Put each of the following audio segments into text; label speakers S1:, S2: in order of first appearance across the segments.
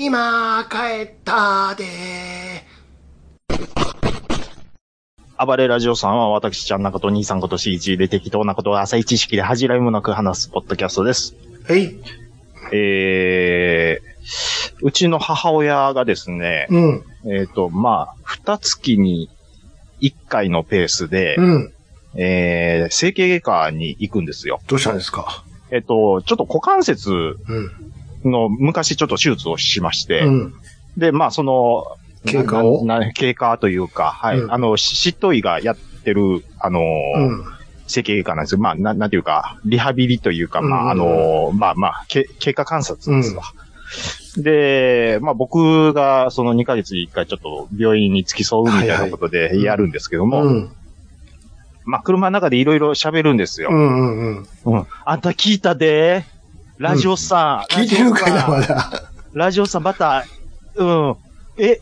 S1: 今帰ったで
S2: 暴れラジオさんは私、ちゃん中と兄さんこと C1 で適当なことを浅い知識で恥じらいもなく話すポッドキャストです。
S1: はい
S2: えー、うちの母親がですね、
S1: うん
S2: えっ、と、まあ、二月に一回のペースで、
S1: うん
S2: えー、整形外科に行くんですよ。
S1: どうしたんですか
S2: えっ、と、ちょっと股関節
S1: うん
S2: の昔ちょっと手術をしまして、
S1: うん
S2: で、まあ、その、
S1: 経過を
S2: なな経過というか、はい。
S1: うん
S2: あの、しっといがやってる、あのー
S1: うん
S2: 整形外科なんですよ。まあ、ななんていうか、リハビリというか、まあ、あ
S1: うんうん
S2: の、まあまあ、け経過観察ですわ。で、まあ僕がその2ヶ月に1回ちょっと病院に付き添うみたいなことでやるんですけども、
S1: うん
S2: まあ車の中でいろいろ喋るんです
S1: う
S2: よ、
S1: んうんうん
S2: うんあんた聞いたでラジオさん。
S1: 聞いてるかい
S2: ラジオ
S1: な
S2: さん
S1: まだ
S2: ラジオさんまた、うん。え、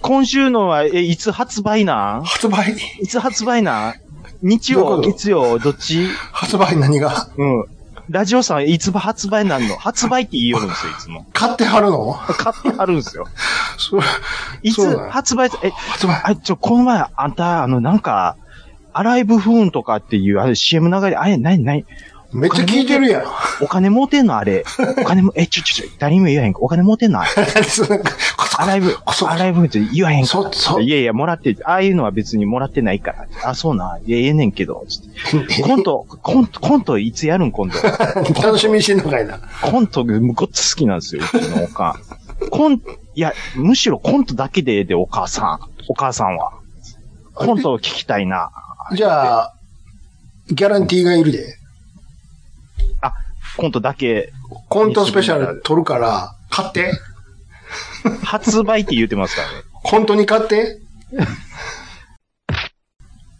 S2: 今週のは、え、いつ発売なん
S1: 発売
S2: いつ発売なん日
S1: ど
S2: 曜、
S1: こ
S2: 月曜、どっち
S1: 発売何が
S2: うん。ラジオさん、いつば発売なんの発売って言いよるんですよ、いつも。
S1: 買ってはるの
S2: 買ってあるんですよ。
S1: そう
S2: い
S1: そう
S2: つ
S1: なん
S2: 発売、え、
S1: 発売
S2: あ、ちょ、この前、あんた、あの、なんか、アライブフーンとかっていう、あれ CM 流れ、あれ、なになに
S1: めっちゃ聞いて るやん。
S2: お金持てんのあれ。お金も、え、ちょ、ちょ、ちょ、誰にも言わへんか。お金持てんのあれ。
S1: 何それなんかこそ
S2: アライブ、
S1: こそ
S2: アライブフーンって言わへんか。
S1: そ、そ、
S2: いやいや、もらって、ああいうのは別にもらってないから。あ、そうな。いや、ええねんけど。つってコント、コント、コントいつやるん、 今度。
S1: 楽しみにしてんのかいな。
S2: コントがごっつ好きなんですよ、うちのおかん。コン、いや、むしろコントだけでええで、お母さん。お母さんは。コントを聞きたいな。
S1: じゃあ、ギャランティーがいるで。
S2: コントだけ、
S1: コントスペシャル撮るから、買って。
S2: 発売って言ってますからね。
S1: 本当に買って。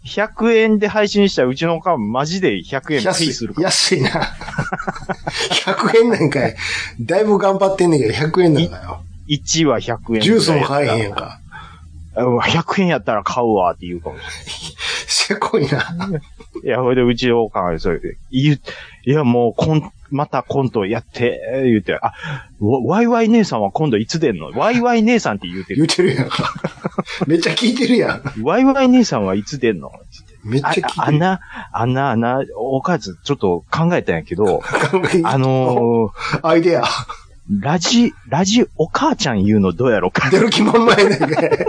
S2: 100円で配信したらうちのおかんマジで100円ペイするから。
S1: 安いな。100円なんかい。だいぶ頑張ってんねんけど、100円なんだよ。
S2: 1は100円ぐらいやったら。
S1: ジュースも買えへんやんか。
S2: うん。100円やったら買うわって言うかもしれない。
S1: せこいな。
S2: いや、ほいでうちのおかんはそれで、言ういや、もうコン、またコントやって、言うて、あ、わワイワイ姉さんは今度いつ出んのワイワイ姉さんって言うて
S1: 言
S2: る
S1: うてるやんか。めっちゃ聞いてるやん。
S2: ワイワイ姉さんはいつ出んの
S1: めっちゃ
S2: あ
S1: 聞いてる。
S2: あ、あんな、あんな、あんな、おかず、ちょっと考えたんやけど、あのー
S1: アイデア。
S2: ラジ、ラジ、お母ちゃん言うのどうやろか。
S1: 出る気満々やねんけ。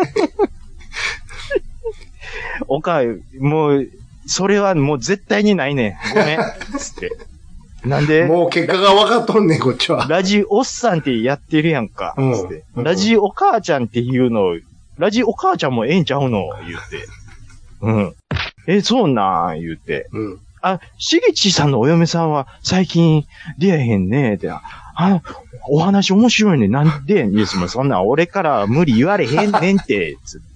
S2: おかもう、それはもう絶対にないねん。ごめん。つって。なんで、
S1: もう結果が分かっとんねん、こっ ちは。
S2: ラジおっさんってやってるやんか。
S1: うん
S2: つって。
S1: うん
S2: ラジお母ちゃんって言うの、ラジお母ちゃんもええんちゃうの言うて。うん。え、そうなん言うて。
S1: うん。
S2: あ、しげちさんのお嫁さんは最近出会えへんねってな。あ、お話面白いね。なんでいやそんなそんな俺から無理言われへんねんって。つって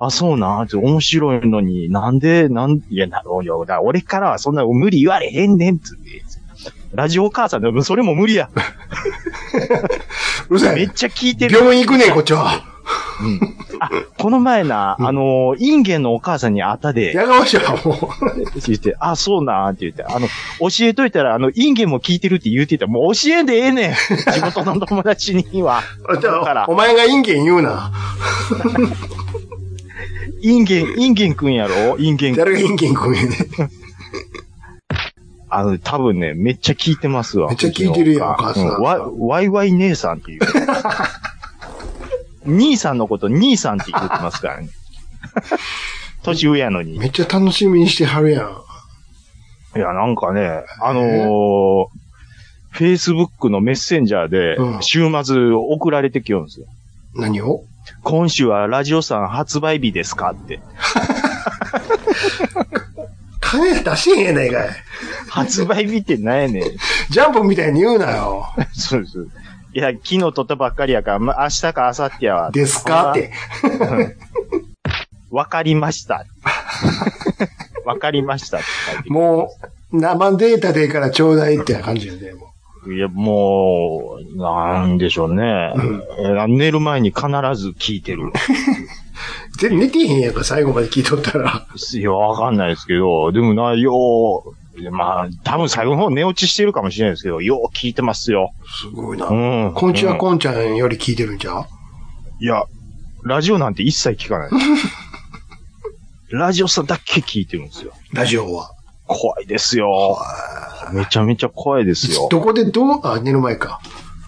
S2: あ、そうな。ちょ面白いのに、なんで、なん、いや、な、いやだ俺からはそんな無理言われへんねん。つって。ラジオ母さんでも、それも無理や。
S1: うるさ
S2: め
S1: い
S2: っ。ちゃ聞いてる。
S1: 病院行くねん、こっちは。
S2: うんあ、この前な、あの、インゲンのお母さんに会ったで。
S1: やがましはも
S2: って言って、あ、そうなんって言って、あの、教えといたら、あの、インゲンも聞いてるって言うてた。もう教えんでええ ねん。地元の友達には。
S1: う。
S2: だ
S1: じゃ
S2: か
S1: あ
S2: ら、
S1: お、前がインゲン言うな。
S2: インゲン、インゲンくんやろインゲンくん。
S1: 誰がインゲン君やねん。
S2: あの、多分ね、めっちゃ聞いてますわ。
S1: めっちゃ聞いてるやん
S2: うち
S1: お
S2: の
S1: 母さん
S2: うわ、わいわい姉さ んっていう。兄さんのこと、兄さんって言ってますか らね。年上やのに。
S1: めっちゃ楽しみにしてはるやん。
S2: いや、なんかね、あのー、Facebook のメッセンジャーで
S1: う、ん
S2: 週末送られてきよるんですよ。
S1: 何を
S2: 今週はラジオさん発売日ですかって。
S1: 金出しへんやないかい。
S2: 発売日って何やねん。
S1: ジャンプみたいに言うなよ。
S2: そうです。いいや、昨日取ったばっかりやから、ま、明日か明後日やわ。
S1: ですかって。
S2: わかりました。 わかりましたって書いて
S1: もう、生データでいいからちょうだいってな感じやで、も
S2: う。いや、もう、なんでしょうね。寝る前に必ず聞いてるわ。
S1: う。ぜ寝てへんやんか、最後まで聞いとったら。
S2: いや、わかんないですけど、でもな、よう、まあ、多分最後の方寝落ちしてるかもしれないですけど、よう聞いてますよ。
S1: すごいな
S2: う。ん。
S1: こんちは
S2: うん
S1: こんちゃんより聞いてるんちゃう
S2: いや、ラジオなんて一切聞かないです。 ラジオさんだけ聞いてるんですよ。
S1: ラジオは。
S2: 怖いですよ。めちゃめちゃ怖いですよ。
S1: どこでどう、あ、寝る前か。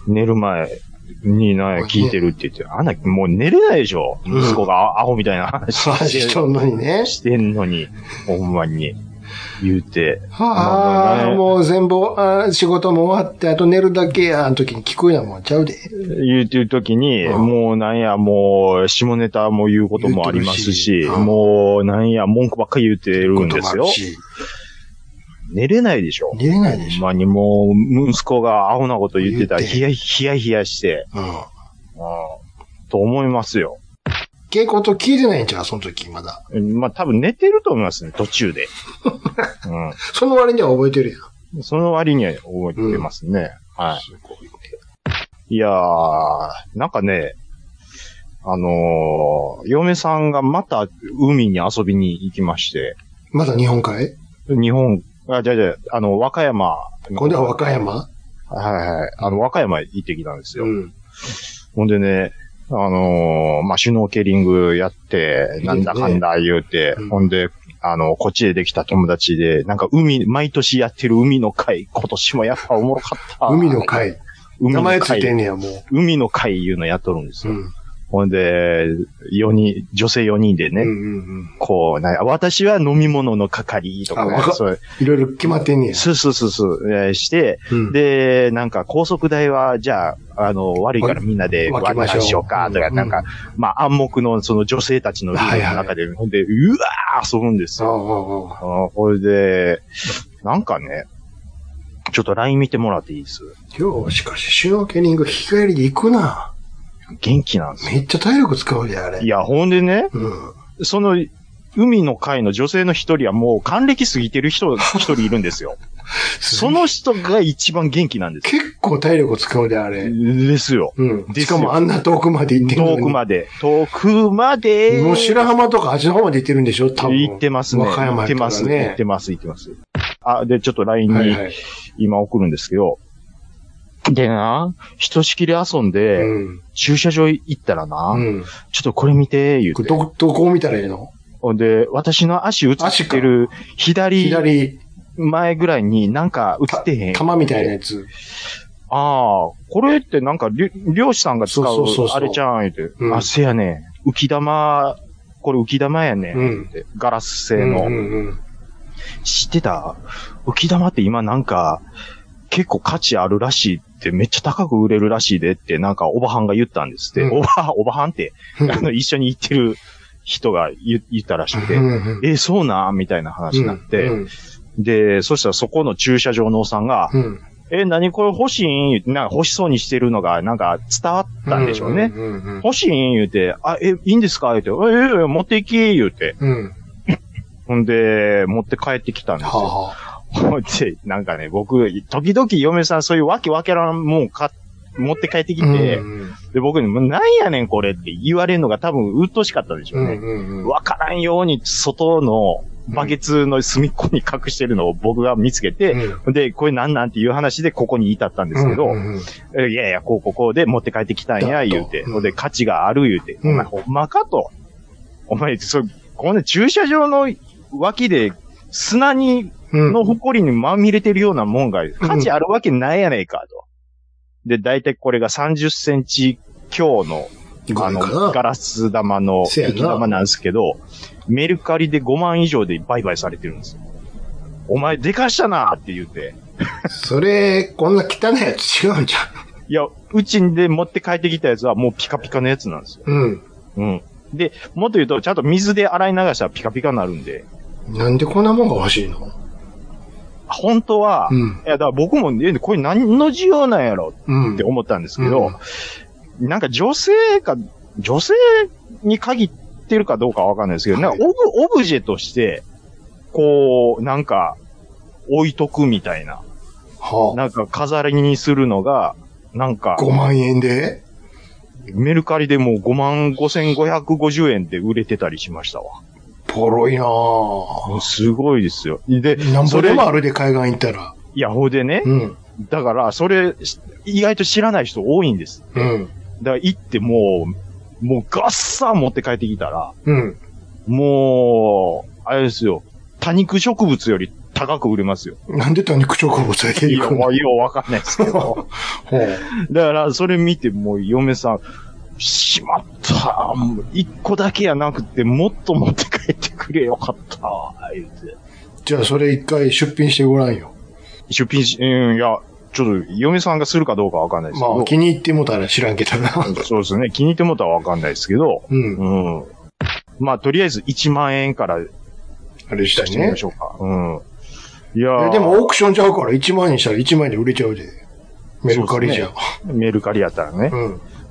S2: 寝る前にな、聞いてるって言って、あんな、もう寝れないでしょ。
S1: うん
S2: 息子がアホみたいな 話
S1: そう
S2: して
S1: しとんのにね。
S2: してんのに、ほんまに、言うて。
S1: は
S2: まあ
S1: あ、
S2: ね
S1: もう全部、あ仕事も終わって、あと寝るだけや、あの時に聞くようなもんちゃうで。
S2: 言うてるときに、
S1: うん
S2: もうなんや、もう、下ネタも言うこともありますし、
S1: 言うてるしうん
S2: もうなんや、文句ばっかり言うてるんです
S1: 言うことも
S2: よ
S1: ある。し
S2: 寝れないでしょ。
S1: 寝れないでしょ。
S2: ほんまにもう、息子がアホなこと言ってたら、
S1: 言うて
S2: ヒヤヒヤヒヤして、
S1: うん。
S2: うん、と思いますよ。
S1: 稽古と聞いてないんちゃうその時、まだ。
S2: まあ多分寝てると思いますね、途 中で。
S1: その割には覚えてるやん。
S2: うん、その割には覚えてますね。はい。
S1: すごいね。
S2: いやー、なんかね、あのー嫁さんがまた海に遊びに行きまして、
S1: まだ日本海
S2: 日本、あ、じゃあじゃあ、あの、和歌山の。
S1: 今度は和歌山
S2: はいはい。あの、和歌山行ってきたんですよ。
S1: ん。
S2: ほんでね、あのーまあ、シュノーケリングやって、なんだかんだ言うて、
S1: うん
S2: ほんで、あの、こっちでできた友達で、なんか海、毎年やってる海の会、今年もやっぱおもろかった。
S1: 海の海。
S2: 海
S1: 名
S2: の会
S1: 前ついてんねや、もう。
S2: 海の会いうのやっとるんです
S1: う
S2: よ。
S1: ん。
S2: ほんで、4人、女性4人でね、
S1: うんうんうん。
S2: こう、なんや私は飲み物の係とか、
S1: あわか
S2: そう、
S1: いろいろ決まってんねや。
S2: スースースースーえーして、
S1: うん、
S2: で、なんか高速代は、じゃあ、あの、悪いからみんなで
S1: 分
S2: 分
S1: け
S2: け
S1: ま
S2: ま
S1: しょう
S2: しょうか、とか、
S1: うん
S2: なんか、まあ暗黙のその女性たちのルールの中で、ほんで、うわー遊ぶんです
S1: ああ
S2: よ。
S1: ああああ
S2: あーこれで、なんかね、ちょっと LINE 見てもらっていいです
S1: 今日、しかし、シュノーケリング日帰りで行くな。
S2: 元気なんですよ。
S1: めっちゃ体力使うで、あれ。
S2: いや、ほんでね、
S1: うん。
S2: その、海の会の女性の一人はもう還暦過ぎてる人、 一人いるんですよ。その人が一番元気なんですよ。
S1: 結構体力使うで、あれ。
S2: ですよ。
S1: うん。
S2: です
S1: し
S2: よ
S1: かもあんな遠くまで行ってんのに
S2: 遠くまで。遠くまで。
S1: もう白浜とかあっちの方まで行ってるんでしょ多分。
S2: 行ってますね。
S1: 和歌山
S2: 行ってま
S1: と
S2: す
S1: か
S2: ね。行
S1: ね
S2: って。ます、行ってます。あ、で、ちょっと LINE
S1: はい
S2: に
S1: はい。
S2: 今送るんですけど。でな、ひとしきり遊ん
S1: う
S2: で、
S1: ん。
S2: 駐車場行ったらな、
S1: うん。
S2: ちょっとこれ見て、言う
S1: これ
S2: て。
S1: ど、どこを見たらいいの
S2: ほんで、私の足映ってる左
S1: 左、
S2: 前ぐらいになんか映ってへん。
S1: 玉みたいなやつ。
S2: ああ、これってなんかりゅ、漁師さんが使う、
S1: そうそうそうそう
S2: あれじゃん、言うて。
S1: うん
S2: あ、せやね。浮き玉、これ浮き玉やね。
S1: うん
S2: ってガラス
S1: う
S2: 製
S1: ん
S2: の。
S1: うんうん。
S2: 知ってた浮き玉って今なんか、結構価値あるらしいって、めっちゃ高く売れるらしいでって、なんかおばはんが言ったんですって。
S1: うん
S2: おば、おばはんって、あの、一緒に行ってる人が言言ったらしくて。
S1: うん
S2: え、そうなんみたいな話になって。
S1: うん
S2: で、そしたらそこの駐車場のおっさんが、
S1: うん。
S2: え、何これ欲しいんなんか欲しそうにしてるのが、なんか伝わったんでしょうね。
S1: うんうんうん
S2: 欲しいん言うて、あ、え、いいんですか言うて、ええええ、持って行き言うて。
S1: うん。うん。
S2: ほんで、持って帰ってきたんです
S1: は
S2: よ。
S1: あはあ。
S2: ほんで、なんかね、僕、時々嫁さんそういうわけわからんもんか、持って帰ってきて、
S1: うん
S2: で、僕に、もうなんやねんこれって言われるのが多分、鬱陶しかったでしょ
S1: う
S2: うんね。
S1: うんうん。
S2: わ、からんように、外の、バケツの隅っこに隠してるのを僕が見つけて、
S1: うん
S2: で、これなんなんっていう話でここに至ったんですけ
S1: う
S2: ど、
S1: んうんうん
S2: えいやいや、こうこうこうで持って帰ってきたん
S1: だ
S2: や、
S1: と
S2: 言うて。
S1: うん
S2: で、価値がある言うて。
S1: うん
S2: お前、ほんまかと。お前、そ、この駐車場の脇で砂に、
S1: うん
S2: の埃にまみれてるようなもんが、価値あるわけないやないか、と。で、だいたいこれが30センチ強の、
S1: ご
S2: あ
S1: めん
S2: の、
S1: か
S2: ガラス玉の、
S1: せやな
S2: 雪玉なんですけど、メルカリで5万以上で売買されてるんですよ。お前、でかしたなって言って。
S1: な。それ、こんな汚いやつ違うんじゃ
S2: いや、うちんで持って帰ってきたやつはもうピカピカのやつなんですよ。
S1: ん。うん。
S2: うん。で、もっと言うと、ちゃんと水で洗い流したらピカピカになるんで、
S1: なんでこんなもんが欲しいの
S2: 本当は、
S1: う
S2: い
S1: ん。
S2: や、だから僕も、えこれ何の需要なんやろ
S1: うん。
S2: って思ったんですけど、なんか女性か、女性に限ってるかどうかわかんないですけど、
S1: はい
S2: なんかオブ、オブジェとして、こう、なんか、置いとくみたいな。
S1: は
S2: なんか飾りにするのが、なんか
S1: あ、、5万円で
S2: メルカリでもう5万5550円で売れてたりしましたわ。
S1: ポロいなぁ。
S2: すごいですよ。で、
S1: なんぼ
S2: そ
S1: で
S2: れ
S1: も、あるで海岸行ったら。
S2: いや、ほいでね、
S1: うん。
S2: だから、それ、意外と知らない人多いんです。
S1: うん。
S2: だから行ってもう、もうガッサー持って帰ってきたら、
S1: うん。
S2: もう、あれですよ。多肉植物より高く売れますよ。
S1: なんで多肉植物だけ
S2: い
S1: 行
S2: や、
S1: く
S2: ま
S1: の
S2: あ、ようわかんないですけ ど。
S1: ほう
S2: だから、それ見て、もう嫁さん、しまった。もう一個だけやなくて、もっと持って帰ってくれよかった。言うて。
S1: じゃあそれ一回出品してごらんよ。
S2: 出品し、うん、いや、ちょっと、嫁さんがするかどうかわかんないですけど。
S1: まあ気に入ってもたら知らんけどな。
S2: そうですね。気に入ってもたらわかんないですけど。
S1: うん。
S2: うん。まあ、とりあえず1万円から出
S1: あれした
S2: し
S1: い
S2: てみ
S1: ね
S2: ま。しょうか。うん。いや
S1: い
S2: ー
S1: やでもオークションちゃうから1万円にしたら1万円で売れちゃうで。メルカリじゃん。
S2: メルカリやったらね。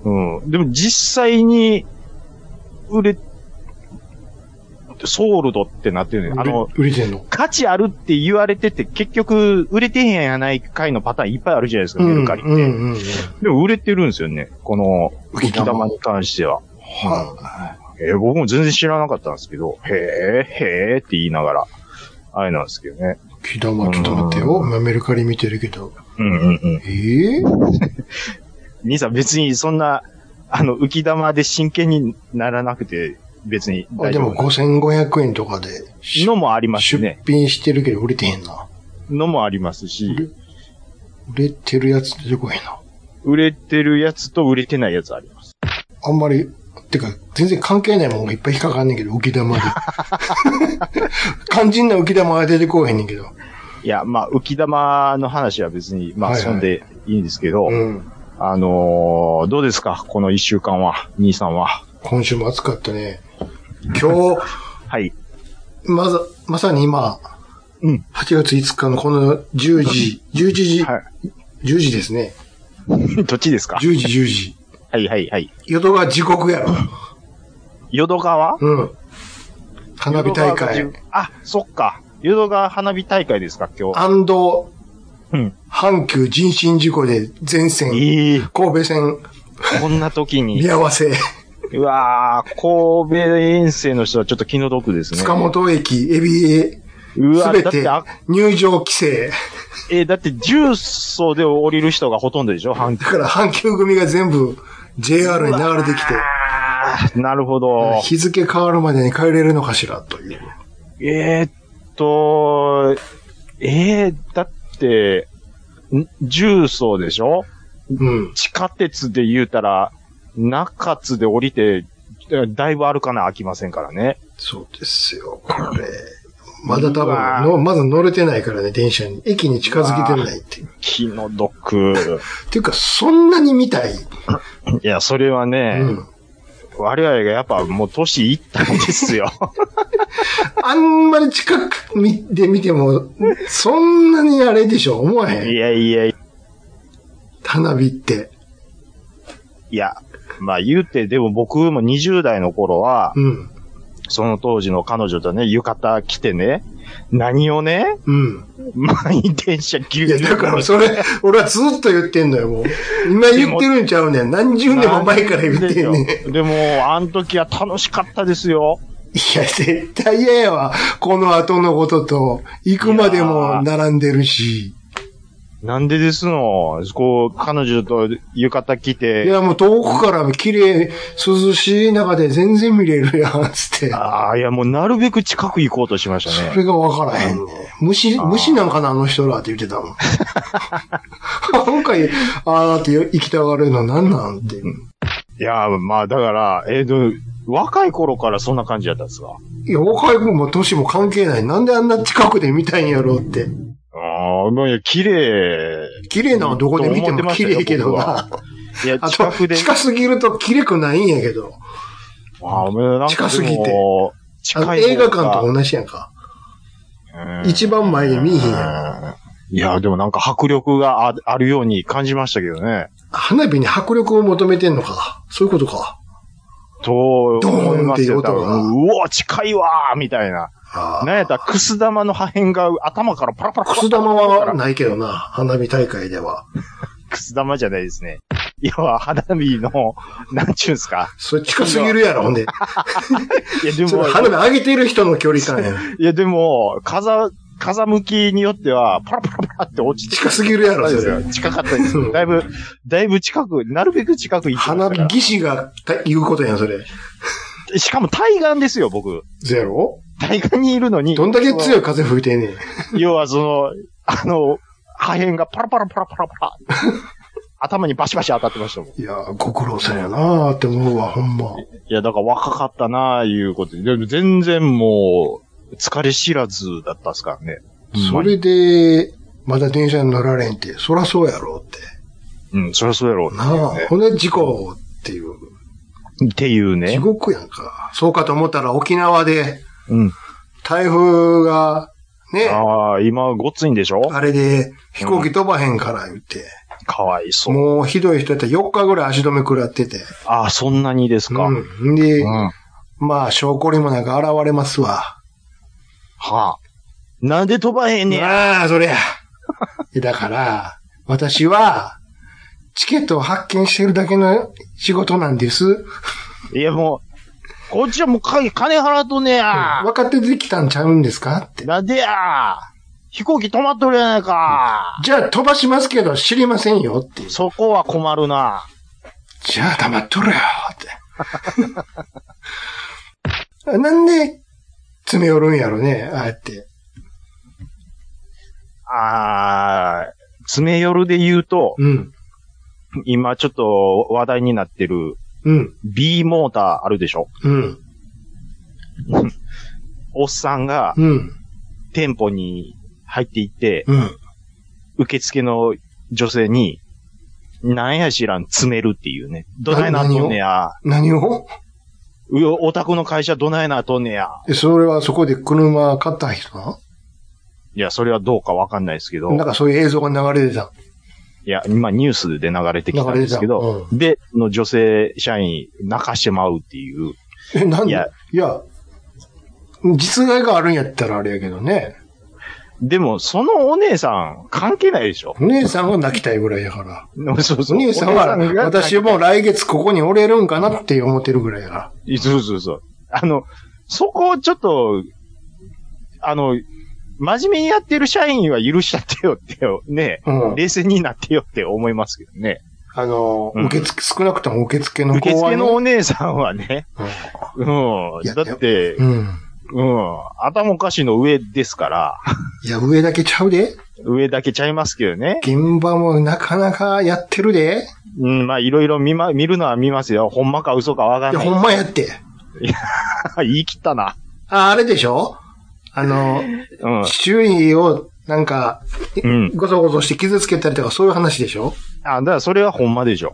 S1: うん。
S2: うん。でも実際に、売れ、ソールドってなってるね。あの、
S1: 売れ売れてんの。
S2: 価値あるって言われてて、結局、売れてへんやない回のパターンいっぱいあるじゃないですか、メルカリって。
S1: うんうんうん。
S2: でも売れてるんですよね。この、
S1: 浮
S2: 浮
S1: き
S2: き
S1: 玉
S2: 玉に関しては。
S1: は
S2: えー僕も全然知らなかったんですけど、へえ、へえって言いながら、あれなんですけどね。
S1: い。木玉ちょっと待ってよ。
S2: うん
S1: 今メルカリ見てるけど。
S2: うんうんうん。
S1: ええ
S2: 兄さん別にそんな、あの、浮き玉で真剣にならなくて、別に
S1: あ
S2: 大
S1: で
S2: 丈
S1: も
S2: 夫。
S1: 5500円とかで。
S2: のもあります
S1: 出
S2: ね。
S1: 品してるけど売れてへんな。
S2: のもありますし。
S1: 売れてるやつ出てこへんな。
S2: 売れてるやつと売れてないやつあります。
S1: あんまり、てか、全然関係ないもんがいっぱい引っかかんねんけど、浮き 玉で。肝心な浮き玉が出てこへんねんけど。
S2: いや、まあ、浮き玉の話は別に、まあ、
S1: はいはい
S2: そんでいいんですけど、
S1: うん。
S2: あのーどうですかこの一週間は、兄さんは。
S1: 今週も暑かったね。今日、
S2: はい。
S1: まず、まさに今、
S2: うん。
S1: 8月5日のこの10時、11時、
S2: は
S1: 10時ですね。
S2: い。 どっちですか
S1: 10時、10時。
S2: はいはいはい。
S1: 淀川地獄やろ。
S2: 淀川
S1: うん。花火大会
S2: 淀川がじ。ゅあ、そっか。淀川花火大会ですか今日。
S1: 安藤、
S2: うん。
S1: 阪急人身事故で全線、
S2: ええ
S1: 神戸線、
S2: こんな 時に。
S1: 見合わせ。
S2: うわー、神戸遠征の人はちょっと気の毒ですね。
S1: 塚本駅、エビエ、
S2: う
S1: す
S2: わ
S1: べ
S2: だっててあ、
S1: 入場規制。
S2: えだって重曹で降りる人がほとんどでしょ阪
S1: だから阪急組が全部 JR に流れてきて、
S2: あーなるほど。
S1: 日付変わるまでに帰れるのかしらという。
S2: えー、っと、えー、だって、ん重曹でしょ
S1: うん。
S2: 地下鉄で言うたら、中津で降りて、えだいぶ歩かな飽きませんからね。
S1: そうですよ、これ。まだ多
S2: うわ
S1: 分
S2: ー
S1: の、まだ乗れてないからね、電車に。駅に近づけてないっていう。
S2: 気の毒。
S1: っていうか、そんなに見たい。
S2: いや、それは
S1: う
S2: ね、
S1: ん。
S2: 我々がやっぱもう年いったんで すよ。
S1: あんまり近く見で見ても、そんなにあれでしょ、思わへ
S2: い
S1: ん。
S2: やいやい
S1: 花火って。
S2: や。まあ言うて、でも僕も20代の頃は、
S1: うん。
S2: その当時の彼女とね、浴衣着てね、何をね、
S1: うん。
S2: 満員電車ぎ
S1: い
S2: ゅ
S1: うや、
S2: ぎゅ
S1: だ
S2: う
S1: からそれ、俺はずっと言ってんのよ、もう。今言ってるんちゃうねん。何十年も前から言ってんねん。い
S2: でも、あの時は楽しかったですよ。
S1: や、絶対嫌やわ。この後のことと、行くまでも並んでるし。
S2: なんでですのこう、彼女と浴衣着
S1: い
S2: て、
S1: や、もう遠くから綺麗、涼しい中で全然見れるやん、つって。
S2: ああ、いやもうなるべく近く行こうとしまし
S1: そ
S2: た
S1: れ
S2: ね。
S1: がわからへんねん。虫、
S2: あー
S1: 虫なんかな、あの人らって言ってたもん。 今回、あーって行きたがるのなんなんて。
S2: いや、まあだから、えっ、と、若い頃からそんな感じだったんですか
S1: いや、若い子も年も関係ない。なんであんな近くで見たいんやろうって。
S2: ああ、もういや、綺麗。
S1: 綺麗なのはどこで見て
S2: と思って
S1: も
S2: まし
S1: 綺
S2: たよ
S1: 麗けど
S2: 僕
S1: な
S2: は。いや、
S1: あと
S2: 近くで。
S1: 近すぎると綺麗くないんやけど。
S2: あーもうなんかでも
S1: 近すぎて。あの
S2: 近い
S1: 映画
S2: 方が
S1: 館と同じやんか。
S2: 一
S1: 一番前に見えへんやん。
S2: いや、でもなんか迫力がああるように感じましたけどね。
S1: 花火に迫力を求めてんのか。そういうことか。
S2: と、
S1: ドーン
S2: 思いますよ、
S1: っていう
S2: 多
S1: 音が
S2: 分。うお、近いわーみたいな。
S1: あ
S2: なんやったら、くす玉の破片が頭からパラパラ
S1: あ。くす玉はないけどな。花火大会では。
S2: くす玉じゃないですね。いや、花火の、なんちゅうんすか。
S1: それ近すぎるやろ、ほんで。
S2: いや、で
S1: そ
S2: も
S1: れ、花火上げてる人の距離感や。
S2: いや、でも、風、風向きによっては、パラパラパラって落ちて
S1: 近すぎるや
S2: た
S1: ろ、
S2: ん
S1: そ
S2: です
S1: れ
S2: よ。。近かったです
S1: う。ん
S2: だいぶ、だいぶ近く、なるべく近く行ってま
S1: 花
S2: したか
S1: 火
S2: ら
S1: 技師がた言うことやん、それ。
S2: しかも対岸ですよ、僕。
S1: そやろ
S2: 対岸にいるのに。
S1: どんだけ強い風吹いてんねん。
S2: 要はその、あの、破片がパラパラパラパラパラ。頭にバシバシ当たってましたもん。い
S1: いや、ご苦労さんやなーって思うわ、ほんま。
S2: や、だから若かったなあいうことで。でも全然もう、疲れ知らずだったっすからね。
S1: それで、まだ電車に乗られんって、そらそうやろって。
S2: うん、そりゃそうやろうな。
S1: なあ、ほんで事故っていう。
S2: っていう
S1: 地
S2: ね。
S1: 獄やんか。そうかと思ったら沖縄で、
S2: うん。
S1: 台風が、ね、あ
S2: ああ、今、ごっついんでしょ
S1: れで飛行機飛ばへんから言って。
S2: かわいそう。
S1: もうひどい人やったら4日ぐらい足止め食らってて。
S2: ああ、そんなにですか。うん。
S1: うん。んで、
S2: は
S1: まあ証拠にもなんか現れますわ。
S2: あ。なんで飛ばへんねや。
S1: ああ、それや。 だから、私は、チケットを発券してるだけの仕事なんです。
S2: いや、もう、こっちはもうか金払っとんねや。
S1: 分かってできたんちゃうんですかって。
S2: なんでや。飛行機止まっとるやないか。
S1: じゃあ飛ばしますけど知りませんよって。
S2: そこは困るな。
S1: じゃあ黙っとるよって。 なんで詰め寄るんやろね、ああやって。
S2: ああ、詰め寄るで言うと、
S1: うん。
S2: 今ちょっと話題になってる
S1: うん。
S2: B モーターあるでしょ
S1: うん。
S2: おっさんが
S1: うん。
S2: 店舗に入っていって、
S1: うん。
S2: 受付の女性に、なんや知らん詰めるっていうね。どないなっとんねや。
S1: 何を
S2: うよ、オタクの会社どないなっとんねや。
S1: えそれはそこで車買った人ない
S2: や、それはどうかわかんないですけど。
S1: なんかそういう映像が流れてた。
S2: いや、今ニュースで流れてきたんですけ
S1: 流れ
S2: ど
S1: て、
S2: で、の女性社員泣かしてまうっていう。
S1: え、なん
S2: い
S1: で
S2: や
S1: いや、実害があるんやったらあれやけどね。
S2: でも、そのお姉さん、関係ないでしょ
S1: お姉さんは泣きたいぐらいやから。
S2: そう
S1: お
S2: そう。
S1: 姉さんは
S2: お姉さん、が
S1: 私も来月ここにおれるんかなって思ってるぐらいやから。
S2: そうそうそう。あの、そこをちょっと、あの、真面目にやってる社員は許しちゃってよってよ、ね、
S1: うん
S2: 冷静になってよって思いますけどね。
S1: あの、
S2: うん
S1: 受付、少なくとも受付の
S2: 受
S1: 子は
S2: 付
S1: ね
S2: のお姉さんはね、うん
S1: い、や
S2: だって、
S1: うん。
S2: うん、頭おかしの上ですから、
S1: いや、上だけちゃうで。
S2: 上だけちゃいますけどね。
S1: 現場もなかなかやってるで。
S2: うん、まあいろいろ見ま、見るのは見ますよ。ほんまか嘘かわか
S1: い
S2: ん
S1: や、
S2: ない。
S1: ほんまやって。
S2: 言い切ったな。
S1: あ、あれでしょあの、
S2: うん。
S1: 周囲をなんか、
S2: うん。
S1: ごそごそして傷つけたりとかそういう話でしょ
S2: あ、だからそれはほんまでしょ。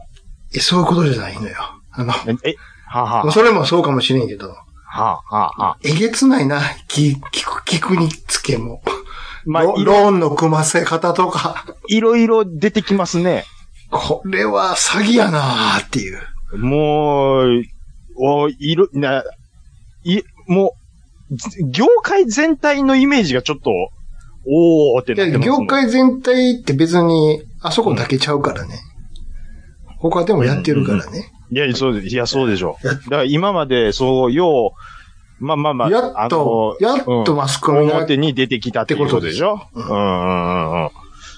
S1: え、そういうことじゃないのよ。あの、
S2: え、はあは
S1: それもそうかもしれんけど、
S2: あ、はあはあはあ。
S1: えげつないな、き、聞く、聞くにつけも。
S2: まあ、
S1: ロ
S2: いろ
S1: ローンの組ませ方とか、
S2: いろいろ出てきますね。
S1: これは詐欺やなーっていう。
S2: もう、おいろ、な、い、もう、ず業界全体のイメージがちょっと、おーって
S1: い
S2: なっ
S1: や、
S2: てますもん
S1: 業界全体って別に、あそこだけちゃうからね。他でもやってるからね。
S2: いや、そうで、いや、そうでしょ。だから今まで、そう、よう、まあまあまあ、
S1: やっと、
S2: あの
S1: やっとマスコミが、
S2: 表に出てきたっていうことでしょ。うん、うん、うんうん。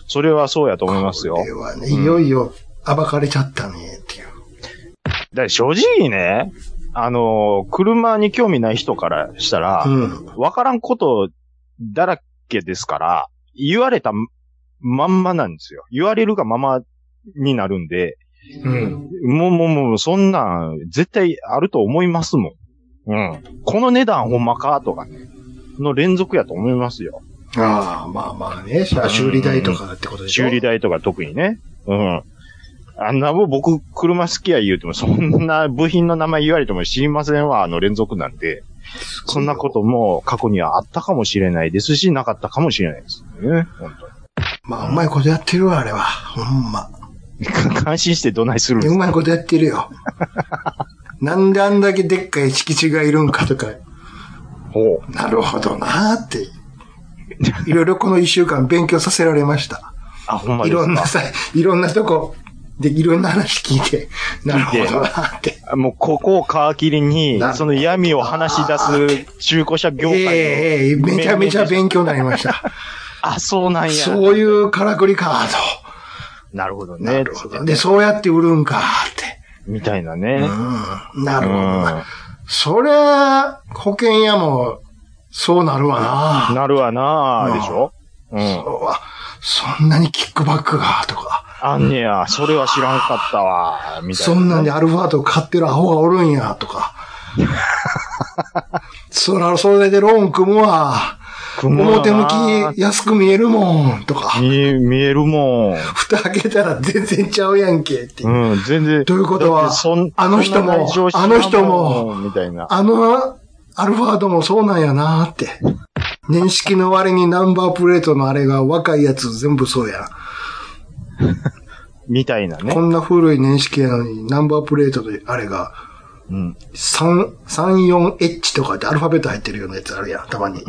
S2: それはそうやと思いますよ。
S1: これはね、いよいよ暴かれちゃったねっていう。
S2: だから正直ね、あの、車に興味ない人からしたら、
S1: うん。
S2: わからんことだらけですから、言われたまんまなんですよ。言われるがままになるんで、
S1: うん。
S2: もうもうもう、そんなん、絶対あると思いますもん。うん。この値段ほんまかとかね。の連続やと思いますよ。
S1: ああ、まあまあね。さあ修理代とかってことでしょ。
S2: 修理
S1: 代。
S2: 代とか特にね。うん。あんなもん僕、車好きや言うても、そんな部品の名前言われても知りませんわ、あの連続なんで。そんなことも過去にはあったかもしれないですし、なかったかもしれないですよね。本当に。
S1: まあ、うまいことやってるわ、あれは。ほんま。
S2: 感心してどないするんです
S1: う
S2: か
S1: まいことやってる よ。なんであんだけでっかい敷地がいるんかとか、
S2: ほう。
S1: なるほどなーって。いろいろこの一週間勉強させられました。
S2: あ、ほんま
S1: い
S2: です
S1: ろんな
S2: か。
S1: さ、いろんなとこ、で、いろんな話聞いて、なるほどなーって。
S2: もうここを皮切りに
S1: な、
S2: その闇を話し出す中古車業
S1: え
S2: 界の
S1: えええめちゃめちゃ勉強になりました。
S2: あ、そうなんや。
S1: そういうからくりか
S2: なるほど
S1: と。な
S2: ね
S1: る。ほど。で、そうやって売るんかーって。
S2: みたいなね。
S1: うん。な
S2: う
S1: るほどな。
S2: ん。
S1: そりゃ、保険屋も、そうなるわな。
S2: なるわなあでしょうん。
S1: うわそんなにキックバックが、とか。
S2: あんねや、それは知らんかったわ、みたいな。
S1: そんなんでアルファート買ってるアホがおるんや、とか。 そら、それでローン組むわ。
S2: 雲はな、
S1: 表向き安く見えるもん、とか。
S2: 見え、見えるもん。
S1: 蓋開けたら全然ちゃうやんけ、っていう。
S2: うん、全然。
S1: ということは
S2: だってそん
S1: あの人も
S2: そんな内情知らん
S1: あの人も
S2: んみたいな。
S1: あの、アルファードもそうなんやなーって。年式の割にナンバープレートのあれが若いやつ全部そうや
S2: みたいな
S1: な。
S2: ね
S1: こ。んな古い年式やのにナンバープレートであれが
S2: うん。
S1: 3、34H とかってアルファベット入ってるようなやつあるやん、たまに。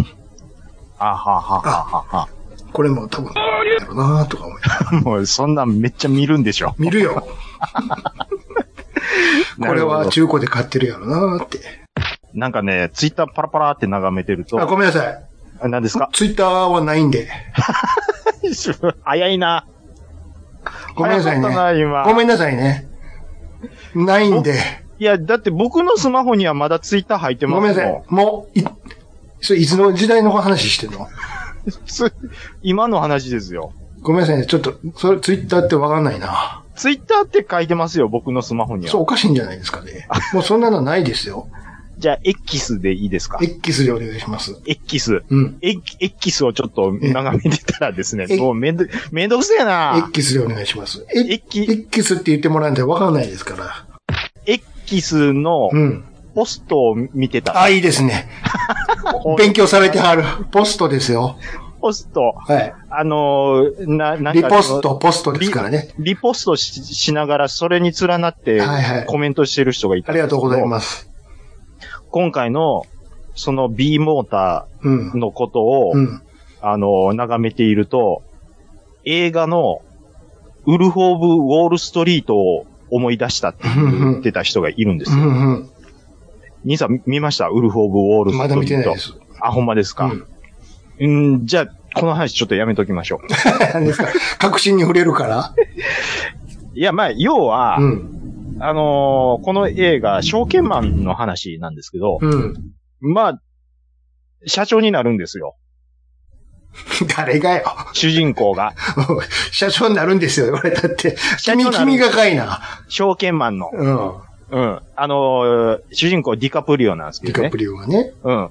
S2: あはははは
S1: これも多分、やろなーとか思いながら
S2: は。もう、そんなんめっちゃ見るんでしょ。
S1: 見るよ。これ
S2: なる
S1: は
S2: ほど
S1: 中古で買ってるやろなーって。
S2: なんかね、ツイッターパラパラって眺めてる
S1: あ、
S2: と、
S1: ごめんなさい。
S2: あ何ですか
S1: ツイッターはないんで。
S2: 早いな。
S1: ごめんなさい
S2: 早かったな
S1: ね。
S2: 今
S1: ごめんなさいね。ないんで。
S2: いや、だって僕のスマホにはまだツイッター入ってま
S1: ご
S2: すも
S1: め
S2: ん。
S1: んなさい。もう、い、それいつの時代の話してんの
S2: す今の話ですよ。
S1: ごめんなさいね。ちょっと、それツイッターってわかんないな。
S2: ツイッターって書いてますよ、僕のスマホには。
S1: そうおかしいんじゃないですか ね。もうそんなのないですよ。
S2: じゃあ、X でいいですか
S1: X でお願いします。
S2: ?X。
S1: うん。
S2: エッキスをちょっと眺めてたらですね、
S1: え
S2: もうめんど、めんどくせえな。
S1: X でお願いします。
S2: エッキ、
S1: X って言ってもらわないとわかんないですから。
S2: エッキスの
S1: うん。
S2: ポストを見てた。
S1: あ、いいです ね。
S2: お
S1: 勉強されてはる。ポストですよ。
S2: ポスト、
S1: はい。
S2: あのーな、なんか
S1: リポスト、ポストですからね。
S2: リポストししながら、それに連なって
S1: はいはい、
S2: コメントしてる人がいた
S1: あ
S2: ん
S1: り
S2: です
S1: が
S2: けど
S1: とうございます。
S2: 今回の、その B モータ
S1: う
S2: ー
S1: ん。
S2: のことを、
S1: うん。
S2: あのー眺めていると、映画の、ウルフ・オブ・ウォール・ストリートを思い出したって言ってた人がいるんです
S1: う
S2: よ。
S1: ん
S2: 兄さん見ましたウルフ・オブ・ウォー
S1: う
S2: ル・
S1: ん。
S2: スト
S1: ま
S2: リート。
S1: だ見てないです。
S2: あ、ほんまですか。
S1: うん
S2: うん、じゃあ、この話ちょっとやめときましょう。
S1: 何ですか確信に触れるから
S2: いや、まあ、要は、
S1: うん。
S2: あのーこの映画、証券マンの話なんですけど、
S1: うん。
S2: まあ、社長になるんですよ。
S1: 誰がよ。
S2: 主人公が。
S1: 社長になるんですよ、言われたって。
S2: 社長 に
S1: 君、
S2: なる
S1: 君がかいな。
S2: 証券マンの。
S1: うん。
S2: うん。あのー主人公ディカプリオなんです
S1: デ
S2: け
S1: ィ
S2: ど
S1: カ
S2: ね
S1: プ。リオがね。
S2: うん。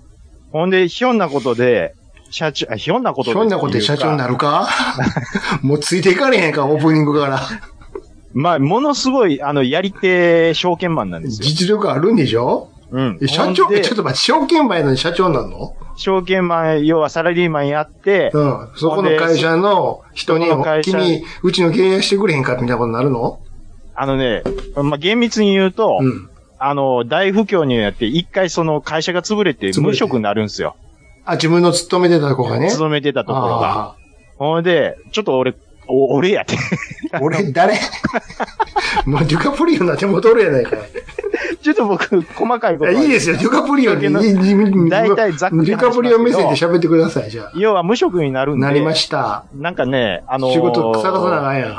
S2: ほんで、ひょんなことで、社長、あひょんなことで。
S1: ひょんなことで社長にな
S2: る。
S1: るか もうついていかれへんか、オープニングから。
S2: まあ、ものすごい、あの、やり手証券マンなんですよ。
S1: 実力あるんでしょ
S2: うん。
S1: え社
S2: ほ
S1: 長、
S2: んで
S1: えちょっと待って、証券前のに社長なんの
S2: 証券マン、要はサラリーマンやって、
S1: うん。そこの会社の人に
S2: そこの、会社
S1: 君、うちの経営してくれへんかみたいなことになるの
S2: あのね、まあ、厳密に言うと、
S1: うん。
S2: あの、大不況にやって、一回その会社が潰れて
S1: 潰れて
S2: 無職になるんですよ。
S1: あ、自分の勤めてた子がね。
S2: 勤めてたところが。
S1: あ
S2: ほんで、ちょっと俺、お俺やって。
S1: あ俺、誰 もうデュカプリオな手元おるやないかい。
S2: ちょっと 僕、細かいことは。
S1: いいですよ、デュカプリオに。
S2: だけど大体ざっくり
S1: デュ
S2: 話しますけど
S1: カプリオ目線で喋ってください、じゃあ。
S2: 要は無職になるんで。
S1: なりました。
S2: なんかね、あのー
S1: 仕事探さなあかんやん。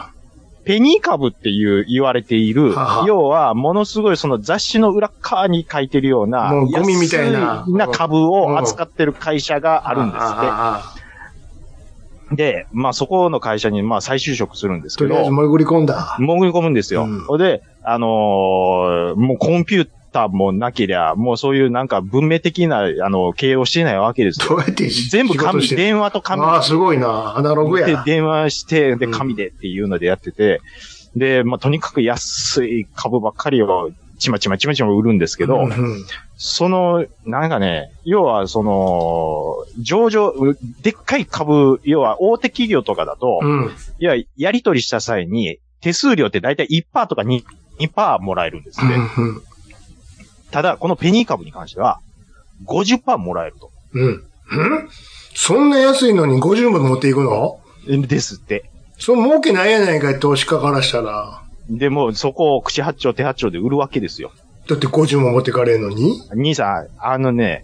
S2: ペニー株っていう言われている、
S1: はは
S2: 要はものすごいその雑誌の裏側に書いてるような、
S1: もうゴミみたいな
S2: 安な株を扱ってる会社があるんですって。
S1: あああ
S2: で、まあそこの会社にまあ再就職するんです
S1: と
S2: け
S1: りあえず
S2: ど、
S1: 潜り込んだ。
S2: 潜り込むんですよ。
S1: うん
S2: ほん、で、あのーもうコンピューターもなけりゃ、もうそういうなんか文明的な、あの、経営をしてないわけですよ。
S1: どうやって 仕
S2: 全部
S1: 仕事
S2: 紙、
S1: してる
S2: 電話と紙
S1: ああ、すごいな。アナログ
S2: で
S1: や。
S2: 電話して、で、
S1: うん
S2: 紙でっていうのでやってて、で、まあとにかく安い株ばっかりをちまちまちまちま売るんですけど、
S1: うんうん
S2: その、なんかね、要はその、上場、でっかい株、要は大手企業とかだと、
S1: うん。
S2: いや、やり取りした際に、手数料って大体1%とか2%、2%もらえるんですね。
S1: うん
S2: ただ、このペニー株に関しては、50%もらえると。
S1: うん。うん。んそんな安いのに50も持っていくの
S2: ですって。
S1: その儲けないやないかい、投資家からしたら。
S2: でも、そこを口八丁手八丁で売るわけですよ。
S1: だって50も持ってかれんのに
S2: 兄さん、あのね、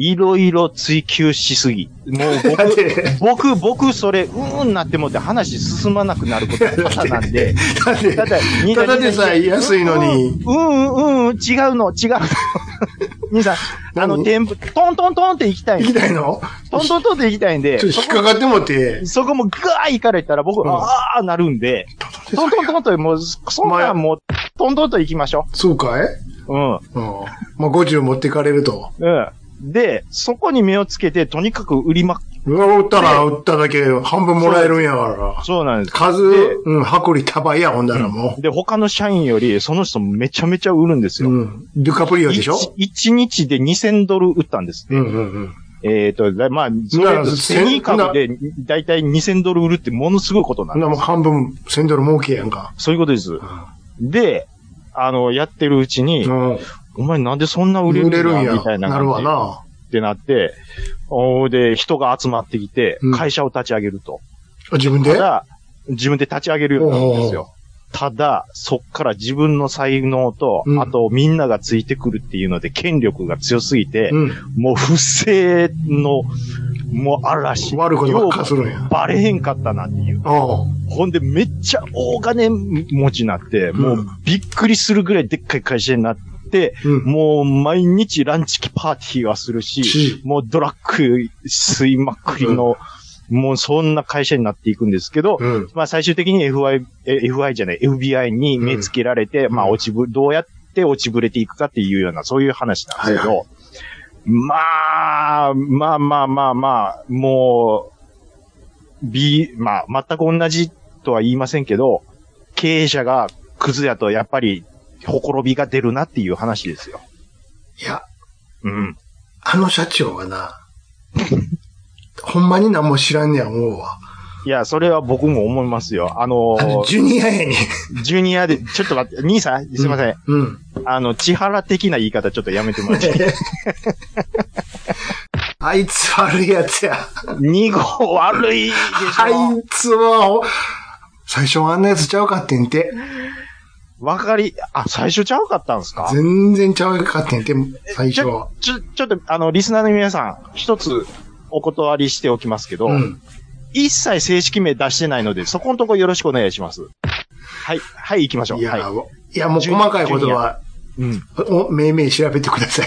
S2: いろいろ追求しすぎ。もう
S1: だって、
S2: 僕、僕、僕、それ、うーんなってもって話進まなくなることが多々な んで。
S1: だって、
S2: ただ、兄さ
S1: た
S2: ん
S1: だでさえ安いのに。
S2: うん、うん、うん、違うの、違うの。 兄さん、あの、
S1: 何
S2: テンプ、トントントンって行きたいん
S1: 行き
S2: で
S1: たいの
S2: トントントンって行きたいんで
S1: ちょっ、と
S2: そ
S1: 引っ
S2: こ
S1: かかってもって、
S2: そこもガー行かれたら僕、
S1: うん
S2: ああ、なるんで、トントントンと、もう、そんなんもう、トントンと行きましょ。
S1: そうかいう
S2: うん。
S1: うん。まあ、50持ってかれると。
S2: うん。で、そこに目をつけて、とにかく売りまく、
S1: うわ、売ったら売っただけ半分もらえるんやから。
S2: そうなんです。
S1: 数、
S2: で
S1: うん、薄利多売や、ほんならも
S2: で、他の社員より、その人めちゃめちゃ売るんです
S1: う。
S2: よ。
S1: うん。デュカプリオでしょ
S2: 一一日で2000ドル売ったんですって。
S1: うんうんうん。
S2: えっ、と、だまあ、そ
S1: なら
S2: れ、セニー株でだいたい2000ドル売るってものすごいことな
S1: ほ
S2: ん
S1: んな
S2: で
S1: らもう
S2: す。
S1: 半分、1000ドル儲けやんか。
S2: そういうことです。で、あの、やってるうちに、
S1: うん。
S2: お前なんでそんな売れ
S1: 売れ
S2: る
S1: る
S2: ん
S1: ん
S2: や、
S1: や。
S2: みたいな
S1: なる
S2: 感
S1: わ
S2: じ
S1: な。
S2: ってなって、おーで、人が集まってきて
S1: う、ん
S2: 会社を立ち上げると。
S1: あ自分
S2: た
S1: で
S2: だ、自分で立ち上げるようになるんですよ。ただ、そっから自分の才能と、
S1: うん
S2: あとみんながついてくるっていうので、権力が強すぎて、
S1: うん。
S2: もう不正の、もう嵐。
S1: 悪いことばっかするん
S2: よ
S1: や
S2: う。バレへんかったなっていう。
S1: ああ。
S2: ほんでめっちゃ大金持ちになって、もうびっくりするぐらいでっかい会社になって、
S1: うん。
S2: もう毎日ランチキパーティーはするし、
S1: し
S2: もうドラッグ吸いまくりの、もうそんな会社になっていくんですけど、
S1: うん。
S2: まあ最終的に FI、え FI じゃない、FBI に目つけられて、
S1: ん
S2: まあ落ちぶ、どうやって落ちぶれていくかっていうような、そういう話なんですけど、
S1: は
S2: まあ、まあまあまあまあ、もう、B、まあ全く同じとは言いませんけど、経営者がクズやとやっぱり、ほころびが出るなっていう話ですよ。
S1: いや、
S2: うん。
S1: あの社長はな、 ほんまに何も知らんねや思うわ。
S2: いや、それは僕も思いますよ。あ
S1: あの、
S2: の、
S1: ジュニアや ねん。
S2: ジュニアで、ちょっと待って、兄さん、すいません。
S1: うん。
S2: あの、千原的な言い方ちょっとやめてもらっていい
S1: あいつ悪いやつや。
S2: 二号悪いでし
S1: あ
S2: ょ。
S1: いつは、お最初はあんなやつちゃうかってんて。
S2: わかり、あ、最初ちゃうかったんですか
S1: 全然ちゃうかってんて、最
S2: ち
S1: 初
S2: ょ
S1: は。、
S2: ちょ、ちょっと、あの、リスナーの皆さん、一つお断りしておきますけど、
S1: うん。
S2: 一切正式名出してないので、そこのとこよろしくお願いします。はい、はい、行きましょう。
S1: いや、、
S2: はい
S1: や、もう
S2: ジュニ
S1: 細かいことは、
S2: い。うん。
S1: お、めいめい調べてください。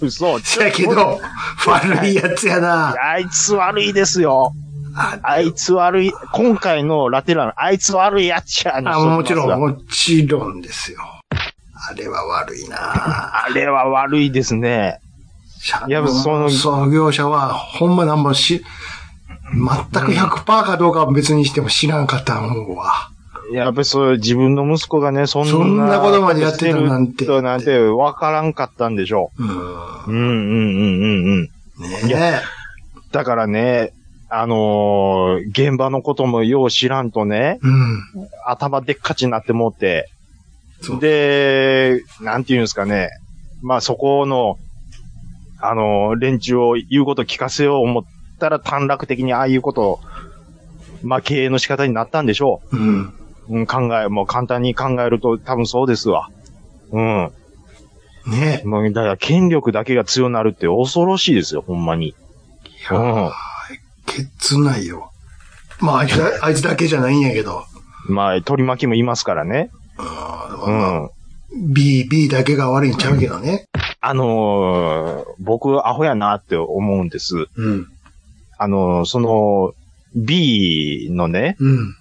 S2: 嘘。
S1: せやけど、悪いやつやな。
S2: あいつ悪いですよ。
S1: あ
S2: あいつ悪い。今回のラテラン、あいつ悪いやっちゃにしときます
S1: あ、
S2: わ
S1: もちろん、もちろんですよ。あれは悪いな。
S2: あれは悪いですね。
S1: 社
S2: いやその
S1: 創業者は、ほんまなんもし、全く100%かどうかは別にしても知らんかったもんわ。
S2: やっぱりそう、自分の息子がね、そんな。
S1: そんなことまでやってたなんて
S2: そうなんて、わからんかったんでしょ
S1: う
S2: う。うんうんうんうんうん。
S1: ん。ね
S2: だからね、あのー現場のこともよう知らんとね、
S1: うん。
S2: 頭でっかちになってもうて、
S1: そう
S2: で、なんていうんですかね、まあそこの、あのー連中を言うこと聞かせよう思ったら短絡的にああいうことを、まあ経営の仕方になったんでしょう。
S1: うん。
S2: うん、考え、もう簡単に考えると多分そうですわ。うん。
S1: ね
S2: もう、だから権力だけが強なるって恐ろしいですよ、ほんまに。うん。
S1: ケツないよ。まあ、あいつだ、あいつだけじゃないんやけど。
S2: まあ、取り巻きもいますからね。う
S1: うん
S2: ん。
S1: B、B だけが悪いんちゃうけどね。
S2: あのー僕、アホやなって思うんです。
S1: うん。
S2: あのーその、B のね、
S1: うん。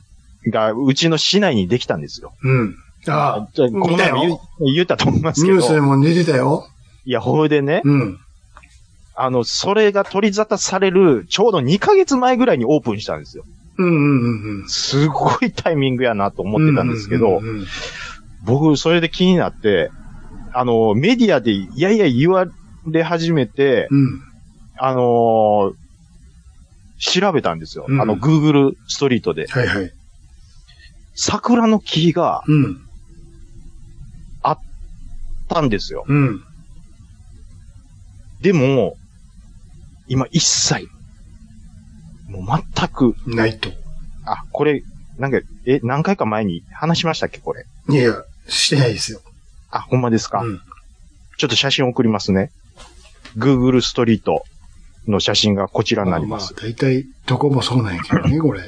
S2: が、うちの市内にできたんですよ。
S1: うん。ああ、
S2: じゃあこの前
S1: 見
S2: も
S1: た
S2: 言
S1: よ
S2: う言ったと思います
S1: ニ
S2: け
S1: ュースで
S2: ど。
S1: も出てたよ。
S2: いや、ほいでね、
S1: うん。
S2: あの、それが取り沙汰される、ちょうど2ヶ月前ぐらいにオープンしたんですよ。
S1: うんうんうんうん。
S2: すごいタイミングやなと思ってたんですけど、
S1: うんうんうんうん
S2: 僕、それで気になって、あの、メディアで、いやいや言われ始めて、
S1: うん。
S2: あのー調べたんですよ。
S1: うん
S2: あの、Google ストリートで。
S1: はいはい。
S2: 桜の木があっ
S1: うん。
S2: たんですよ。
S1: うん。
S2: でも、今一切、もう全く、
S1: ないと。
S2: あ、これ、なんか、え、何回か前に話しましたっけ、これ。
S1: いやいや、してないですよ。
S2: あ、ほんまですか、
S1: うん
S2: ちょっと写真送りますね。Google ストリートの写真がこちらになります。
S1: ああ大体、どこもそうなんやけどね、これ。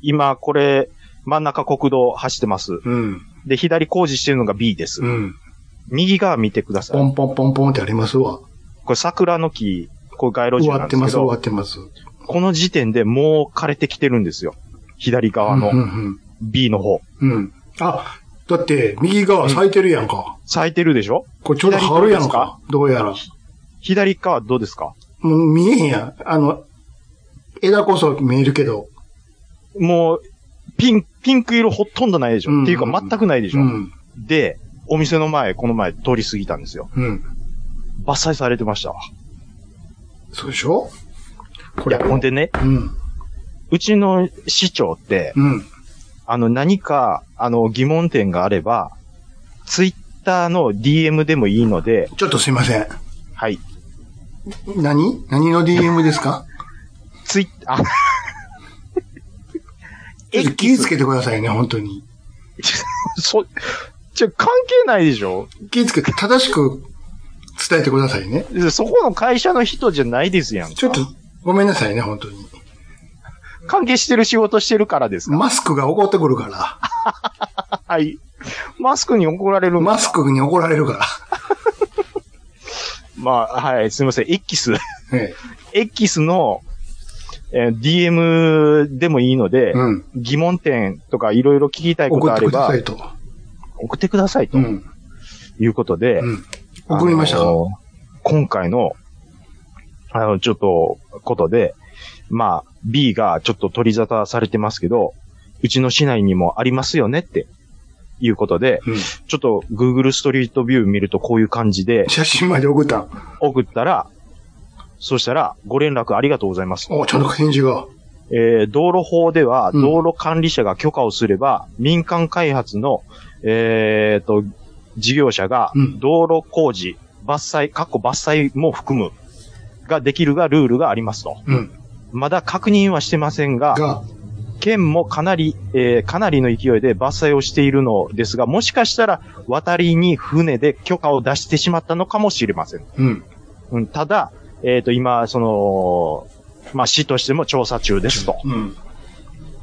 S2: 今、これ、真ん中国道走ってます。
S1: うん。
S2: で、左工事してるのが B です。
S1: うん。
S2: 右側見てくださ
S1: ポ
S2: い。
S1: ンポンポンポンってありますわ。
S2: これ桜の木、これ街路
S1: 終
S2: 樹な
S1: わ
S2: ん
S1: っ
S2: で
S1: て
S2: す
S1: ま
S2: け
S1: す、終わ
S2: ど、
S1: ってます。
S2: この時点でもう枯れてきてるんですよ。左側
S1: うん
S2: の
S1: うん
S2: B の方。
S1: うん。うん。あ、だって、右側咲いてるやんか。
S2: 咲いてるでしょ
S1: これちょうど春やんか。どうやら。
S2: 左側どうですか
S1: もう見えへんやん。あの、枝こそ見えるけど。
S2: もう、ピン、ピンク色ほとんどないでしょ、
S1: うん
S2: っていうか全くないでし
S1: う
S2: ょ、
S1: ん。
S2: で、お店の前、この前通り過ぎたんですよ。
S1: うん。
S2: 伐採されてましたわ。
S1: そうでしょこ
S2: い
S1: れ。
S2: や、ほんでね、
S1: うん。
S2: うちの市長って、
S1: うん。
S2: あの、何か、あの、疑問点があれば、ツイッターの DM でもいいので、
S1: ちょっとすいません。
S2: はい。
S1: 何何の DM ですか
S2: ツイッ、 あ、
S1: ちょっと気をつけてくださいね、本当に。
S2: そ、ちょ、関係ないでしょ
S1: 気をつけて、正しく伝えてくださいね。
S2: そこの会社の人じゃないですやんか。
S1: ちょっと、ごめんなさいね、本当に。
S2: 関係してる仕事してるからですか
S1: マスクが怒ってくるか
S2: はい。マスクに怒られる
S1: ら。。マスクに怒られるか
S2: まあ、はい、すいません。X、
S1: ら。え
S2: X の、えー DM でもいいので、
S1: え。うん。
S2: 疑問点とかいろいろ聞きたいこ
S1: 送
S2: と
S1: っ
S2: あ
S1: て
S2: れ
S1: くだ
S2: ば
S1: さ、いと。
S2: 送ってくださいと
S1: うん。
S2: いうことで、
S1: うん。送りました
S2: あ
S1: か
S2: の今回の、あの、ちょっと、ことで、まあ、B がちょっと取り沙汰されてますけど、うちの市内にもありますよねって、いうことで、
S1: うん。
S2: ちょっと Google ストリートビュー見るとこういう感じで
S1: 写真まで送った。
S2: 送ったら、そしたら、ご連絡ありがとうございます。
S1: お、ちゃんと返事が。
S2: えー道路法では、
S1: うん
S2: 道路管理者が許可をすれば、民間開発の、えーと、事業者が
S1: うん、
S2: 道路工事、伐採、かっこ伐採も含む、ができるがルールがありますと。
S1: うん。
S2: まだ確認はしてませんが、
S1: が、
S2: 県もかなり、えーかなりの勢いで伐採をしているのですが、もしかしたら渡りに船で許可を出してしまったのかもしれません。
S1: うん。
S2: うん、ただ、えーと、今、その、まあ、市としても調査中ですと
S1: うん。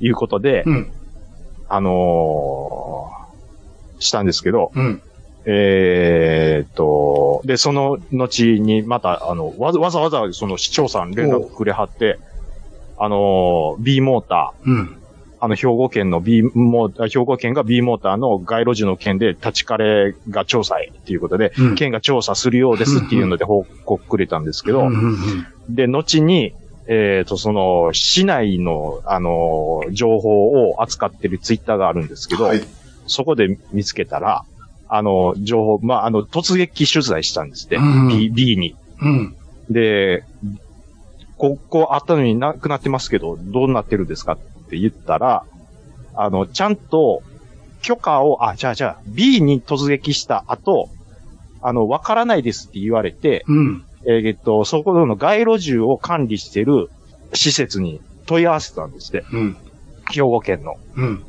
S2: いうことで、
S1: うん。
S2: あのーしたんですけど、
S1: うん。
S2: えーっと、で、その後にまた、あの、わざわざわざその市長さん連絡くれはって、あのー B モーター、
S1: うん。
S2: あの、兵庫県の B モーター、兵庫県が B モーターの街路樹の件で立ち枯れが調査へっていうことで、
S1: うん
S2: 県が調査するようですっていうので報告くれたんですけど、
S1: うんうん
S2: で、後に、えーっ、と、その、市内の、あのー情報を扱ってるツイッターがあるんですけ
S1: うん。
S2: ど、
S1: はい。
S2: そこで見つけたら、あの、情報、まあ、あの、突撃取材したんですって、
S1: うん
S2: B, B に。
S1: うん。
S2: で、ここあったのになくなってますけど、どうなってるんですかって言ったら、あの、ちゃんと許可を、あ、じゃあじゃあ、B に突撃した後、あの、わからないですって言われて、
S1: うん。
S2: えーえっと、そこの街路樹を管理してる施設に問い合わせたんですって、
S1: うん。
S2: 兵庫県の。
S1: うん。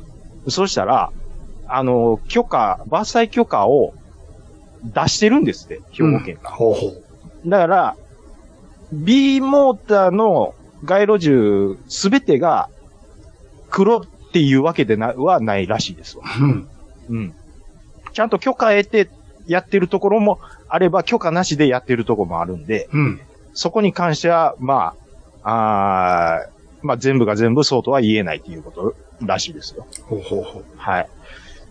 S2: そうしたら、あの、許可、伐採許可を出してるんですって、兵庫県が。
S1: ほうほう。
S2: だから、B モーターの街路樹すべてが黒っていうわけでなはないらしいですわ。
S1: うん。
S2: うん。ちゃんと許可得てやってるところもあれば、許可なしでやってるところもあるんで、
S1: うん。
S2: そこに関しては、まあ、あーまあ全部が全部そうとは言えないっていうことらしいですよ。
S1: ほうほうほう。
S2: はい。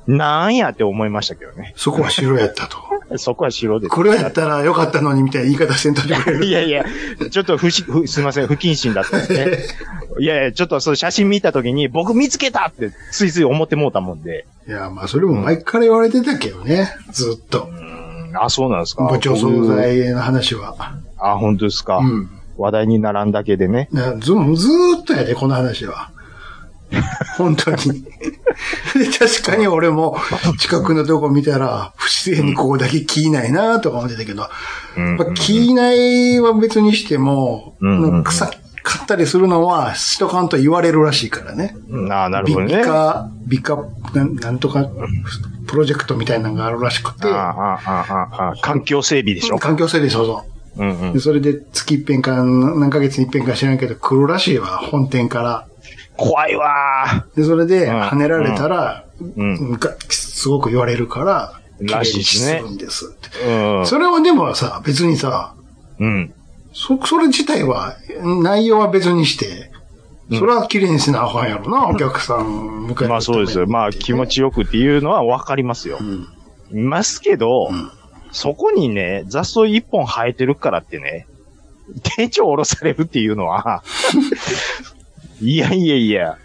S2: なんやって思いましたけどね。
S1: そこは白やったと。
S2: そこは白です。
S1: これやったらよかったのにみたいな言い方せんといてくれる。
S2: いやいや、ちょっと不し、不すいません、不謹慎だったんですね。いやいや、ちょっとその写真見たときに、僕見つけたって、ついつい思ってもうたもんで。
S1: いや、まあ、それも前から言われてたけどね。ずっと
S2: う。ーん、あ、そうなんですか。
S1: 部長総菜の話は。
S2: 僕あ、本当ですか。
S1: うん。
S2: 話題にならんだけでね。
S1: なずずーっとやで、この話 は。本当に。で確かに俺も近くのとこ見たら、不自然にここだけ木いないなとか思ってたけど、
S2: うん
S1: まあ、木いないは別にしても、
S2: うんうんうん
S1: 草買ったりするのはしとかんと言われるらしいからね。
S2: うんあーなるほどね。
S1: 美
S2: あ
S1: 化、美化なん、なんとかプロジェクトみたいなのがあるらしく
S2: ー
S1: て、
S2: あー、あーあー、あー環境整備でしょ。
S1: 環境整備そうそう。
S2: うんうん
S1: で。それで月一遍か何ヶ月に一遍か知らんけど来るらしいわ、本店から。
S2: 怖いわ
S1: で、それで
S2: うん
S1: 跳ねられたら、
S2: ー。うん。
S1: がすごく言われるから、
S2: らしいですね
S1: 綺麗にるんですって。
S2: うん。
S1: それはでもさ、別にさ、
S2: うん。
S1: そ、それ自体は、内容は別にして、それは綺麗にせなあかんやろな、お客さん迎え
S2: まあそうですよ。まあ気持
S1: ち。
S2: ちよくっていうのはわかりますよ
S1: う。ん。
S2: いますけど、
S1: うん
S2: そこにね、雑草一本生えてるからってね、店長降ろされるっていうの は、いやいやいや、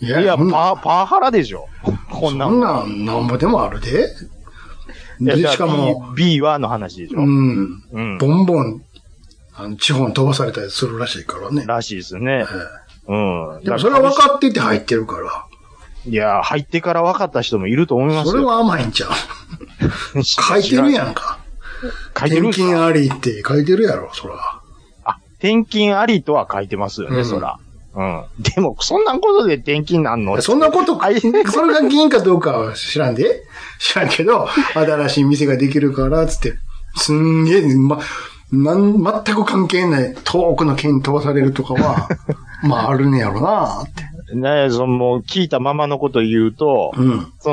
S1: い
S2: いや、
S1: そんな
S2: パパワハラでしょ。こんな
S1: そんなん、なんぼでもあるで。
S2: いや
S1: で、しかも、、
S2: B はの話でしょ。
S1: うん、
S2: うん。
S1: ボンボン、あの地方に飛ばされたりするらしいからね。
S2: らしいですね。うん。
S1: でもそれは分
S2: っ
S1: かってて入ってるか
S2: いや、入ってから分かった人もいると思い
S1: ら。
S2: ますよ。
S1: それは甘いんちゃう書いてるやんか。
S2: 書いてるん
S1: 転
S2: ですか
S1: 勤ありって書いてるやろ、そら。
S2: あ、転勤ありとは書いてますよね、
S1: うん
S2: そら。うん。でも、そんなことで転勤なんの
S1: そんなこと
S2: あ
S1: か、
S2: い
S1: それが議員かどうかは知らんで知らんけ ど、新しい店ができるから、つって、すんげえ、ま、なん、全く関係ない、遠くの県飛ばされるとか は、まあ、あるねやろなって。
S2: ねえ、その、もう聞いたままのこと言うと、
S1: うん。
S2: そ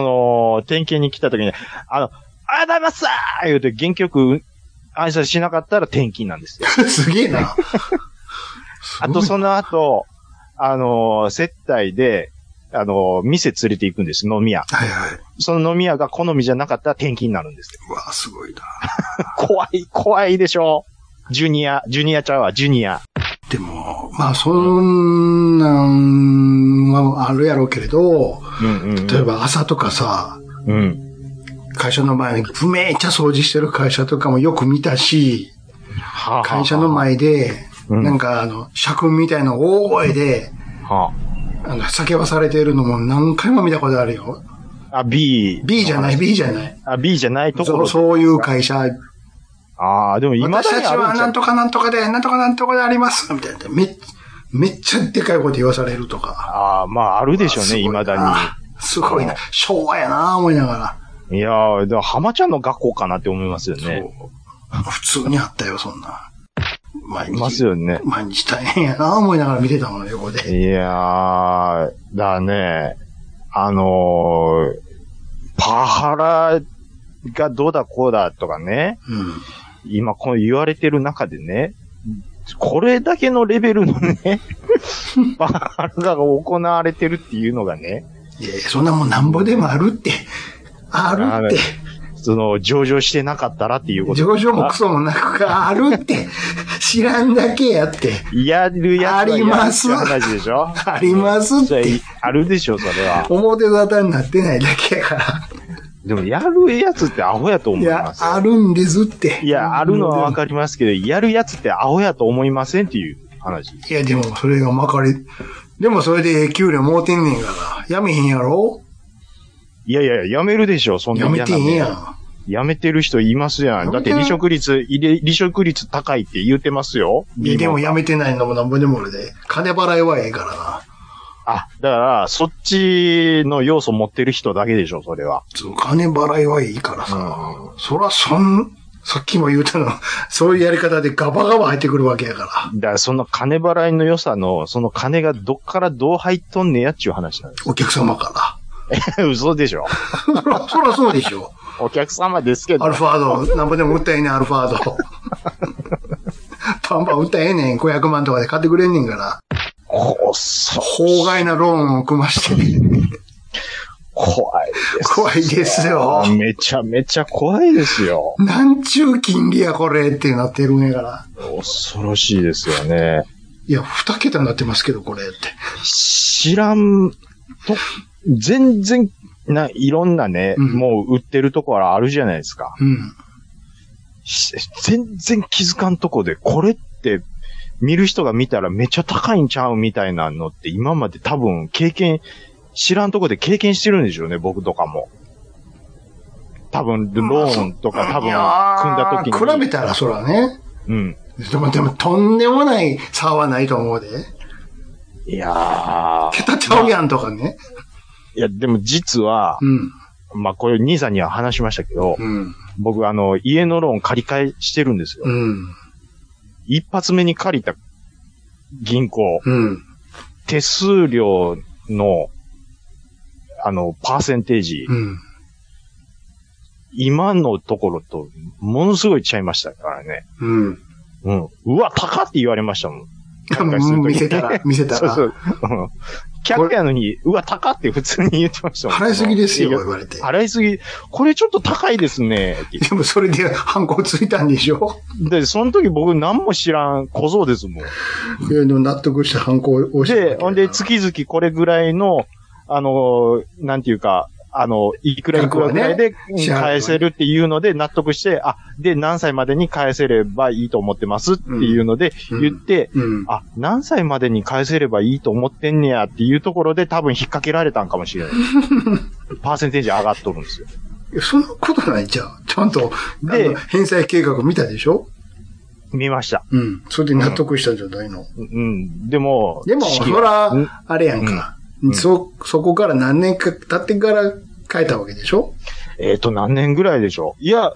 S2: の、点検に来た時に、あの、ありがとうございますー言うて、元気よく挨拶しなかったら転勤なんですよ。
S1: すげえな。
S2: あと、そ
S1: の、
S2: の後、あのー、接待で、あのー、店連れて行くんです、飲み屋。
S1: はいはい。
S2: その飲み屋が好みじゃなかったら転勤になるんですよ。
S1: うわ、すごいな。
S2: 怖い、怖いでしょジュニア、ジュニアちゃうわ、ジュニア。
S1: でも、まあ、そんなんはあるやろうけれど、
S2: うんうんうん
S1: 例え。ば朝とかさ、
S2: うん。
S1: 会社の前にめっちゃ掃除してる会社とかもよく見たし、
S2: はあはあ
S1: 会社の前で、
S2: うん
S1: なんかあの、社訓みたいな大声で、
S2: は
S1: あの、叫ばされてるのも何回も見たことあるよ。
S2: あ。あ、B。
S1: B じゃない、B じゃない。
S2: あ、B じゃないとこ
S1: そ
S2: ろ。
S1: うそういう会社、
S2: ああ、でも今
S1: 私たちはなんとかなんとかで、なんとかなんとかでありますみたいな。めめっちゃでかいこと言わされるとか。
S2: ああ、まあ、あるでしょう
S1: す
S2: ね、
S1: ごいな
S2: 未だ
S1: すごいな。昭和やな思いなが
S2: に。いやー、だから浜ちゃんの学校かなって思いますよ
S1: ら。
S2: ね。
S1: そう。普通にあったよ、そんな。毎
S2: います
S1: 日、
S2: よね。
S1: 毎日大変やな思いながら見てたもん、横で。
S2: いやー、だね、あのー、パワハラがどうだこうだとかね、
S1: うん。
S2: 今こう言われてる中でね、これだけのレベルの ね、パワハラが行われてるっていうのがね、
S1: いやいやそんなもんなんぼでもあるって。あるって。
S2: その、上場してなかったらっていうこと。
S1: 上場もクソもなく か、あるって。知らんだけやって。
S2: やるやつはやるって
S1: あります
S2: 話でしょ
S1: ありますっ
S2: それ
S1: て。
S2: あるでしょ、それは。
S1: 表沙汰になってないだけやか
S2: でも、やるやつってアホやと
S1: ら。
S2: 思
S1: い
S2: い
S1: や
S2: ま、すよ
S1: あるんですって。
S2: いや、あるのはわかりますけど、やるやつってアホやと思いませんっていう話。
S1: いや、でもそれがまかり。でもそれで給料もうてんねんから。やめへんやろ
S2: いやいや、やめるでしょ、そんな
S1: やめてへんや
S2: ん。
S1: ん。
S2: やめてる人いますやん。だって離職率、いれ離職率高いって言うてますよ。
S1: いや、でもやめてないのもなんぼでも俺で。金払いはええからな。
S2: あ、だから、そっちの要素持ってる人だけでしょ、それは。
S1: そう、金払いはいいからさ。
S2: う
S1: そら、そん、さっきも言うたの、そういうやり方でガバガバ入ってくるわけやから。
S2: だから、その金払いの良さの、その金がどっからどう入っとんねやっちゅう話なんで
S1: お客様か
S2: す。 嘘でしょ。
S1: ら。 そら、そらそうでしょ。
S2: お客様ですけど
S1: アル。ファード、なんぼでも売ったらええねん、アルファード。 パンパン売ったらええねん、500万とかで買ってくれんねんから。
S2: こそ
S1: 法外なローンを組まして、
S2: 怖いです。
S1: 怖いですよ。
S2: めちゃめちゃ怖いですよ。
S1: なんちゅう金利やこれってなってるんやから。
S2: 恐ろしいですよね。
S1: いや、二桁になってますけど、これって。
S2: 知らんと、全然、な、いろんなね、
S1: うん
S2: もう売ってるところあるじゃないですか。
S1: うん。
S2: し全然気づかんとこで、これって、見る人が見たらめっちゃ高いんちゃうみたいなのって今まで多分経験、知らんとこで経験してるんでしょうね、僕とかも。多分、ローンとか多分、組んだ時に。
S1: 比べたら、そらね。
S2: うん。
S1: でも、でも、とんでもない差はないと思うで。
S2: いやー。
S1: 桁ちゃうやんとかね。
S2: いや、でも実は、
S1: うん。
S2: まあ、これ兄さんには話しましたけど、
S1: うん。
S2: 僕、あの、家のローン借り換えしてるんですよ。
S1: うん。
S2: 一発目に借りた銀行、
S1: うん。
S2: 手数料の、あの、パーセンテージ、
S1: うん。
S2: 今のところと、ものすごいちゃいましたからね。
S1: うん。
S2: うん。うわ、高って言われま したもん。なんかするとき
S1: 見せたら、見せた
S2: そう
S1: ら
S2: そ。う。うん客やのに、うわ、高って普通に言ってましたもん。
S1: 払いすぎですよ、
S2: いや
S1: 言われて。
S2: 払いすぎ、これちょっと高いですね。って言って
S1: でも、それで、ハンコついたんでしょ
S2: で、その時僕何も知らん小僧ですもん。
S1: いや、でも納得したハンコを押して
S2: で、ほんで、月々これぐらいの、あのー、なんていうか、あの、いくらいくらぐらいでうん
S1: 支払いはね
S2: 返せるっていうので納得して、あ、で、何歳までに返せればいいと思ってますっていうので
S1: うん
S2: 言って、
S1: うん。
S2: あ、何歳までに返せればいいと思ってんねやっていうところで多分引っ掛けられたんかも しれない。パーセンテージ上がっとるんですよ。
S1: いやそんなことないじゃん。ちゃんと、
S2: で
S1: で、返済計画見たでしょ
S2: 見ました。
S1: うん。それで納得したんじゃないの。
S2: うん。でも、
S1: でも、
S2: 資
S1: ほ
S2: 金
S1: ら
S2: うん、
S1: あれやんか、
S2: うん
S1: そ、そこから何年か経ってから変えたわけでしょ
S2: えっ、と、何年ぐらいでしょういや、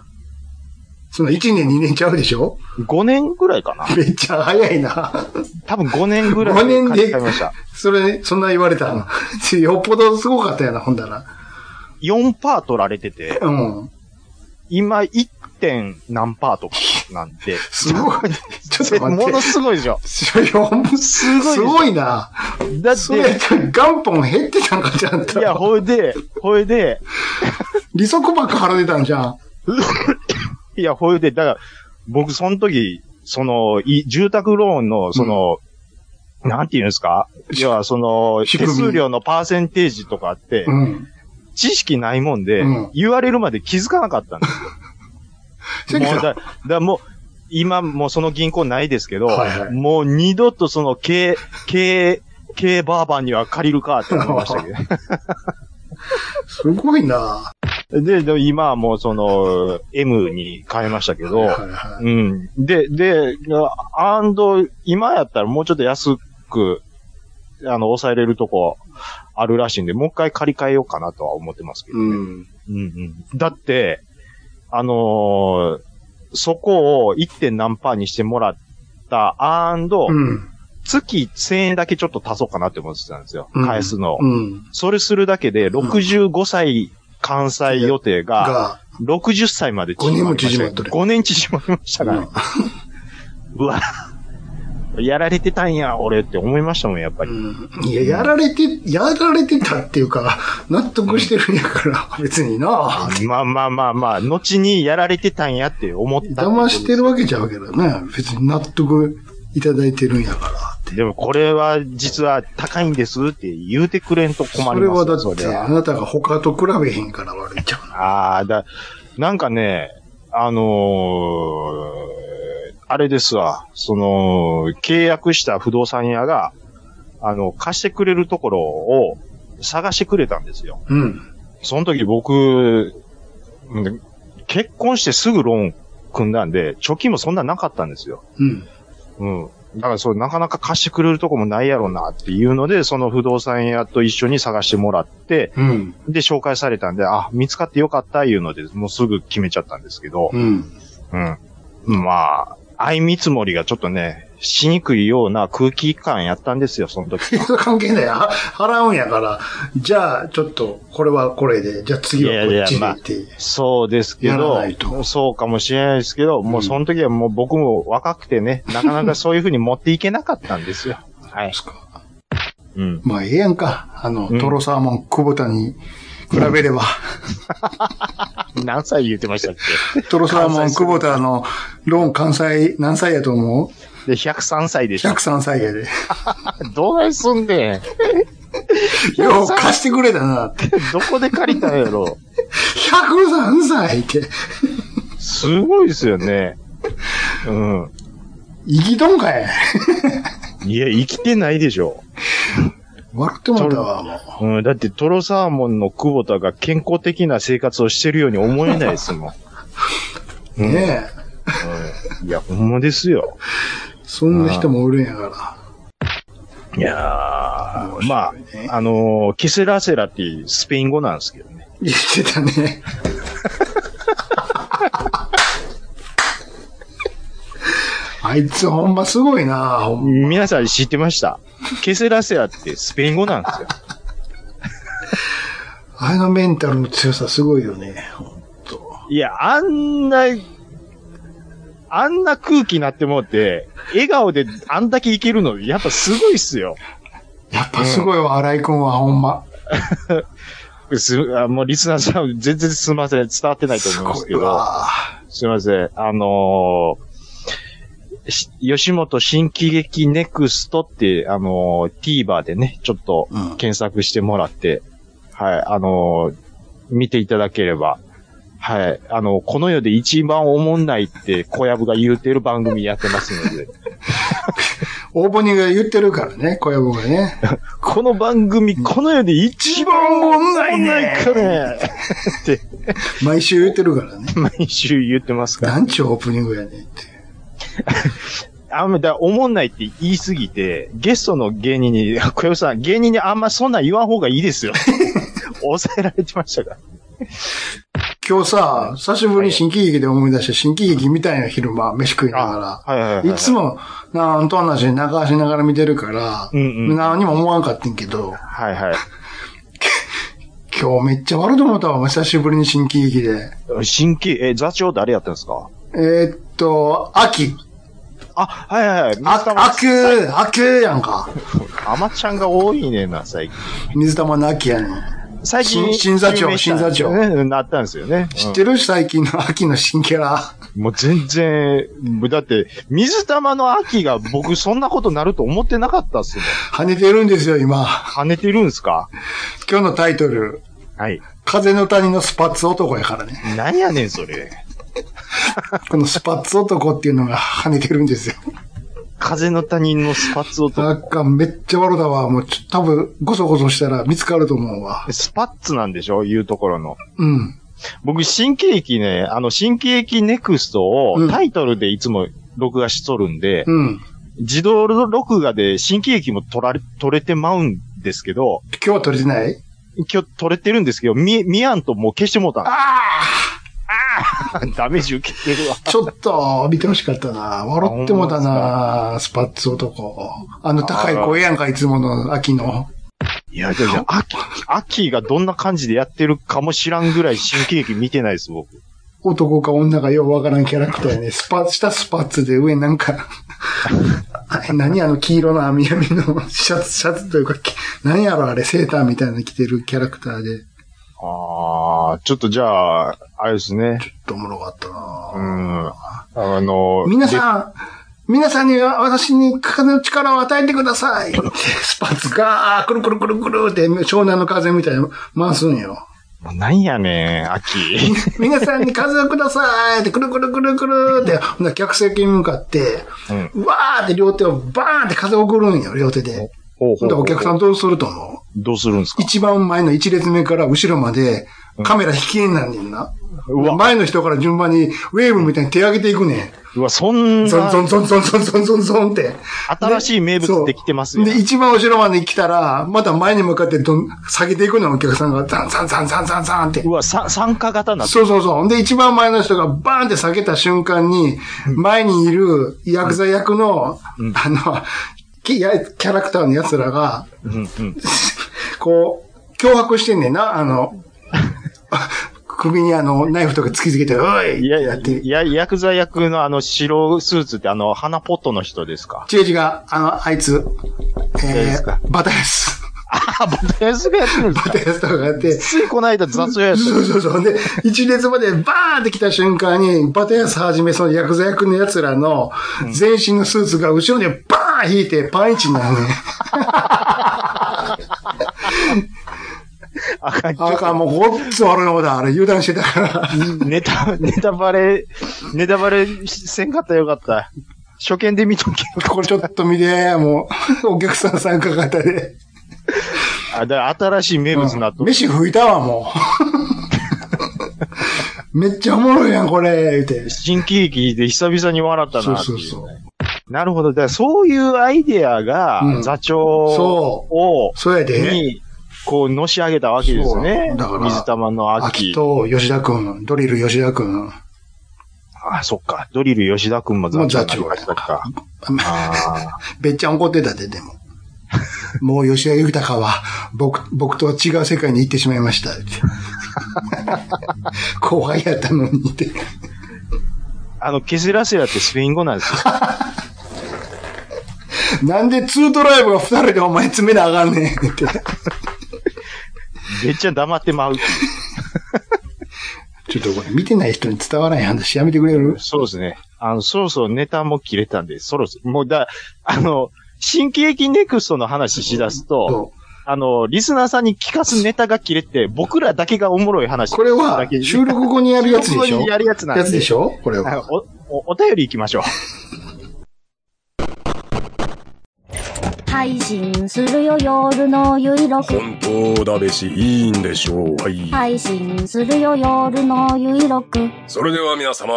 S1: その1年2年ちゃうでしょ
S2: 5年ぐらいかな。
S1: めっちゃ早いな。
S2: 多分5年ぐらい
S1: 5年で
S2: 借り換えました。
S1: それ、そんな言われたの。よっぽどすごかったよな、ほんだら。
S2: 4パー取られてて、
S1: うん。
S2: 今 1. 点何パーとかなんで。
S1: すごい。ちょっと待って。
S2: ものすごいじゃん。
S1: す
S2: ごい
S1: すごいな。
S2: だっ
S1: それ
S2: て、、
S1: 元本減ってたんか、ちゃんと
S2: い。や、ほいで、ほいで、
S1: 利息ばっか払ってたんじゃん。
S2: いや、ほいで、だから、僕、その時、その、い住宅ローンの、その、なんて言うんですか要は、その、
S1: 仕
S2: 手
S1: 組み
S2: 数料のパーセンテージとかって
S1: う、ん。
S2: 知識ないもんで、
S1: うん
S2: 言われるまで気づかなかったんです
S1: せ
S2: よ。
S1: や
S2: もう
S1: け
S2: だ、
S1: ど
S2: だからもう、今もうその銀行ないですけど、
S1: はいはい
S2: もう二度とその、経、経、経バーバンには借りるかって思いました けど。
S1: すごいな。
S2: で、で今はもうその、M に変えましたけど、
S1: はいは
S2: うん。で、で、アンド、今やったらもうちょっと安く、あの、抑えれるとこあるらしいんで、もう一回借り替えようかなとは思ってますけ
S1: い
S2: ど。
S1: うん。
S2: うんうん。だって、あのーそこを 1. 点何パーにしてもらった、アンド、
S1: うん。
S2: 月1000円だけちょっと足そうかなって思ってたんですよ。
S1: うん
S2: 返すの。
S1: うん。
S2: それするだけで、65歳関西予定が、
S1: が、
S2: 60歳まで
S1: 五年も縮まっとる
S2: 5年縮まりましたから、ねうわ、やられてたんや、俺って思いましたもん、やっぱり。
S1: うんいや、やられて、やられてたっていうか、納得してるんやから、別にな。
S2: まあまあまあまあ、後にやられてたんやって思ったってこと
S1: 騙してるわけちゃうけどね。別に納得いただいてるんやからって。
S2: でもこれは実は高いんですって言うてくれんと困
S1: そ
S2: り
S1: れ
S2: ま
S1: は
S2: す
S1: だ
S2: よ
S1: って、
S2: それ
S1: あ
S2: は
S1: なたが他と比べへんから悪いちゃうな。
S2: ああ、だ、なんかね、あのーあれですわ、その、契約した不動産屋が、あの、貸してくれるところを探してくれたんですよ。
S1: うん。
S2: その時僕、ん結婚してすぐローン組んだんで、貯金もそんななかったんですよ。
S1: うん。
S2: うん。だからそう、なかなか貸してくれるとこもないやろうなっていうので、その不動産屋と一緒に探してもらって、
S1: うん。
S2: で、紹介されたんで、あ、見つかってよかったいうので、もうすぐ決めちゃったんですけど、
S1: うん。
S2: うん。まあ、相見積もりがちょっとね、しにくいような空気感やったんですよ、その時。
S1: それ関係ない。は払うんやから、じゃあ、ちょっと、これはこれで、じゃあ次はこっちでって。
S2: そうですけ
S1: やら
S2: ど
S1: ないと、
S2: そうかもしれないですけど、もうその時はもう僕も若くてね、なかなかそういうふうに持っていけなかったんですよ。は
S1: で
S2: い。
S1: すか。
S2: うん。
S1: まあ、ええやんか。あの、
S2: うん
S1: トロサーモン、久保田に比べれば、
S2: 何歳言ってましたっけ
S1: トロサーモン、久保田のローン関西、何歳やと思う
S2: で、103歳でしょ。
S1: 103歳やで。
S2: どないすんねん。
S1: よう貸してくれたなって。
S2: どこで借りたんやろ。
S1: 103歳って。
S2: すごいですよね。うん。
S1: 生きとんかい。
S2: いや、生きてないでしょ。
S1: 笑ってもらったわ、もう。
S2: うん、だって、トロサーモンの久保田が健康的な生活をしてるように思えないです もん。うん
S1: ねえ。
S2: うんいや、ほんまですよ。
S1: そんな人もおるんやか
S2: いやー、まあ
S1: 面白いね、
S2: あのーケセラセラっていうスペイン語なんですけどね。
S1: ら。言ってたね。 あいつほんますごいなほんま
S2: 皆さん知ってましたケセラセラってスペイン語なんですよ。
S1: あのメンタルの強さすごいよね。ほんと。
S2: いや、あんな、あんな空気になってもって、笑顔であんだけいけるの、やっぱすごいっすよ。
S1: やっぱすごいわ、荒井くんはほんま。
S2: すあもうリスナーさん、全然すみません。伝わってないと思います
S1: ご
S2: け
S1: い
S2: ど。
S1: わ。
S2: すみません。あのーし吉本新喜劇ネクストって、あのー、TVer でね、ちょっと
S1: うん。
S2: 検索してもらって、はい、あのー見ていただければ、はい、あのこの世で一番おもんないって小籔が言うてる番組やってますので、
S1: オープニングで言ってるからね、小籔がね。
S2: この番組、この世で一番おもんないねかねって、
S1: 毎週言ってるからね。
S2: 毎週言ってますから。
S1: なんちゅうオープニングやねんって。
S2: あんま、だ、おもんないって言いすぎて、ゲストの芸人に、 小籔さん、芸人にあんまそんなん言わん方がいい ですよ。抑えられてましたから。
S1: 今日さ、久しぶりに新喜劇で思い出して、新喜劇みたいな昼間、飯食いなが
S2: はいはいは
S1: ら。いつ
S2: も。
S1: も、なんと話で流しながら見てるから、
S2: うんうん
S1: 何も思わんかってんけど、
S2: はいはい。
S1: 今日めっちゃ悪いと思ったわ、久しぶりに新喜劇で。
S2: 新規、え、座長誰やったんですか
S1: えーっと、秋。
S2: あ、はいはいはい。
S1: あ
S2: 水玉
S1: 秋、秋やんか。
S2: アマちゃんが多いねんな、最近。
S1: 水玉の秋やねん。
S2: 最近。
S1: 新新座長
S2: 有名し
S1: 新
S2: た
S1: 座長
S2: ね、うんなったんですよね。
S1: 知ってる最近の秋の新キャラ。
S2: うんもう全然、だって、水玉の秋が僕そんなことなると思ってなかったっすね。
S1: 跳ねてるんですよ、今。
S2: 跳ねてるんすか
S1: 今日のタイトル。
S2: はい。
S1: 風の谷のスパッツ男やからね。
S2: なんやねん、それ。
S1: このスパッツ男っていうのが跳ねてるんですよ。
S2: 風の他人のスパッツ男。
S1: なんかめっちゃ悪だわ。もうちょ多分、ごそごそしたら見つかると思うわ。
S2: スパッツなんでしょ言うところの。
S1: うん。
S2: 僕、新喜劇ね、あの、新喜劇ネクスト
S1: う
S2: を
S1: ん
S2: タイトルでいつも録画しとるんで、
S1: うん。
S2: 自動録画で新喜劇も取られ、取れてまうんですけど、
S1: 今日は撮れてない
S2: 今日取れてるんですけど、見、見やんともう消してもうたん
S1: あ
S2: ダメー ジ受けてるわ。
S1: あちょっと、見てほしかったな。笑ってもだな、スパッツ男。あの高い声やんか、いつもの秋の。
S2: いや、でも、秋、秋がどんな感じでやってるかも知らんぐらい新喜劇見てないです、僕。
S1: 男か女かようわからんキャラクターやね。スパ、下スパッツで上なんか、 何あの黄色の網網のシャツ、シャツというか、き何やろあれ、セーターみたいなの着てるキャラクターで、ちょ
S2: あー、ちょっとじゃあ、あれです
S1: っ
S2: ね。
S1: とおもろかった
S2: う
S1: な、
S2: ん。あの、
S1: 皆さん、皆さんには私に風の力を与えてくださいってスパッツが、くるくるくるくるって湘南の風みたいに回すんよ。
S2: もうなんやね ん、秋。
S1: 皆さんに風をくださいって、くるくるくるくるって、ほな客席に向かって、
S2: うん。
S1: うわーって両手をバーンって風を送るんよ、両手で。
S2: ほう
S1: ほんでお客さんどうすると思う
S2: どうするんですか
S1: 一番前の一列目から後ろまでカメラ引き絵になんねんな。
S2: うわ
S1: 前の人から順番にウェーブみたいに手上げていくね
S2: うわ、そん
S1: ん。ゾンゾ
S2: な
S1: ンゾンゾンゾンゾンゾンゾンって。
S2: 新しい名物できてます
S1: ね。
S2: よ。
S1: で、一番後ろまで来たら、また前に向かってどん下げていくのお客さんがザンザンザンザンザンザンって
S2: う。わ、さ参加型なって
S1: そうそうそう。ほんで、一番前の人がバーンって下げた瞬間に、前にいるヤクザ役の、あの、キやキャラクターの奴らが、
S2: うんうん。
S1: こう、脅迫してんねんな、あの、 首にあの、ナイフとか突きつけて、おい
S2: いやいや、
S1: ってやって
S2: い、や、ヤクザ役のあの白スーツってあの、鼻ポットの人ですか
S1: チエジが、あの、あいつ、
S2: 誰で
S1: え
S2: すか
S1: ー、バタです。
S2: あ、バ タヤスがやってるんです
S1: バ
S2: か
S1: タヤスとかがあって、
S2: ついこの間雑用やった。
S1: そうそうそう。で、一列までバーンって来た瞬間に、バタヤスはじめそのヤクザ役の奴らの全身のスーツが後ろにバーン引いてパンイチになるね。
S2: 赤い。
S1: あかん、もうごっつ悪いのだ。あれ油断してたから。
S2: ネタ、ネタバレ、ネタバレせんかったらよかった。初見で見とけ。
S1: これちょっと見て、もう、お客さん参加型で。
S2: あ、だから新しい名物になっとる。
S1: 飯拭いたわ、もう。めっちゃおもろいやん、これ、言うて。
S2: 新喜劇で久々に笑った
S1: そう
S2: なって
S1: そ
S2: い
S1: ううそう。
S2: なるほど。だからそういうアイデア
S1: う
S2: が、
S1: ん
S2: 座長を、
S1: そうやで。
S2: に、こう、のし上げたわけですね
S1: そうだか。ら
S2: 水玉の秋。
S1: 秋と吉田くん、ドリル吉田くん。
S2: あ、そっか。ドリル吉田くんも座長になりましたか。あ
S1: べっちゃん怒ってたで、でも。もう吉田豊かは、僕、僕とは違う世界に行ってしまいました。 って後輩やったのにって。
S2: ーあの、ケセラセラってスペイン語なんですよ。
S1: なんでツードライブが二人でお前詰めなあかんねんって。
S2: めっちゃ黙ってまう。
S1: ちょっとこれ見てない人に伝わらない話やめてくれる
S2: そうですね。あの、そろそろネタも切れたんで、そろそろ、もうだ、あの、新喜劇ネクストの話しだすと、
S1: と
S2: あの、リスナーさんに聞かすネタが切れて、僕らだけがおもろい話。
S1: これは
S2: だけ、
S1: 収録後にやるやつでし
S2: 収録後
S1: ょ
S2: にやるやつなんで
S1: やつでしょこれ
S2: あ
S1: は。
S2: のお、お、お便り行きましょう。
S3: 配信するよ夜のゆいろく
S4: 本当だべし、いいんでしょう。はい。
S3: 配信するよ夜のゆいろく
S4: それでは皆様、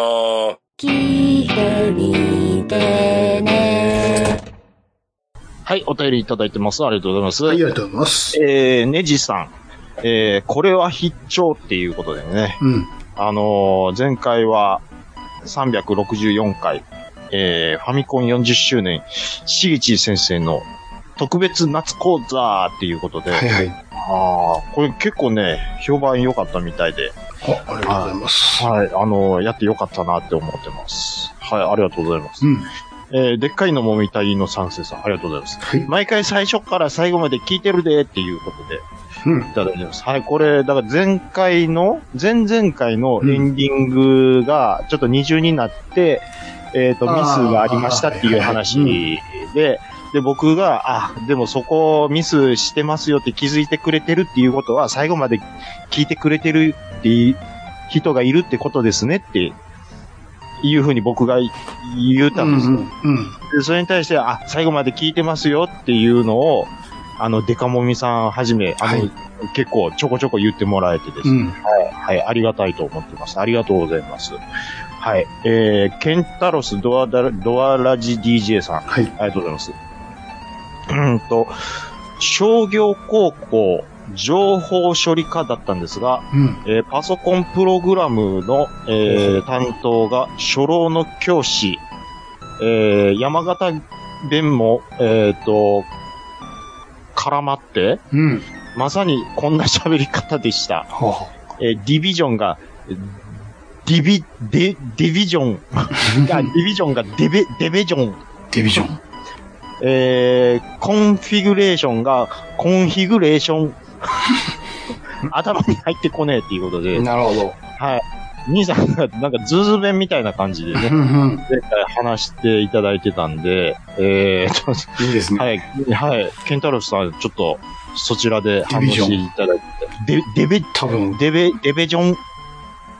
S3: 聞いてみてね
S2: はい、お便りいただいてます。ありがとうございます。
S1: はい、ありがとうございます。
S2: えー、ネジさん。えー、これは必聴っていうことでね。
S1: うん。
S2: あのー前回は364回、えー、ファミコン40周年、しげち先生の特別夏講座っていうことで、
S1: はいはい。
S2: あーこれ結構ね、評判良かったみたいで、
S1: あありがとうございます。
S2: はい、あのーやって良かったなって思ってます。はい、ありがとうございます。
S1: うん。
S2: えー、でっかいのもみたいの三世さん、ありがとうございます。
S1: はい。
S2: 毎回最初から最後まで聞いてるでっていうことで、
S1: うん
S2: いただいてます。はい、これ、だから前回の、前々回のエンディングが、ちょっと二重になって、えっ、と、
S1: あー
S2: ミスがありましたっていう話
S1: はいは
S2: で、で、僕が、あ、でもそこミスしてますよって気づいてくれてるっていうことは、最後まで聞いてくれてるってい人がいるってことですねって、いうふうに僕が言う
S1: う
S2: たん
S1: ん
S2: ですよ。
S1: うん。うん。
S2: で、それに対して、あ、最後まで聞いてますよっていうのを、あの、デカモミさんはじめ、あ
S1: は
S2: の、
S1: い
S2: 結構ちょこちょこ言ってもらえてです
S1: う
S2: ね、
S1: ん。
S2: はい、ありがたいと思ってます。ありがとうございます。はい、えー、ケンタロスドアダドアラジ DJ さん、
S1: はい
S2: ありがとうございます。うーんと、商業高校情報処理科だったんですが、
S1: うん。
S2: えーパソコンプログラムの、えー担当が初老の教師、えー山形弁も、えっ、と、絡まって、
S1: うん。
S2: まさにこんな喋り方でした。
S1: ほうほ
S2: えーディビジョンが、ディビ、デ、ディビジョン、
S1: う。
S2: あディビジョンがデベ、デベジョン、
S1: デビジョン。
S2: えーコンフィグレーションが、コンフィグレーシ ョン、頭に入ってこねえっていうことで、
S1: なるほど。
S2: はい。兄さんが、なんか、ズーズ弁みたいな感じで ね、
S1: うんうん。
S2: 前回話していただいてたんで、えー、ちょっ
S1: いいです
S2: と、
S1: ね。
S2: はい、はい、ケンタロスさん、ちょっと、そちらで
S1: デビ
S2: 話
S1: ジョン
S2: していただいて、デデベ、
S1: 多分、
S2: デベ、デベジョン、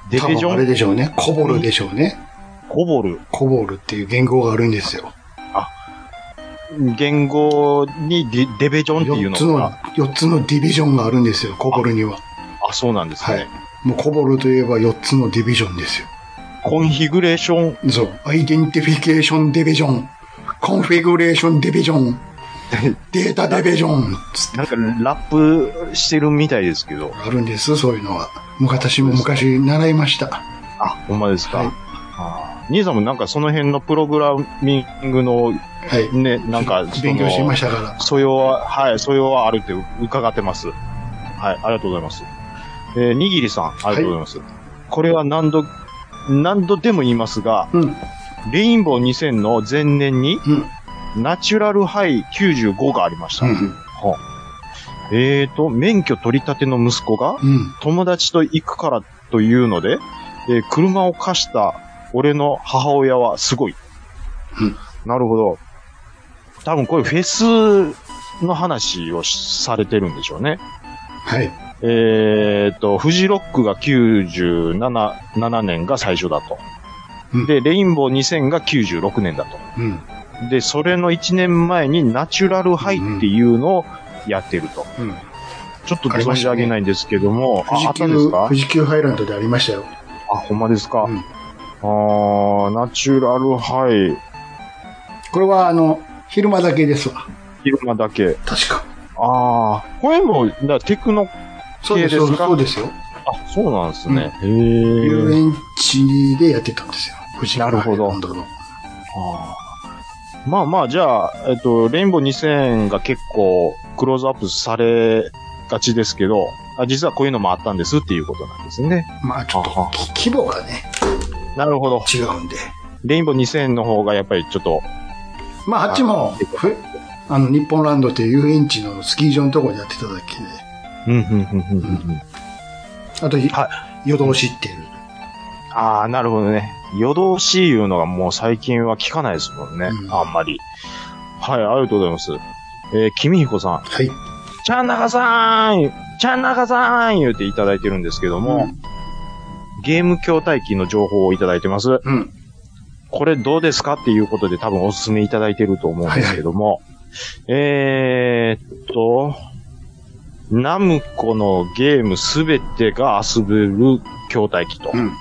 S2: デ
S1: 多
S2: ベジ
S1: 分あ
S2: ョ
S1: れ
S2: ン、
S1: でしょうね。コボルでしょうね。
S2: コボル、
S1: コボルっていう言語があるんですよ。
S2: 言語にデデベジョンっていう
S1: 4つ
S2: の
S1: の
S2: が、、
S1: 四つのディビジョンがあるんですよ。コボルには。
S2: あ、そうなんです
S1: はい
S2: ね。。
S1: もうコボルといえば4つのディビジョンですよ。
S2: コンフィグレーション、
S1: そう。アイデンティフィケーションディビジョン。コンフィグレーションディビジョン。データディビジョン。つって
S2: なんか、ラップしてるみたいですけど、
S1: あるんです、そういうのは。昔も昔習いました。
S2: あ、ほんまですか。
S1: はい
S2: あー兄さんもなんかその辺のプログラミング
S1: は
S2: の
S1: い。
S2: ね、なんか、
S1: 勉強してま
S2: し
S1: したから。
S2: 素養は、はい、素養はあるって伺ってます。はい、ありがとうございます。えー、にぎりさん、ありがとうございます。これは何度、何度でも言いますが、
S1: うん
S2: レインボー2000の前年に、
S1: うん
S2: ナチュラルハイ95がありました。
S1: うん。
S2: ほうえーと、免許取り立ての息子が、
S1: うん。
S2: 友達と行くからというので、えー車を貸した俺の母親はすごい。
S1: うん
S2: なるほど。多分こういうフェスの話をしされてるんでしょうね。
S1: はい。
S2: えっと、フジロックが97 7年が最初だと。
S1: うん
S2: で、レインボー2000が96年だと。
S1: うん。
S2: で、それの1年前にナチュラルハイっていうのをやってると。
S1: うん。
S2: ちょっと存じ上げないんですけども、
S1: 富
S2: あ、あ
S1: 士
S2: ったんです
S1: 急、
S2: か
S1: 富士急ハイランドでありましたよ。
S2: あ、ほんまですか。
S1: うん
S2: あー、ナチュラルハイ、
S1: これは、あの、昼間だけですわ。
S2: 昼間だけ。
S1: 確か。
S2: あー、これも、だテクノ、
S1: そうです
S2: 系です
S1: よ。
S2: か
S1: そうですよ。
S2: あ、そうなんですね。
S1: 遊
S2: へー。
S1: 園地でやってたんですよ。富士急ハイランドの。
S2: あーまあまあ、じゃあ、えっと、レインボー2000が結構クローズアップされがちですけど、あ実はこういうのもあったんですっていうことなんですね。
S1: まあちょっ
S2: あは
S1: と、き規模がね、
S2: なるほど。
S1: 違うんで。
S2: レインボー2000の方がやっぱりちょっと、
S1: まああっちも、ふあの、日本ランドっていう遊園地のスキー場のところでやってただけで、
S2: うん、うん、うん、うんうん、うん。
S1: あと、
S2: は
S1: 夜通しっていう。
S2: ああ、なるほどね。夜通しいうのがもう最近は聞かないですもんね。
S1: うん
S2: あんまり。はい、ありがとうございます。えー、君彦さん。
S1: はい。
S2: ちゃんなかさーんちゃんなかさーん言っていただいてるんですけども、ゲーム筐体機の情報をいただいてます。
S1: うん。
S2: これどうですかっていうことで多分お勧めいただいてると思うんですけども、えーっと、ナムコのゲームすべてが遊べる筐体機と。
S1: うん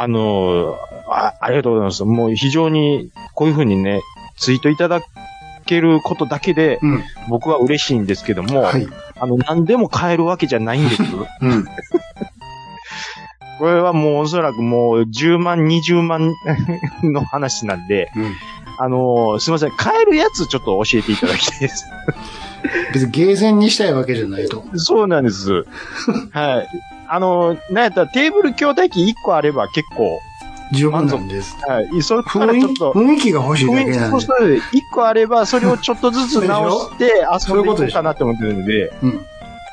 S2: あのーあ、ありがとうございます。もう非常にこういうふうにね、ツイートいただけることだけで
S1: うん。
S2: 僕は嬉しいんですけども、
S1: はい。
S2: あの、何でも買えるわけじゃな いんです。
S1: うん。
S2: これはもうおそらくもう10万、20万 の話なんで、
S1: うん
S2: あのーすいません、買えるやつちょっと教えていただきたいです。
S1: 別にゲーセンにしたいわけじゃないと。
S2: そうなんです。はい。あのーなんやったらテーブル筐体機1個あれば結構、
S1: 十分なんです。
S2: はい。それから
S1: 雰
S2: ちょっ
S1: 囲気
S2: と、
S1: 雰囲気が欲しいだけなん
S2: そう
S1: で。
S2: そう1個あれば、それをちょっとずつ直して遊んでいこうかなって思ってるんで、
S1: うん。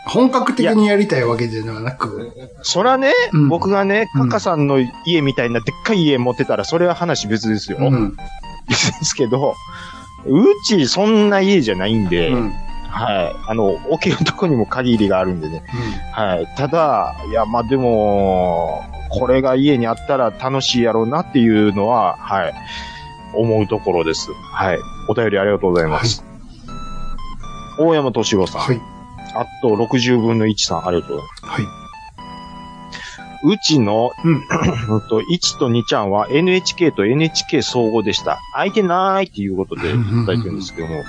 S1: 本格的にやりたいわけではなく、
S2: そらね、
S1: うん
S2: 僕がね、
S1: うん
S2: カカさんの家みたいなでっかい家持ってたら、それは話別ですよ。
S1: うん。
S2: 別ですけど、うちそんな家じゃないんで、
S1: うん。
S2: はい。あの、置けるとこにも限りがあるんでね。はい。ただ、いや、まあでも、これが家にあったら楽しいやろうなっていうのは、はい。思うところです。はい。お便りありがとうございます。大山敏郎さん。
S1: はい。
S2: あと60分の1さん、ありがとうございます。
S1: はい。
S2: うちの、
S1: う
S2: うんん、と、1と2ちゃんは NHK と NHK 総合でした。空いてないっていうことで
S1: うんうんうんうん
S2: 答えてるんですけども。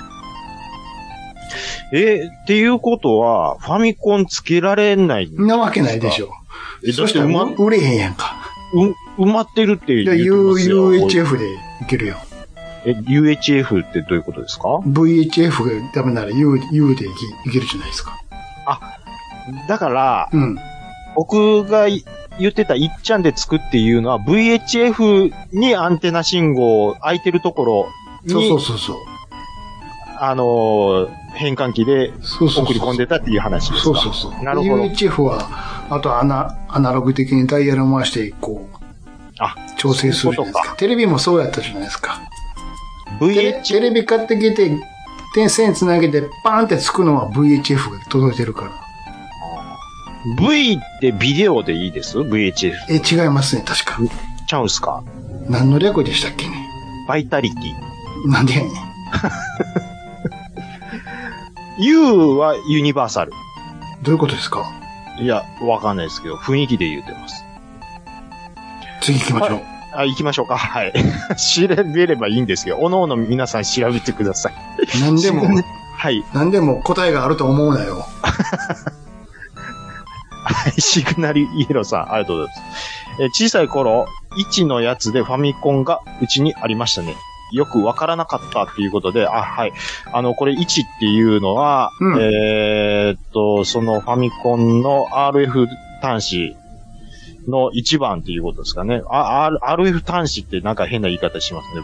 S2: え、っていうことは、ファミコンつけられない。
S1: んなわけないでしょ。
S2: えだ
S1: そ
S2: っ
S1: してたら
S2: 埋ま、
S1: う
S2: う
S1: 売れへんやんか。
S2: 埋まってるって
S1: じゃ
S2: 言
S1: あ
S2: ってますよ。
S1: UHF でいけるよ。
S2: え、UHF ってどういうことですか
S1: VHF がダメなら U, U でいけいけるじゃないですか。
S2: だから、
S1: うん。
S2: 僕がい言ってたいっちゃんでつくっていうのは、VHF にアンテナ信号、空いてるところに、
S1: そうそうそうそう。
S2: あのー変換器で
S1: そうそうそう
S2: 送り込んでたっていう話ですか
S1: そうそうそう。
S2: なるほど。
S1: UHF は、あとアナアナログ的にダイヤルを回して、こう、
S2: あ
S1: 調整するじゃないで
S2: そういうこ
S1: す
S2: と
S1: か。テレビもそうやったじゃないですか。テレ
S2: VH、
S1: テレビ買ってきて、点線つなげて、パーンってつくのは VHF が届いてるから。
S2: V ってビデオでいいです ?VHF。
S1: え、違いますね、確か。
S2: チャンスか
S1: 何の略でしたっけね。
S2: バイタリテ
S1: なんでやねん。
S2: ィ。U はユニバーサル。
S1: どういうことですか
S2: いや、わかんないですけど、雰囲気で言うてます。
S1: 次行きましょう。
S2: あ、行きましょうか。はい。 調べればいいんですけど、おのおの皆さん調べてください。
S1: 何でも、
S2: はい。
S1: 何でも答えがあると思うなよ。
S2: はい シグナルイエローさん、ありがとうございます。えー小さい頃、1のやつでファミコンがうちにありましたね。よくわからなかったっていうことで、あ、はい。あの、これ1っていうのは、
S1: うん
S2: えーっと、そのファミコンの RF 端子の1番っていうことですかね。あ、R- RF 端子ってなんか変な言い方しますね、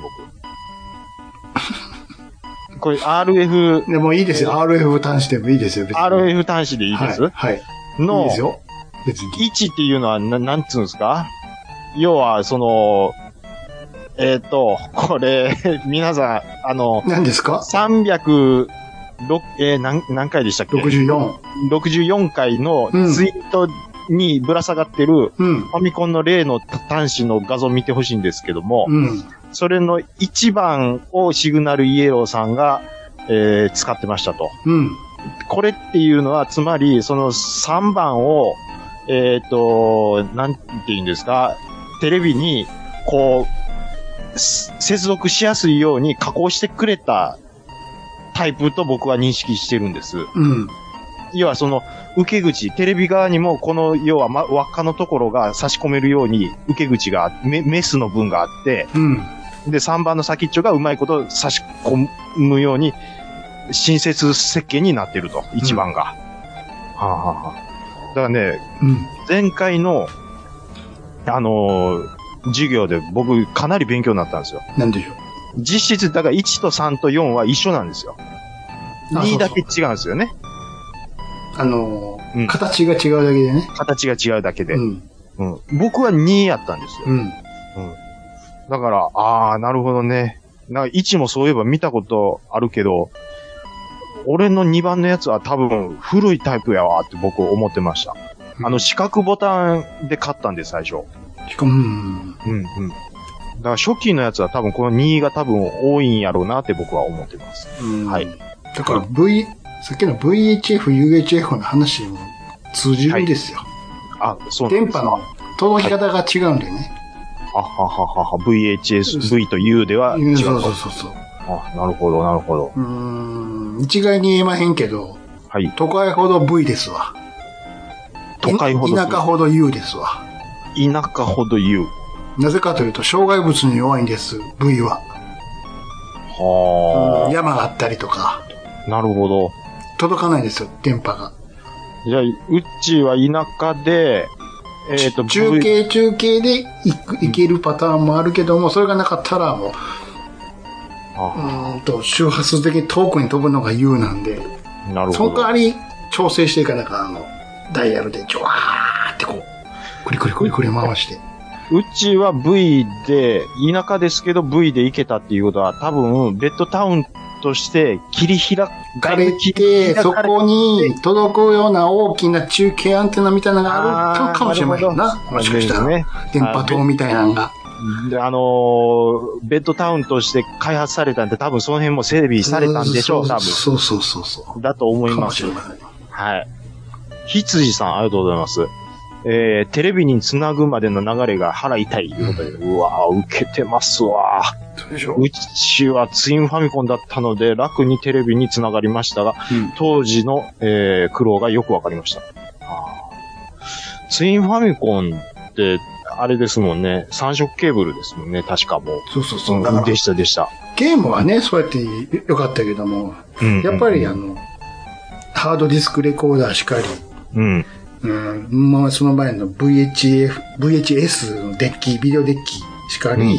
S2: 僕。これ RF、
S1: でもいいですよ。RF 端子でもいいですよ。別に
S2: RF 端子でいいです、
S1: はい。はい。いい
S2: の
S1: ですよ。別に。
S2: 位置っていうのは、ななんつうんですか要は、その、えっ、と、これ、皆さん、あの、
S1: 何ですか
S2: 306、えー何、何回でしたっけ
S1: ?64。
S2: 64回の
S1: うん
S2: ツイートにぶら下がってる
S1: うん。
S2: ファミコンの例の端子の画像見てほしいんですけども、
S1: うん。
S2: それの1番をシグナルイエローさんが、えー使ってましたと。
S1: うん。
S2: これっていうのは、つまり、その3番を、えっ、と、なんて言うんですか、テレビに、こう、す接続しやすいように加工してくれたタイプと僕は認識してるんです。
S1: うん。
S2: 要はその、受け口、テレビ側にも、この、要は、ま、輪っかのところが差し込めるように、受け口が、メメスの分があって、
S1: うん。
S2: で、3番の先っちょがうまいこと差し込むように、新設設計になってると、1番が。はあはあはあだからね、
S1: うん。
S2: 前回の、あのー授業で僕かなり勉強になったんですよ。
S1: なんでしょう。
S2: 実質、だから1と3と4は一緒なんですよ。
S1: あそうそう
S2: 2だけ違うんですよね。
S1: あのー
S2: うん
S1: 形が違うだけでね。
S2: 形が違うだけで
S1: う。ん。
S2: うん僕は2やったんです
S1: う
S2: よ。
S1: ん。
S2: だから、ああ、なるほどね。なんか、1もそういえば見たことあるけど、俺の2番のやつは多分古いタイプやわって僕思ってました。あの、四角ボタンで買ったんで、最初。
S1: しかも、うん。
S2: うんうん。だから初期のやつは多分この2が多分多いんやろうなって僕は思ってます。
S1: うん
S2: はい。
S1: だから V、さっきの VHF、UHF の話も通じるんですよ。
S2: あ、そうなん
S1: 電
S2: です
S1: 波
S2: か
S1: の届き方が違うんでね。
S2: あはははは、VHS、V と U では違
S1: うん
S2: う。
S1: そうそうそうそう。
S2: あ、なるほど、なるほど。
S1: うーん、一概に言えまへんけど、
S2: はい。
S1: 都会ほど V ですわ。
S2: 都会ほど
S1: い田舎ほど U ですわ。
S2: 田舎ほど U。
S1: なぜかというと、障害物に弱いんです、V は。
S2: は
S1: 山があったりとか、
S2: あ、なるほど。
S1: 届かないんですよ、電波が。
S2: じゃあ、うちは田舎で、えっ、と、
S1: 中
S2: V
S1: 継中継で行く行けるパターンもあるけども、それがなかったらもう、う
S2: あ
S1: ーんと、周波数的に遠くに飛ぶのが U なんで、
S2: なる
S1: その
S2: ほ
S1: 代
S2: ど。
S1: わり調整していかなきゃ、あの、ダイヤルでジョワーってこう、くりくりくりくり回して。
S2: うちは V で、田舎ですけど V で行けたっていうことは、多分、ベッドタウンとして切り開
S1: が
S2: か
S1: れて、そこに届くような大きな中継アンテナみたいなのがあるかもしれませんな。もしかしたら、
S2: ね。
S1: 電波塔みたいなのが。
S2: であのーベッドタウンとして開発されたんで、多分その辺も整備されたんでしょう、多分。
S1: そうそうそうそう。
S2: だと思い
S1: か
S2: ま
S1: も
S2: す
S1: しれ。ません。
S2: はい。羊さん、ありがとうございます。えー、テレビにつなぐまでの流れが腹痛いということで、うわぁ、受けてますわ
S1: そうでしょ
S2: うちはツインファミコンだったので、楽にテレビにつながりましたが、
S1: うん
S2: 当時の、えー苦労がよくわかりました。あーツインファミコンって、あれですもんね、三色ケーブルですもんね、確かもう。
S1: そうそうそう。だから
S2: でした、でした。
S1: ゲームはね、そうやって良かったけども、
S2: うん
S1: やっぱりあの、ハードディスクレコーダーしかり、
S2: うん。
S1: うん、まあその前の VHF、VHS のデッキ、ビデオデッキしかり、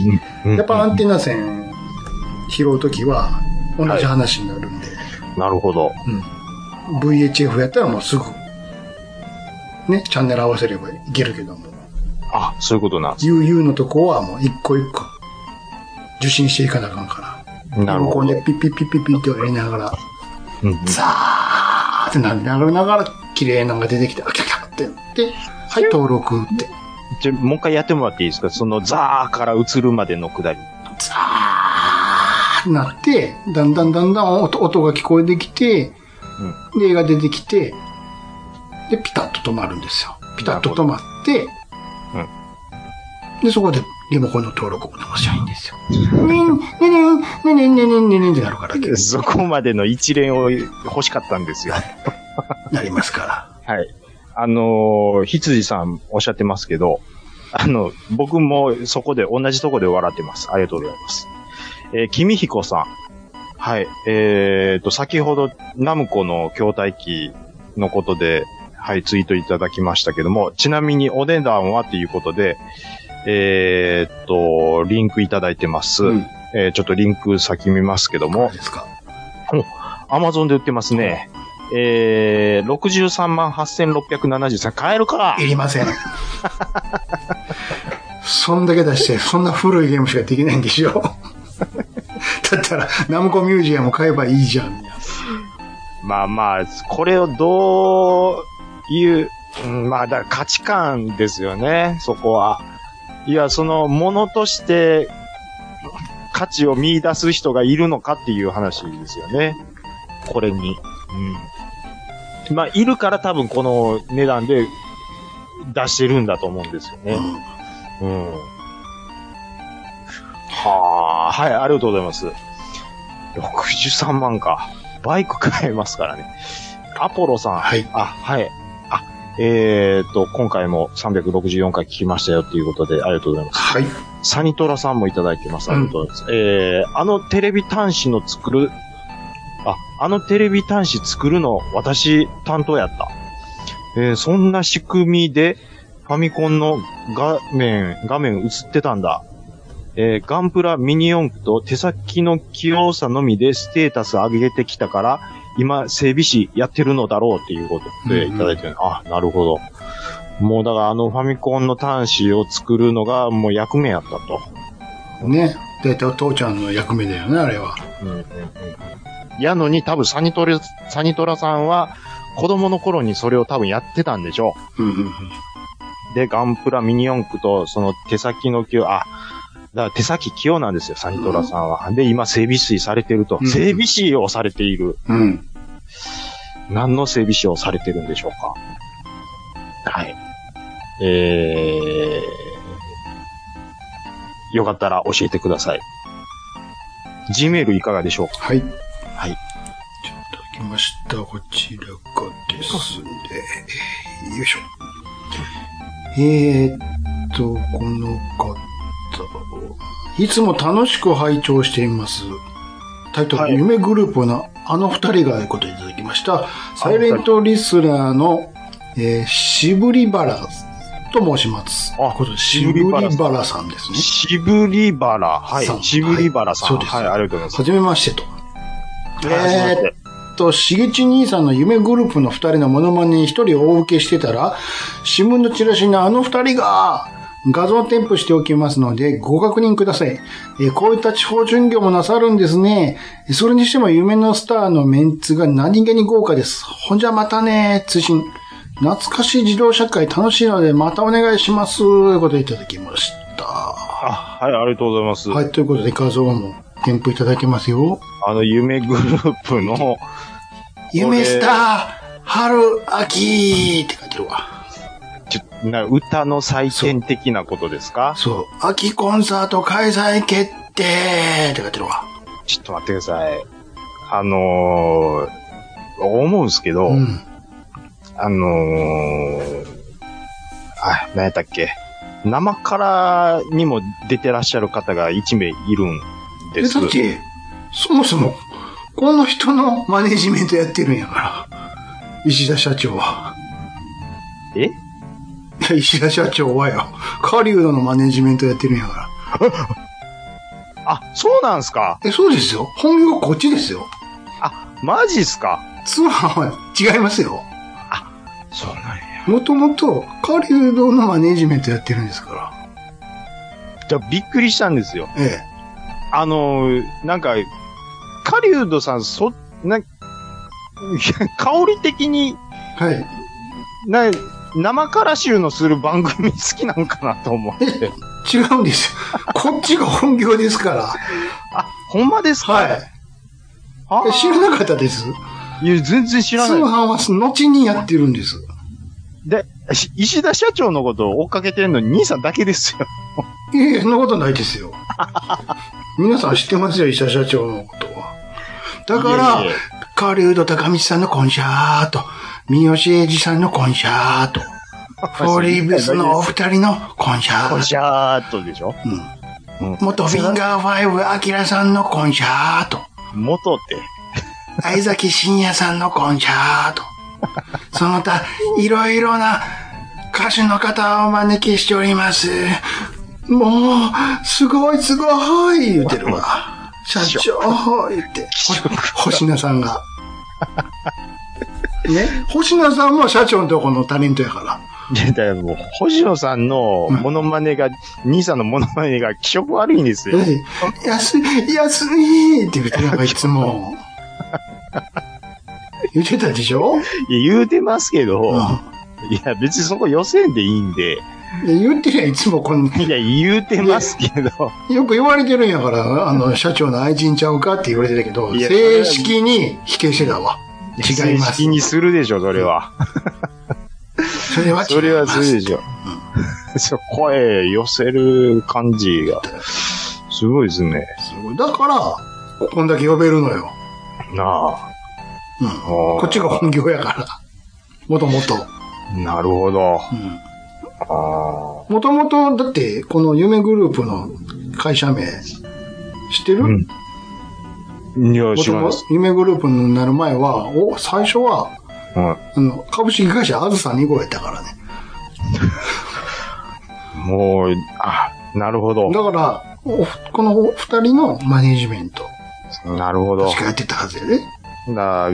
S1: やっぱアンテナ線拾うときは同じ話になるんで、
S2: なるほど。
S1: VHF やったらもうすぐ、ね、チャンネル合わせればいけるけども、
S2: あ、そういうことなんで
S1: UU のとこはもう一個一個受信していかなあかんから、
S2: す。なる
S1: リモコ
S2: ほ
S1: ン
S2: ど。
S1: でピッピッピッピッピッと入れながら、
S2: うんうん
S1: ザーってなりながらながら、綺麗なのが出てきて、あキャキャってなって、はい、登録って、
S2: じゃ、もう一回やってもらっていいですかそのザーから映るまでのくだり。
S1: ザーってなって、だんだんだんだん音音が聞こえてきて、で、絵が出てきて、で、ピタッと止まるんですよ。ピタッと止まって、
S2: うん
S1: で、そこでリモコンの登録を押しゃいいんですよ。ねん、ねん、ねん、ねん、ねん、ねん、ねん、ねんってなるから、
S2: そこまでの一連を欲しかったんですよ。
S1: なりますから。
S2: はい。あのー、羊さんおっしゃってますけど、あの、僕もそこで、同じとこで笑ってます。ありがとうございます。えー、君彦さん。はい。えー、と、先ほど、ナムコの筐体機のことで、はい、ツイートいただきましたけども、ちなみにお値段はっていうことで、えー、と、リンクいただいてます。
S1: うん
S2: えーちょっとリンク先見ますけど
S1: ど
S2: も
S1: う、ですか。
S2: アマゾンで売ってますね。えー、63万8673買えるか
S1: いりません。そんだけ出して、そんな古いゲームしかできないんでしょ。 だったら、ナムコミュージアム買えばいいじゃん。
S2: まあまあ、これをどういう、うんまあだから価値観ですよね、そこは。いや、そのものとして価値を見出す人がいるのかっていう話ですよね。これに。うん。まあ、いるから多分この値段で出してるんだと思うんですよね。うん。はあ、はい、ありがとうございます。63万か。バイク買えますからね。アポロさん。
S1: はい
S2: あ、はい。あ、えー、っと、今回も364回聞きましたよということで、ありがとうございます。
S1: はい。
S2: サニトラさんもいただいてます。ありがとうございます。えー、あのテレビ端子の作る、あ、あのテレビ端子作るの私担当やった。えー、そんな仕組みでファミコンの画面、画面映ってたんだ。えー、ガンプラミニ四駆と手先の器用さのみでステータス上げてきたから、今整備士やってるのだろうっていうことでいただいてる、あ、なるほど。もうだからあのファミコンの端子を作るのがもう役目やったと。
S1: ね。だいたいお父ちゃんの役目だよね、あれは。
S2: やのに多分サニトラ、サニトラさんは子供の頃にそれを多分やってたんでしょ
S1: うんうんうん。
S2: う。で、ガンプラミニ四駆とその手先の器用、あ、だから手先器用なんですよ、サニトラさんは。で、今整備士されてると。
S1: うん
S2: 整備士をされている。
S1: うん。
S2: 何の整備士をされてるんでしょうか。はい。えー、よかったら教えてください。Gmail いかがでしょうか
S1: はい。
S2: はい。
S1: ちょっと来ました。こちらがですね。よいしょ。えー、っと、この方。いつも楽しく拝聴しています。タイトル、
S2: はい
S1: 夢グループのあの二人がいうことでいただきました。サイレントリスナーの、えー、しぶりばらと申します。
S2: あ
S1: ことしぶりばらさんですね。
S2: しぶりばら。はい
S1: さん。
S2: しぶりばらさん。
S1: そうです
S2: はい、ありがとうござ
S1: はいじめましてと。
S2: ます。
S1: えーっと、しげち兄さんの夢グループの二人のモノマネに一人をお受けしてたら、新聞のチラシにあの二人が、画像を添付しておきますので、ご確認ください。えーこういった地方巡業もなさるんですね。それにしても夢のスターのメンツが何気に豪華です。ほんじゃまたね、通信。懐かしい自動社会楽しいので、またお願いします。ということでいただきました。
S2: あ、はい、ありがとうございます。
S1: はい、ということで画像も添付いただけますよ。
S2: あの、夢グループの、
S1: 夢スター、春、秋って書いてるわ。
S2: ちょな歌の祭典的なことですか
S1: そう。秋コンサート開催決定って書いてるわ。
S2: ちょっと待ってください。あのー、思うんすけど、
S1: うん。
S2: あのー、あ、何やったっけ。生からにも出てらっしゃる方が1名いるんで
S1: で、
S2: す
S1: だ。って、そもそも、この人のマネジメントやってるんやから。石田社長は。
S2: え
S1: いや、石田社長はよ。狩人のマネジメントやってるんやから。
S2: あ、そうなんすか
S1: え、そうですよ。本業こっちですよ。
S2: あ、マジっすか
S1: 妻は違いますよ。
S2: そうなんや。
S1: もともと、狩人のマネジメントやってるんですか
S2: じゃあびっくりしたんですよ。
S1: ら。ええ。
S2: あのー、なんか、カリウドさん、そ、な、いや香り的に、
S1: はい。
S2: な、生から臭のする番組好きなんかなと 思って。
S1: 違うんです よ。こっちが本業ですから。
S2: あ、ほんまですか
S1: はい。
S2: は
S1: え知らなかったです。
S2: いや、全然知ら
S1: 通
S2: ない。
S1: 販は後にやってるんです。
S2: で、し石田社長のことを追っかけてんの兄さんだけですよ。
S1: いやいや、そんなことないです よ。皆さん知ってますよ、医者社長のことは。だか
S2: いえいえ
S1: ら、カリウド高道さんのコンシャーと、三好英二さんのコンシャーと、フォーリーブスのお二人のコンシャ
S2: こ
S1: ー
S2: しゃーっとでしょ
S1: うん
S2: うん
S1: 元フィンガーファイブ、アキラさんのコンシャーと。
S2: 元って。
S1: 相崎真也さんのコンサート。その他、いろいろな歌手の方をお招きしております。もう、すごいすごい言うてるわ。社長言って、ほ星名さんが。ね、星名さんも社長のとこのタレントやから。
S2: で、だからもう、星野さんのモノマネが、兄さんのモノマネが気色悪いんですよ。
S1: 安い、安い、安いって言ってなんかいつも。言ってたでしょ、
S2: いや言うてますけど、
S1: うん
S2: いや、別にそこ予選でいいんで、
S1: いや言ってりゃいつもこん
S2: いや、言うてますけど、
S1: よく言われてるんやから、あの、社長の愛人ちゃうかって言われてたけど、
S2: いや
S1: 正式に否定してたわ。違い
S2: 正
S1: ます
S2: 式。にするでしょ、それは。
S1: それは違います。
S2: それはするでしょ。そう 声寄せる感じが、すごいですね。
S1: すごいだから、こんだけ呼べるのよ。
S2: なあ。
S1: うん
S2: こ
S1: こっちが本業やから。もともと。
S2: なるほど。
S1: うん
S2: あ
S1: もともと、だって、この夢グループの会社名、知ってる、
S2: うんあ。いや、
S1: も
S2: 知
S1: と
S2: らない
S1: も
S2: で
S1: と
S2: す。
S1: 夢グループになる前は、お、最初は、
S2: うん
S1: あの株式会社あずさ2号やったからね。
S2: もう、あ、なるほど。
S1: だから、おこのお二人のマネジメント、
S2: なるほど。
S1: 確かやってたはずやね。
S2: だ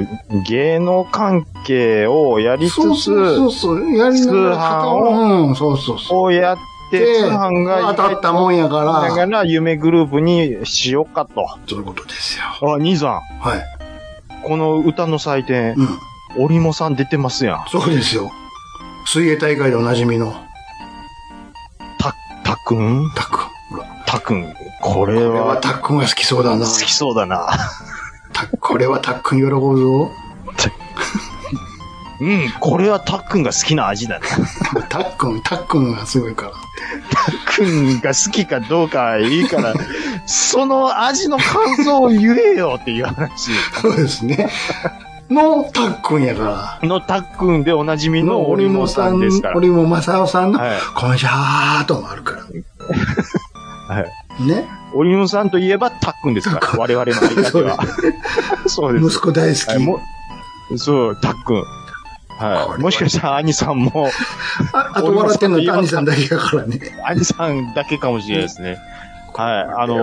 S2: 芸能関係をやりつ
S1: そう
S2: つ、
S1: そうそうそう、やりながら片
S2: 通
S1: を、うん、そうそうそう。
S2: こうやって、通販が
S1: 当たったもんやか、
S2: だからら、夢グループにしようかと。
S1: そういうことですよ。
S2: あ、兄さ
S1: はい。
S2: ん、この歌の祭典、
S1: うん。
S2: オリモさん出てますやん。
S1: そうですよ。水泳大会でおなじみの、
S2: た、たくん
S1: たっくん。ほら
S2: たくん。これ
S1: これは
S2: は、
S1: たっくんが好きそうだな。
S2: 好きそうだな。
S1: たこれはたっくん喜ぶぞ。
S2: うん、これはたっくんが好きな味だな。たった
S1: っくん、たっくんがすごいから。
S2: くんが好きかどうかいい から、その味の感想を言えよっていう話。
S1: そうですね。の、たっくんやか
S2: のたっくんでおなじみ
S1: ら。
S2: のオリモさんですから。
S1: オリモマサオさんの、
S2: はい
S1: コンシャートもあるから。。
S2: はい
S1: ね。
S2: オリモさんといえばたっくんですから、我々の間では。そうです。
S1: 息子大好き。
S2: はい、もそう、たっくん。
S1: こ
S2: は。
S1: れはい
S2: もしかしたら、兄さんも、
S1: ああと笑ってんの兄さんだけやからね。
S2: 兄さんだけかもしれないですね。はい。あのー、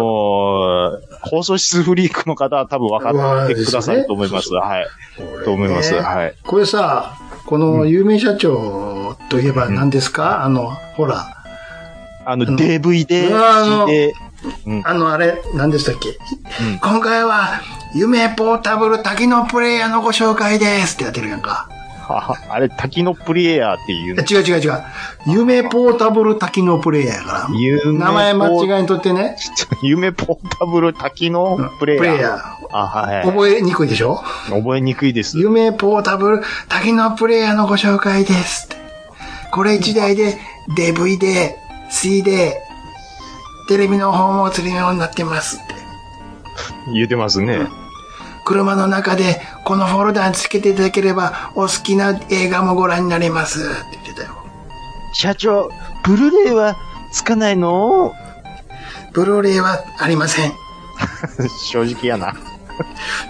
S2: 放送室フリークの方は多分分かってくださると思います。
S1: う
S2: はい。と 思います。
S1: これね
S2: はい。
S1: これさ、この有名社長といえば何ですか、あの、ほら、
S2: あの、
S1: の
S2: DV で、
S1: うわあの
S2: で、
S1: あのあれ、何でしたっけ、
S2: ん
S1: 今回は、夢ポータブル滝のプレイヤーのご紹介ですってやってるやんか。
S2: ああれ、滝のプレイヤーっていう
S1: いや違う違う違う。夢ポータブル滝のプレイヤーやから。
S2: 夢
S1: 名前間違いにとってね。
S2: 夢ポータブル滝のプレイヤー。あ、はい。
S1: 覚えにくいでしょ
S2: 覚えにくいです。
S1: 夢ポータブル滝のプレイヤーのご紹介ですって。これ一台で DV で C でテレビの方も釣りようになってますって。
S2: 言うてますね。
S1: 車の中でこのフォルダにつけていただければお好きな映画もご覧になれますって言ってたよ。
S2: 社長、ブルーレイはつかないの
S1: ブルーレイはありません。
S2: 正直やな。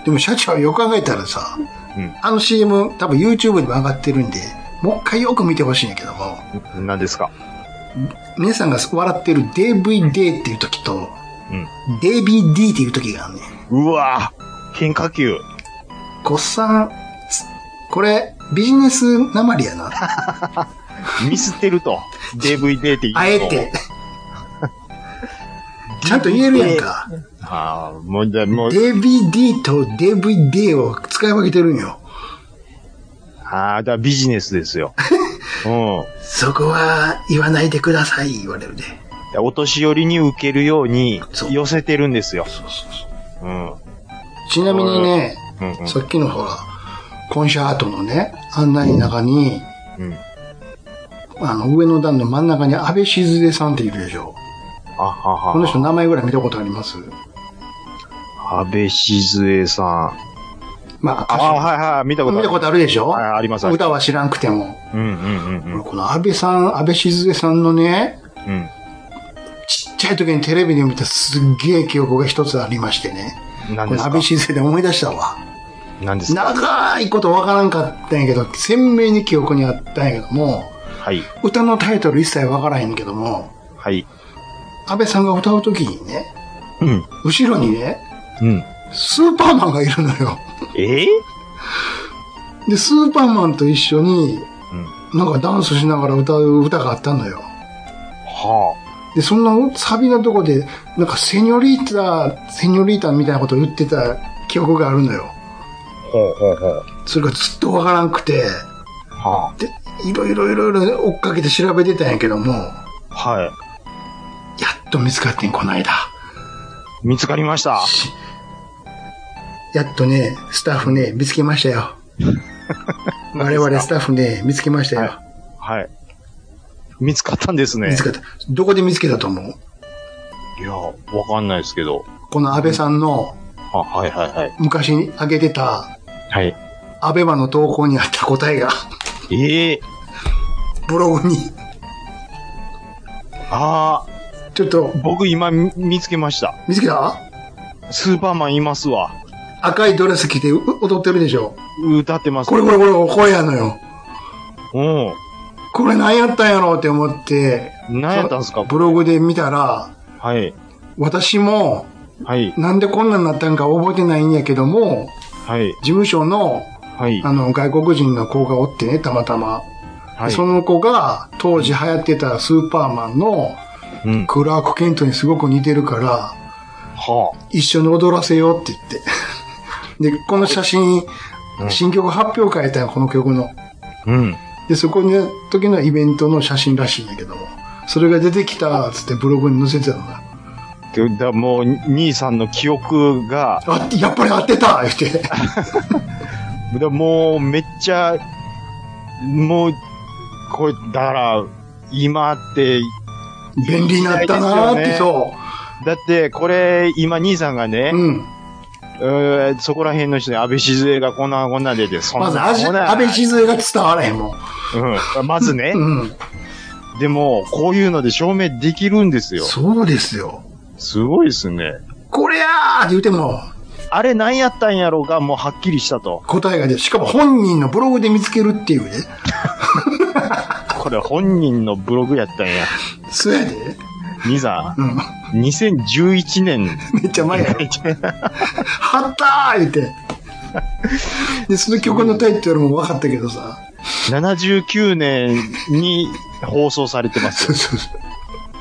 S1: でも社長よく考えたらさ、
S2: うん
S1: あの CM 多分 YouTube にも上がってるんで、もう一回よく見てほしいんやけども、
S2: 何ですか
S1: 皆さんが笑ってる DVD っていう時と、
S2: うん。
S1: DVD っていう時があんねん。
S2: うわ変化球。
S1: ごっさん、つこれ、ビジネスなまりやな。
S2: ミスってると。DVD って言うと
S1: あえて。 ちゃんと言えるやんか。
S2: ああ、もう、じゃあもう、
S1: DVD と DVD を使い分けてるんよ。
S2: ああ、だからビジネスです よ。うん。
S1: そこは言わないでください、言われるで。
S2: お年寄りに受けるように
S1: そう
S2: 寄せてるんですよ。
S1: そうそうそう。
S2: うん。うん
S1: ちなみにね、
S2: うんうん
S1: さっきのほら、コンシャートのね、案内の中に、
S2: うん。
S1: あの、上の段の真ん中に安倍静江さんっているでしょ。
S2: あはは。
S1: この人名前ぐらい見たことあります
S2: 安倍静江さん。
S1: ま
S2: あ
S1: あ、歌
S2: はいはい、見た
S1: 手
S2: こと
S1: 見
S2: ある
S1: た。ことあるでしょ
S2: はいありますあります
S1: 歌は知らんくても。
S2: うんうんうんうん。
S1: この安倍さん、安倍静江さんのね、
S2: うん。
S1: ちっちゃい時にテレビで見たすっげえ記憶が一つありましてね。
S2: 何
S1: こ
S2: で
S1: の安
S2: すか
S1: 倍静江で思い出したわ。
S2: 何ですか
S1: 長いことわからんかったんやけど、鮮明に記憶にあったんやけども、
S2: はい。
S1: 歌のタイトル一切わからへんけども、
S2: はい。
S1: 安倍さんが歌うときにね、
S2: うん。
S1: 後ろにね、
S2: うん。
S1: スーパーマンがいるのよ。
S2: えー
S1: で、スーパーマンと一緒に、
S2: うん。
S1: なんかダンスしながら歌う歌があったのよ。
S2: は
S1: で、そのサビのとこで、なんかセニョリータ、セニョリータみたいなことを言ってた記憶があるのよ。
S2: あ。ほうほうほう。
S1: それがずっとわからんくて、
S2: は
S1: で、いろいろいろいろ追っかけて調べてたんやけども、や
S2: あ。はい。
S1: っと見つかってん、この間。
S2: 見つかりました。
S1: しやっとね、スタッフね、見つけましたよ。我々スタッフね、見つけましたよ。
S2: はいはい。見つかったんですね。
S1: 見つかった。どこで見つけたと思う
S2: いや、わかんないですけど。
S1: この安倍さんの
S2: あ、はいはいはい。
S1: 昔に上げてた、
S2: はい。
S1: アベマの投稿にあった答えが、
S2: ええ
S1: ブログに、
S2: あ
S1: ちょっと
S2: あ、、僕今み見つけました。
S1: 見つけた
S2: スーパーマンいますわ。
S1: 赤いドレス着てう踊ってるでしょ。
S2: 歌ってます。
S1: これこれこれ、これやのよ。
S2: うん。
S1: これ何やったんやろうって思って、
S2: 何やったんすか
S1: ブログで見たら、
S2: はい。
S1: 私も、
S2: はい。
S1: なんでこんなんなったんか覚えてないんやけども、
S2: はい。
S1: 事務所の、
S2: はい。
S1: あの、外国人の子がおってね、たまたま。
S2: はい。
S1: その子が、当時流行ってたスーパーマンの、
S2: うん。
S1: クラーク・ケントにすごく似てるから、
S2: は
S1: 一緒に踊らせようって言って。で、 この写真
S2: う、ん
S1: 新曲発表会やったよ、この曲の。
S2: あ。うん。
S1: で、そこに、時のイベントの写真らしいんやけども。それが出てきた、つってブログに載せてたのが。
S2: でだもう、兄さんの記憶が、
S1: あ、やっぱり合ってた言って。
S2: だもう、めっちゃ、もう、これ、だから、今って、
S1: 便利になったなーって、
S2: ですよ
S1: そ
S2: だって、これ、今、兄さんがね
S1: う。、うん。
S2: えーそこら辺の人に安倍静江がこんなこんな出て、そんな
S1: まず、あじ
S2: こんな
S1: 安倍静江が伝わらへんもん。
S2: うん。まずね。
S1: うん。
S2: でも、こういうので証明できるんですよ。
S1: そうですよ。
S2: すごいですね。
S1: これやーって言っても、
S2: あれ何やったんやろうが、もうはっきりしたと。
S1: 答えが出しかも本人のブログで見つけるっていうね。
S2: これ本人のブログやったんや。
S1: そうやで。
S2: 兄さ
S1: うん。
S2: ん、2011年。
S1: めっちゃ前や ろ。はったー言って。で、その曲のタイトルも分かったけどさ。
S2: 79年に放送されてます
S1: そうそ
S2: よ。
S1: うそう。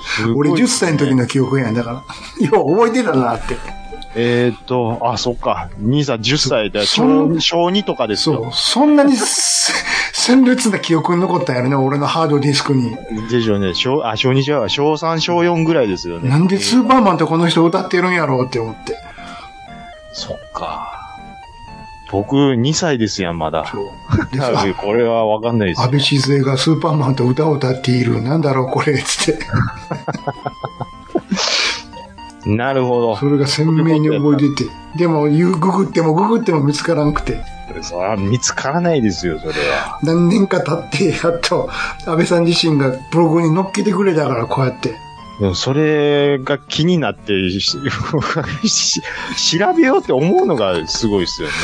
S2: すご
S1: 俺
S2: い
S1: 10
S2: です
S1: 歳
S2: ね
S1: の時の記憶やん。だから。よう覚えてたなって。
S2: えーっと、あ、そっか。兄さん10歳だ。
S1: そ
S2: 小、小2とかです
S1: そ
S2: よ
S1: う。。そんなにせ鮮烈な記憶に残ったんやろね。俺のハードディスクに。
S2: でしょうね。小、あ、小2じゃない小3、小4ぐらいですよね。
S1: なんでスーパーマンとこの人歌ってるんやろうって思って。
S2: そっか。僕、2歳ですやん、まだ。
S1: そう。 で
S2: 多分 これはわかんないです
S1: 安倍静江がスーパーマンと歌を歌っている。なんだろうこれ、つって。
S2: よ。なるほど。
S1: それが鮮明に覚えてて。でも、言うググってもググっても見つからんくて。
S2: それは見つからないですよ、それは。
S1: 何年か経って、やっと、安倍さん自身がブログに乗っけてくれたから、こうやって。
S2: でもそれが気になって、し し調べようって思うのがすごいですよね。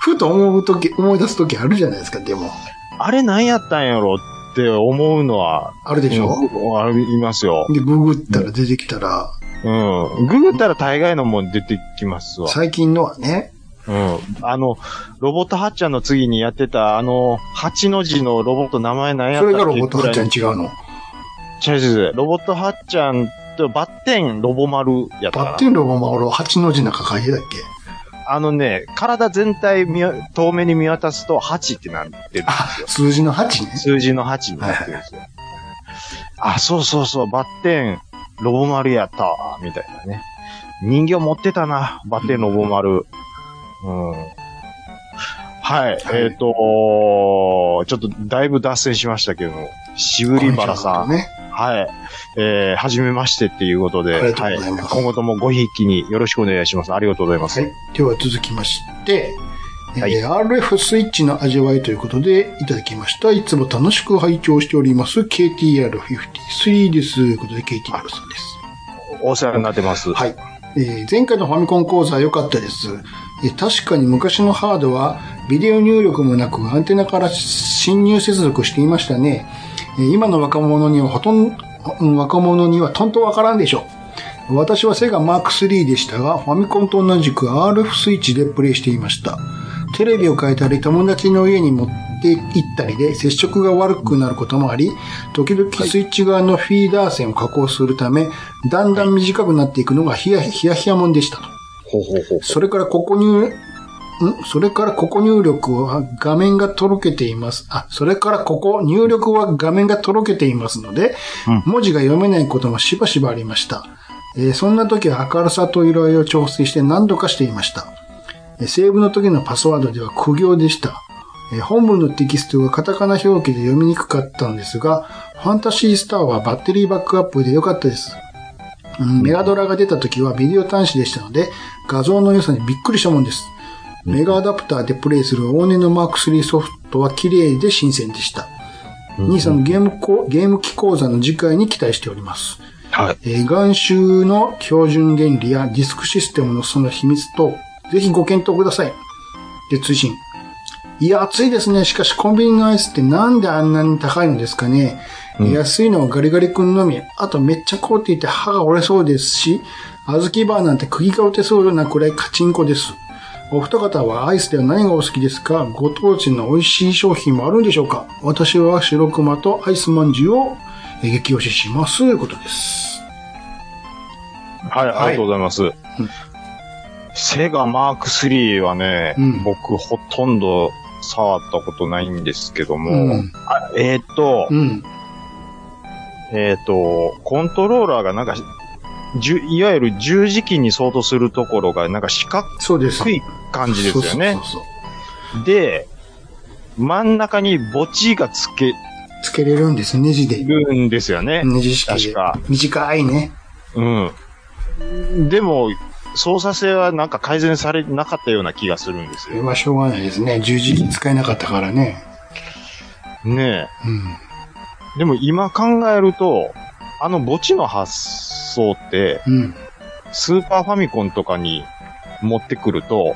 S1: ふと思うとき、思い出すときあるじゃないですか、でも。
S2: あれ何やったんやろって思うのは、
S1: あるでしょ、
S2: うんありますよ。
S1: で、ググったら出てきたら、
S2: うん。ググったら大概のもん出てきますわ。
S1: 最近のはね、
S2: うん。あの、ロボットハッチャンの次にやってた、あの、8の字のロボット名前何や
S1: そ
S2: った
S1: れ
S2: っけ
S1: がロボットハッチャン違うの。
S2: 違う違う違うロボットハッチャンとバッテンロボ丸やったかな
S1: バッテンロボマオロ八の字なんか書いてたっけ
S2: あのね、体全体見わ、遠目に見渡すと8ってなってるんですよ。
S1: 数字の八ね。
S2: 数字の8になってるんですよ。あ、そうそうそう、バッテン、ロボ丸やったわ、みたいなね。人形持ってたな、バッテン、ロボ丸。うん。はい、えっ、とちょっとだいぶ脱線しましたけども、渋りバラさん。
S1: ね。
S2: はい。えー、はじめましてっていうことで、
S1: ありがとう
S2: はい
S1: ございます
S2: 今後ともごひいきによろしくお願いします。ありがとうございます。
S1: はい。では続きまして、えー
S2: はい
S1: RF スイッチの味わいということでいただきました。いつも楽しく拝聴しております。KTR53 です。ということで KTR さんです。
S2: お世話になってます。
S1: はい。えー前回のファミコン講座良かったです。えー確かに昔のハードはビデオ入力もなくアンテナから侵入接続していましたね。えー今の若者にはほとんど、うん若者にはとんとわからんでしょう。私はセガマーク3でしたが、ファミコンと同じく RF スイッチでプレイしていました。テレビを変えたり、友達の家に持って行ったりで接触が悪くなることもあり、時々スイッチ側のフィーダー線を加工するため、だんだん短くなっていくのがヒヤヒヤヒヤもんでしたと。
S2: ほうほうほう。
S1: それからここ入、んそれからここ入力は画面がとろけています。あ、それからここ入力は画面がとろけていますので、文字が読めないこともしばしばありました。えーそんな時は明るさと色合いを調整して何度かしていました。えーセーブの時のパスワードでは苦行でした。えー本文のテキストがカタカナ表記で読みにくかったんですが、ファンタシースターはバッテリーバックアップで良かったです。うんメガドラが出た時はビデオ端子でしたので、画像の良さにびっくりしたもんです。メガアダプターでプレイする往年のマーク3ソフトは綺麗で新鮮でした。兄さんのゲームこゲーム機講座の次回に期待しております。
S2: はい。
S1: えー、眼臭の標準原理やディスクシステムのその秘密と、ぜひご検討ください。で、通信。いや、暑いですね。しかし、コンビニのアイスってなんであんなに高いのですかね。安いのはガリガリ君のみ。あと、めっちゃ凍っていて歯が折れそうですし、小豆バーなんて釘が打てそうなくらいカチンコです。お二方はアイスでは何がお好きですかご当地の美味しい商品もあるんでしょうか私は白熊とアイスまんじゅうをえー激推しします。ということです。
S2: はい、ありがとうございます。セガマーク3はね、
S1: うん
S2: 僕ほとんど触ったことないんですけども、
S1: うん
S2: あえっ、と、
S1: うん。
S2: えっ、と、コントローラーがなんか、じゅいわゆる十字キーに相当するところがなんか四角
S1: そうです。
S2: い感じですよね。
S1: そうそうそうそう
S2: で、真ん中にボチがつけ
S1: つけれるんです、ネジで。
S2: るんですよね。
S1: ネジ式
S2: 確
S1: で
S2: か。
S1: 短いね。
S2: うん。でも、操作性はなんか改善されなかったような気がするんです
S1: これ
S2: よ。
S1: はしょうがないですね。十字キー使えなかったからね。
S2: ねえ。
S1: うん。
S2: でも今考えると、あの墓地の発想って、
S1: うん。
S2: スーパーファミコンとかに持ってくると、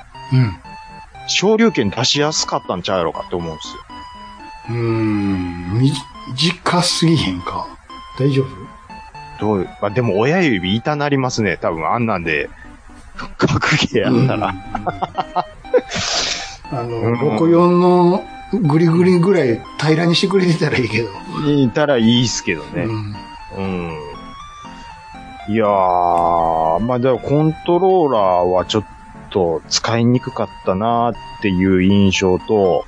S2: 昇竜拳出しやすかったんちゃうやろかって思うんですよ。
S1: うん。うーん。短すぎへんか。大丈夫
S2: どういう、まあ、でも親指痛なりますね。多分あんなんで、 格ゲーやったら。
S1: うん。あ
S2: うん
S1: の、64のグリグリぐらい平らにしてくれてたらいいけど。
S2: いたらいいっすけど
S1: う
S2: ね。
S1: ん。
S2: うん。いやー、まあでもコントローラーはちょっと使いにくかったなーっていう印象と、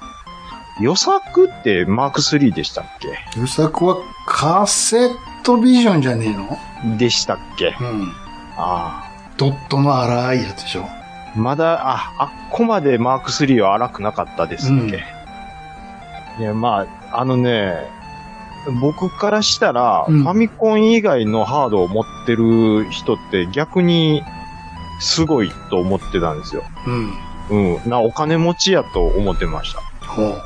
S2: 予作ってマーク3でしたっけ
S1: 予作はカセットビジョンじゃねえの
S2: でしたっけ
S1: うん。
S2: あ
S1: ドットの荒いやつでしょ。
S2: あ。まだ、あ、あっこまでマーク3は荒くなかったですっけ、いや、まあ、あのね、僕からしたら、
S1: うん
S2: ファミコン以外のハードを持ってる人って逆にすごいと思ってたんですよ。
S1: うん。
S2: うん。な、お金持ちやと思ってました。
S1: ほう。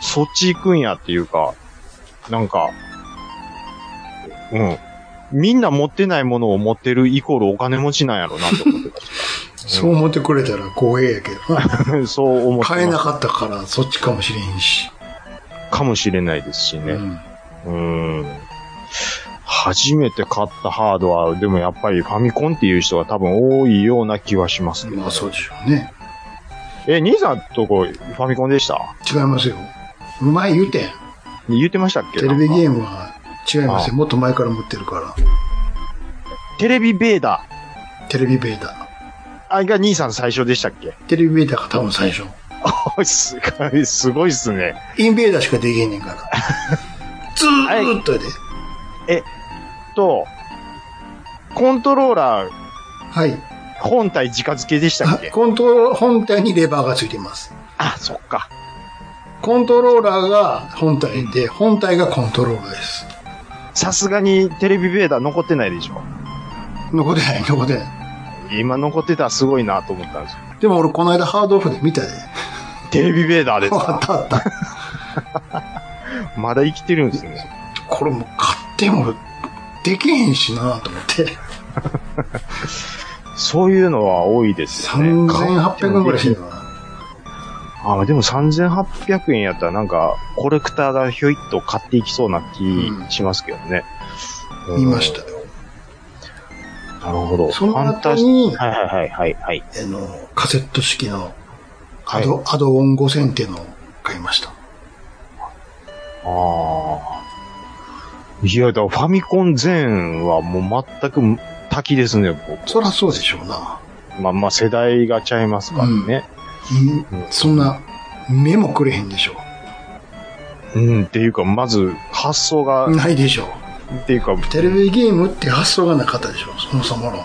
S2: そっち行くんやっていうか、なんか、うん。みんな持ってないものを持ってるイコールお金持ちなんやろなと思ってました。
S1: そう思ってくれたら光栄やけ どな。
S2: そう思って
S1: 買えな
S2: ま
S1: かったからそっちかもしれんし。
S2: すかもしれないですし
S1: う
S2: ね。
S1: ん
S2: うん。初めて買ったハードは、でもやっぱりファミコンっていう人が多分多いような気はしますけど。
S1: まあそうでしょうね。
S2: え、兄さんとこファミコンでした
S1: 違いますよ。うまい言うてん。
S2: 言ってましたっけ
S1: テレビ
S2: ー
S1: ゲームは違いますよ。もっと前から持ってるから。
S2: テレビベーダ
S1: テレビベータ。
S2: ー。あ、が兄さん最初でしたっけ
S1: テレビベータが多分最初。
S2: すごい、すごいっすね。
S1: インベーダーしかできへんねん から。ずーっとやで。
S2: と、コントローラー
S1: はい。
S2: 本体直付けでしたっけ
S1: コントロー本体にレバーがついてます。
S2: あ、そっか。
S1: コントローラーが本体で、本体がコントローラーです。
S2: さすがにテレビベーダー残ってないでしょ。
S1: 残ってない、残ってない。
S2: 今残ってたらすごいなと思ったんですよ。
S1: でも俺この間ハードオフで見たで。
S2: テレビベーダーです
S1: あ
S2: か
S1: ったあった。
S2: まだ生きてるんですね。
S1: これもう買ってもできへんしなと思って。
S2: そういうのは多いですね。
S1: 3800円ぐらいして
S2: 買ってもで
S1: る
S2: き
S1: な。
S2: あ、でも3800円やったらなんか、コレクターがひょいっと買っていきそうな気しますけどね。うん
S1: 見ましたよ。
S2: なるほど。
S1: その
S2: ファンタ
S1: 後
S2: ジー。
S1: に、あ
S2: はいはいはいはいはい。
S1: の、カセット式のア
S2: はい。
S1: ド、アドオン5000っていうのを買いました。
S2: ああ。いや、だからファミコン全はもう全く滝ですね、僕。
S1: そらそうでしょうな。
S2: まあまあ世代がちゃいますからね。
S1: うん
S2: うん
S1: そんな、目もくれへんでしょ
S2: うん、っていうか、まず発想が、
S1: う。ないでしょう。
S2: っていうか、
S1: テレビゲームって発想がなかったでしょう、そもそもの。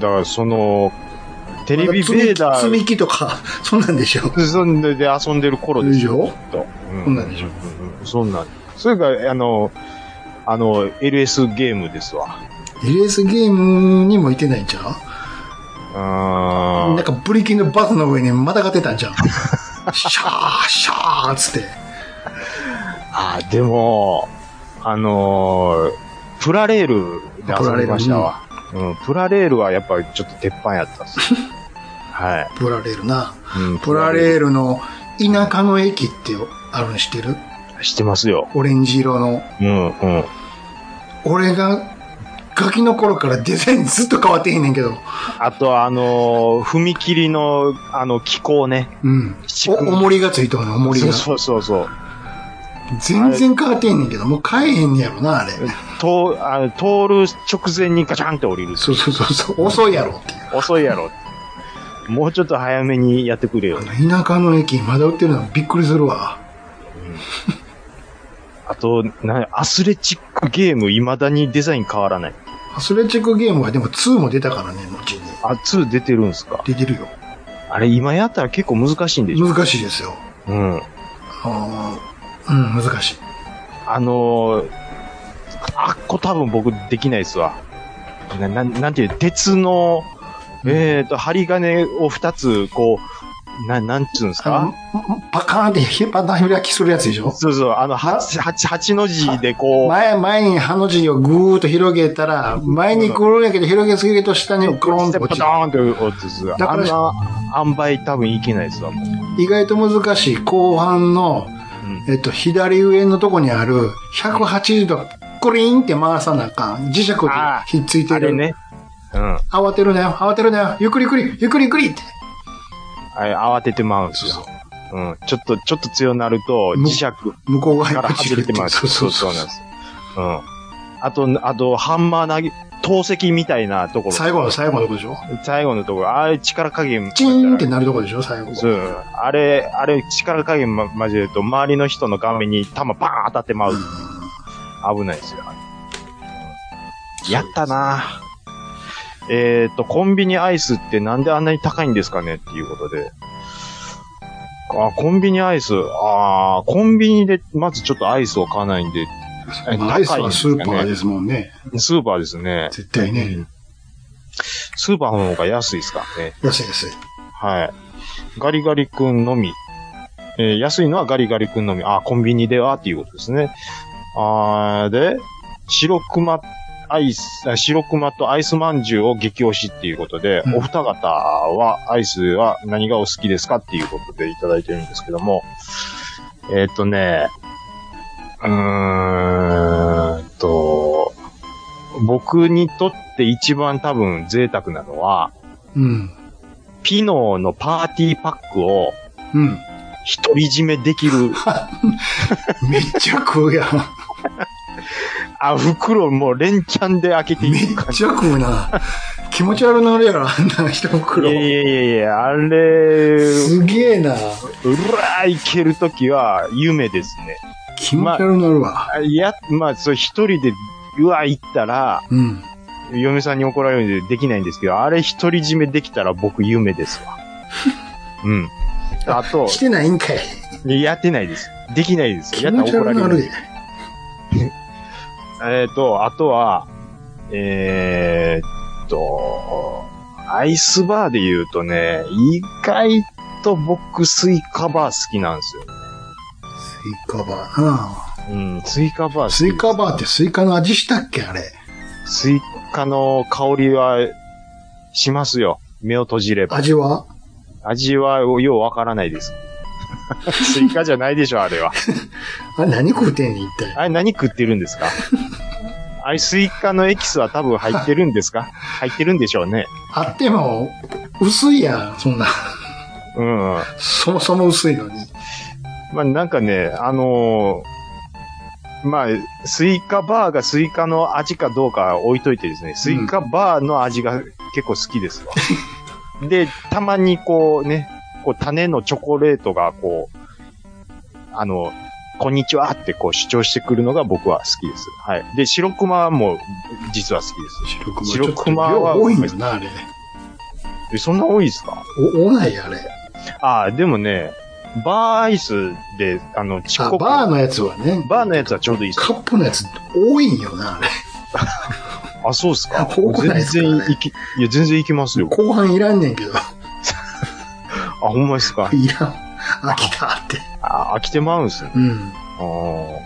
S2: だからその、テレビ
S1: 積み
S2: ベーダ
S1: 積
S2: ー
S1: み木とか、そんなんでしょう。
S2: そんでで遊んでる頃ですよ、
S1: でしょ
S2: きっと。
S1: そんなんでしょ
S2: うんそんなん。それが、あの、あの、LS ゲームですわ。
S1: LS ゲームにもいてないんちゃう
S2: あ
S1: なんかブリキンのバスの上にまたがってたんちゃうシャーシャーっつって。
S2: あー、でも、あのープラレールで遊びましたわ。うん、プラレールはやっぱりちょっと鉄板や ったっす。はい。
S1: プラレールな。
S2: うん
S1: プラレールの田舎の駅ってあるの知ってる
S2: してますよ。
S1: オレンジ色の。
S2: うん、うん。
S1: 俺がガキの頃からデザインずっと変わってへんねんけど。
S2: あと、あのー踏切の、あの、気候ね。
S1: うん。お、重りがついたの、重り
S2: そ
S1: が
S2: う。そうそうそう。
S1: 全然変わってへんねんけど、もう変えへんねやろな、あれ。
S2: 通あの通る直前にガチャンって降りる。
S1: そうそうそうそう、遅いやろっていう。
S2: 遅いやろ。もうちょっと早めにやってくれよ。
S1: あの田舎の駅、まだ売ってるのびっくりするわ。
S2: あと、なアスレチックゲーム、未だにデザイン変わらない。
S1: アスレチックゲームはでも2も出たからね、後に。
S2: あ、2出てるんすか
S1: 出てるよ。
S2: あれ、今やったら結構難しいんでしょ
S1: 難しいですよ。
S2: うん。
S1: あのーうん、難しい。
S2: あのー、あっこ多分僕できないっすわ。な、なん、なんていう、鉄の、えーと、針金を二つ、こう、な、なんつうんです
S1: あの
S2: か、
S1: パカーンってひばな開きするやつでしょ
S2: そうそう、あの、八、八、八の字でこう、
S1: 前、前にハの字をぐーっと広げたら、前に来るんやけど広げすぎると下にコロン
S2: ステ
S1: と
S2: ッ
S1: 落
S2: プ
S1: ち
S2: ド
S1: る。
S2: ーンって落ちる。
S1: だ
S2: あ
S1: か
S2: ん
S1: ら
S2: な、塩梅多分いけないですわ。もう
S1: 意外と難しい後半の、
S2: うん
S1: えっと、左上のとこにある、180度、コリーンって回さなあかん。磁石で
S2: あー
S1: ひっついて
S2: あれ
S1: る。
S2: ね。うん。あ
S1: 慌てるなよ、慌てるなよ、ゆっくりゆっくり、ゆっくりゆっくりって。
S2: れ慌ててまうんですよ。うん。ちょっと、ちょっと強なると、
S1: む
S2: 磁石か
S1: 向こう側に
S2: ら
S1: 落ち
S2: 外
S1: る
S2: れ
S1: って
S2: て
S1: いう。
S2: まうそうそうなんです。うん。あと、あと、ハンマー投げ、投石みたいなところ。
S1: 最後の最後のとこでしょ
S2: 最後のところ。あれ、力加減。
S1: チーンってなるとこでしょ最後。
S2: そう。あれ、あれ、力加減ま、交えると、周りの人の顔面に弾バーン当たってまう。危ないですよ。やったなえっ、と、コンビニアイスってなんであんなに高いんですかねっていうことで。あ、コンビニアイス。ああ、コンビニでまずちょっとアイスを買わないんで、
S1: うんまあアイスはスーパーですもんね。
S2: スーパーですね。
S1: 絶対ね。
S2: うんスーパーの方が安いですからね。
S1: 安い安い。
S2: はい。ガリガリ君のみ。えー安いのはガリガリ君のみ。あ、コンビニではっていうことですね。あーで、白熊アイス、あ白熊とアイスまんじゅうを激推しっていうことで、
S1: うん
S2: お二方は、アイスは何がお好きですかっていうことでいただいてるんですけども、えーっ、とね、うーんと、僕にとって一番多分贅沢なのは、
S1: うん。
S2: ピノーのパーティーパックを
S1: うん。
S2: 独り占めできる。
S1: めっちゃ食うやん。
S2: あ、袋もう連チャンで開けてい
S1: めっ
S2: く感じ。
S1: ちゃ食うな。気持ち悪なるやろ、あんな一
S2: い
S1: 袋
S2: や。いやいやいや、あれ、う
S1: すげえな。
S2: らーいけるときは夢ですね。
S1: 気持ち悪なるわ。
S2: あいや、まあ、そう一人で、うわ、行ったら、
S1: うん。
S2: 嫁さんに怒られるんでできないんですけど、あれ独り占めできたら僕夢ですわ。うん。あと、
S1: してないんかい。
S2: やってないです。できないです。
S1: 気
S2: やった
S1: 持
S2: ら
S1: ち
S2: 怒ら
S1: 悪
S2: れ
S1: な
S2: る
S1: る。で。
S2: えー、と、あとは、えー、と、アイスバーで言うとね、意外と僕スイカバー好きなんですよ。
S1: スイカバーな
S2: うん、スイカバー好き
S1: スイカバーってスイカの味したっけあれ。
S2: スイカの香りはしますよ。目を閉じれば。
S1: 味は
S2: 味はようわからな いです。スイカじゃないでしょ、あれは。
S1: あれ何食うてんねん、一体。
S2: あれ何食ってるんですかあれ、スイカのエキスは多分入ってるんですか入ってるんでしょうね。
S1: あっても、薄いやん、そんな。
S2: うん。
S1: そもそも薄いのに。
S2: まあ、なんかね、あのーまあ、スイカバーがスイカの味かどうか置いといてですね、スイカバーの味が結構好きですわ。 で、たまにこうね、こう種のチョコレートがこう、あの、こんにちはってこう主張してくるのが僕は好きです。はい。で、白熊も実は好きです
S1: 白熊
S2: 白熊は
S1: ちょっと量多いんよな、あれ。。
S2: えそんな多いですか
S1: お、多ないや、あれ。
S2: ああ、でもね、バーアイスで、あの、ちっ
S1: あ、
S2: こく
S1: バーのやつはね。
S2: バーのやつはちょうどいいっす。
S1: カップのやつ多いんよな、あれ。
S2: あ、そうっすか。
S1: 多くないっすかね
S2: 全然いき、いや、全然いきますよ。
S1: 後半いらんねんけど。
S2: あ、ほんまですか。
S1: いらん。飽きたって。
S2: あ、飽きてまうんすね。
S1: うん。
S2: あー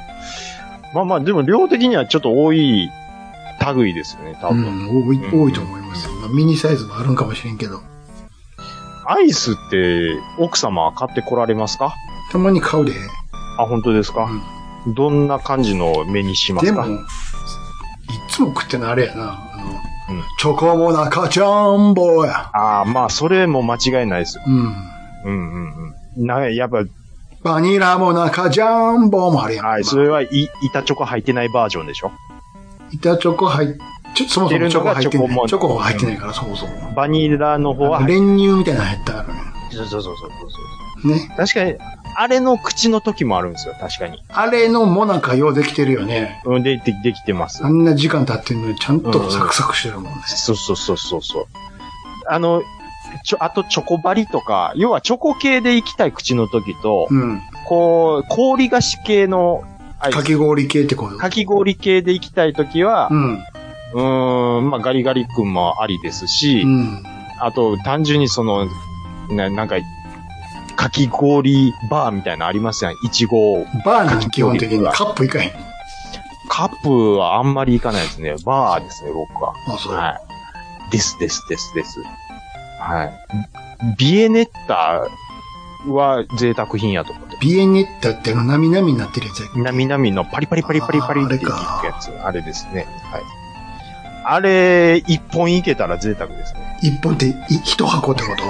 S2: まあまあ、でも量的にはちょっと多い類ですよね、多
S1: う
S2: 分。
S1: ん、多い、
S2: うん
S1: 多いと思いますよ。まあ、ミニサイズもあるんかもしれんけど。
S2: アイスって、奥様は買ってこられますか
S1: たまに買うで。
S2: あ、本当ですか、どんな感じの目にしま
S1: ですも、
S2: か
S1: いっつも食ってんのあれやな。あの、
S2: うん
S1: チョコモナカジャンボや。
S2: ああ、まあ、それも間違いないですよ。
S1: うん。
S2: うんうんうん。な、やっぱ、
S1: バニラモナカジャンボもあるやん。
S2: はい、それはい、板チョコ入ってないバージョンでしょ
S1: 板チョコ入っ、ちょ、そもそもチョコ入ってない
S2: 入れるのがチョコモナ。カ
S1: チョコが入ってないから、そもそも。
S2: バニラの方は入っ
S1: 練乳みたいなの入ったからね。
S2: て、そうそうそうそうそう。
S1: ね。
S2: 確かに、あれの口の時もあるんですよ、確かに。
S1: あれのモナカようできてるよね。
S2: うん、で、でできてます
S1: あ。んな時間経ってんのにちゃんとサクサクしてるもんね。
S2: そうそうそうそうそう。あの、ちょ、あとチョコバリとか、要はチョコ系で行きたい口の時と、
S1: うん。
S2: こう、氷菓子系の、アイス
S1: かき氷系ってこと。
S2: かき氷系で行きたい時は
S1: う、ん。
S2: うーん、まあガリガリ君もありですし、
S1: うん。
S2: あと単純にその、ななんか、かき氷バーみたいなのありますやん。いちご
S1: バーなんて基本的に
S2: かき氷
S1: カップいかへん。
S2: カップはあんまり行かないですね。バーですね、僕は。
S1: あ、そう。
S2: はい。です、です、です、です。はい。ビエネッタは贅沢品やと思って。
S1: ビエネッタってあの、なみなみになってるやつや。
S2: なみなみのパリパリパリパリパリっていく
S1: あーあれ
S2: やつ。あれですね。はい。あれ、一本いけたら贅沢ですね。
S1: 一本って、い一箱ってこと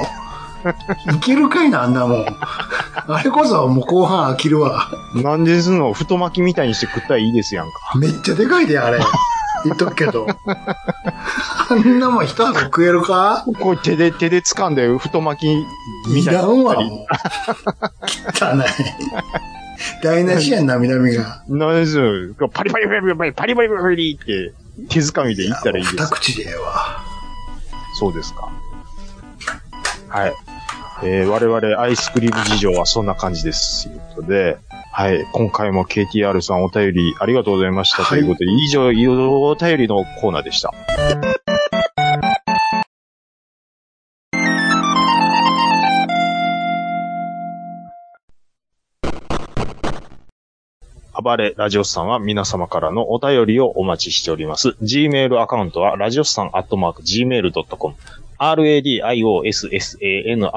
S1: いけるかいな、あんなもん。あれこそもう後半飽きるわ。
S2: なんですの太巻きみたいにして食ったらいいですやんか。
S1: めっちゃでかいで、あれ。言っとくけ ど。あんなもん一箱食えるか
S2: こう手で、手で掴んで太巻きみ
S1: い
S2: たいに
S1: らん
S2: 食っ
S1: わ、
S2: たり
S1: もう。 汚い。台無しやんな、みなみが。
S2: なんですのパリパリパリパリパリパリパリパリって手掴みでいったらいいですよ
S1: 二口でええわ。
S2: そうですか。はい。えー我々アイスクリーム事情はそんな感じです。ということで、はい。今回も KTR さんお便りありがとうございました。
S1: はい
S2: ということで、以上、お便りのコーナーでした。暴れラジオスさんは皆様からのお便りをお待ちしております。Gmail アカウントは、ラジオスさんアットマーク Gmail.com、radiossan ア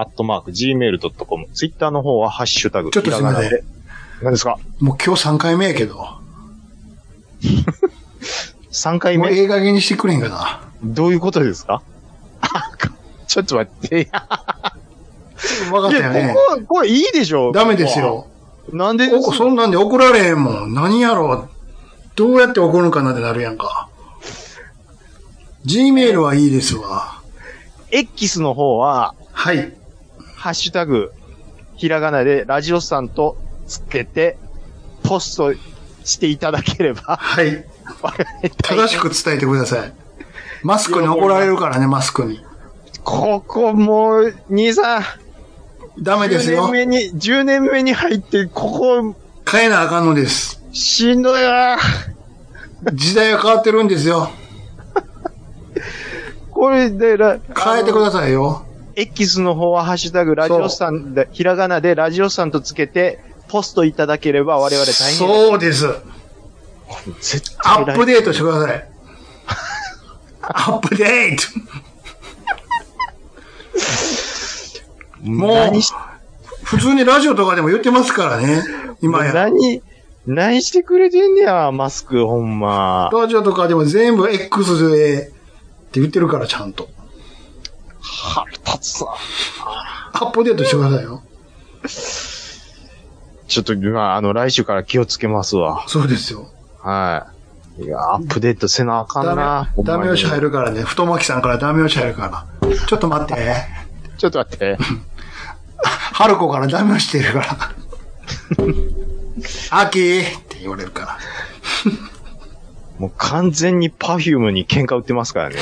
S2: ットマーク Gmail.com、Twitter の方は、ハッシュタグ、
S1: ちょっとすいません
S2: ひらがなで。何ですか
S1: もう今日3回目やけど。
S2: 3回
S1: もう
S2: 目
S1: ええ加減にしてくれへんかな。
S2: どういうことですか ちょっと待って。いや、
S1: わか
S2: こ
S1: ったよね。
S2: こ、これいいでしょ
S1: ダメです。よ。
S2: ここはなんでです
S1: おそんなんで怒られへんもん。何やろう。どうやって怒るんかなってなるやんか。Gmail はいいですわ。
S2: X の方は、
S1: はい。
S2: ハッシュタグ、ひらがなでラジオさんとつけて、ポストしていただければ、
S1: はい。
S2: 我々
S1: 正しく伝えてください。マスクに怒られるからね、マスクに。
S2: ここもう、兄さん、
S1: ダメですよ
S2: 10。年目に、10年目に入って、ここ、
S1: 変えなあかんのです。
S2: しんどいわ。
S1: 時代は変わってるんですよ。
S2: これで、ら
S1: 変えてくださいよ。
S2: X の方はハッシュタグ、ラジオさんで、ひらがなでラジオさんとつけて、ポストいただければ我々大変。
S1: そうです。
S2: 絶対
S1: アップデートしてくださ い。アップデートもう
S2: 何し、
S1: 普通にラジオとかでも言ってますからね。今や。
S2: 何、何してくれてんねや、マスク、ほんま。
S1: ラジオとかでも全部 X でって言ってるから、ちゃんと。
S2: 腹立つな。
S1: アップデートしてくださいよ。
S2: ちょっと、まあ、あの、来週から気をつけますわ。
S1: そうですよ。
S2: はい。いや、アップデートせなあかん
S1: ダ
S2: な。
S1: メ、ダメ押し入
S2: る。
S1: るからね。太巻きさんからダメ押し入るから。ちょっと待って。
S2: ちょっと待って。
S1: 春子からダメ押してる から。秋って言われるから。
S2: もう完全にパフュームに喧嘩売ってま すからね。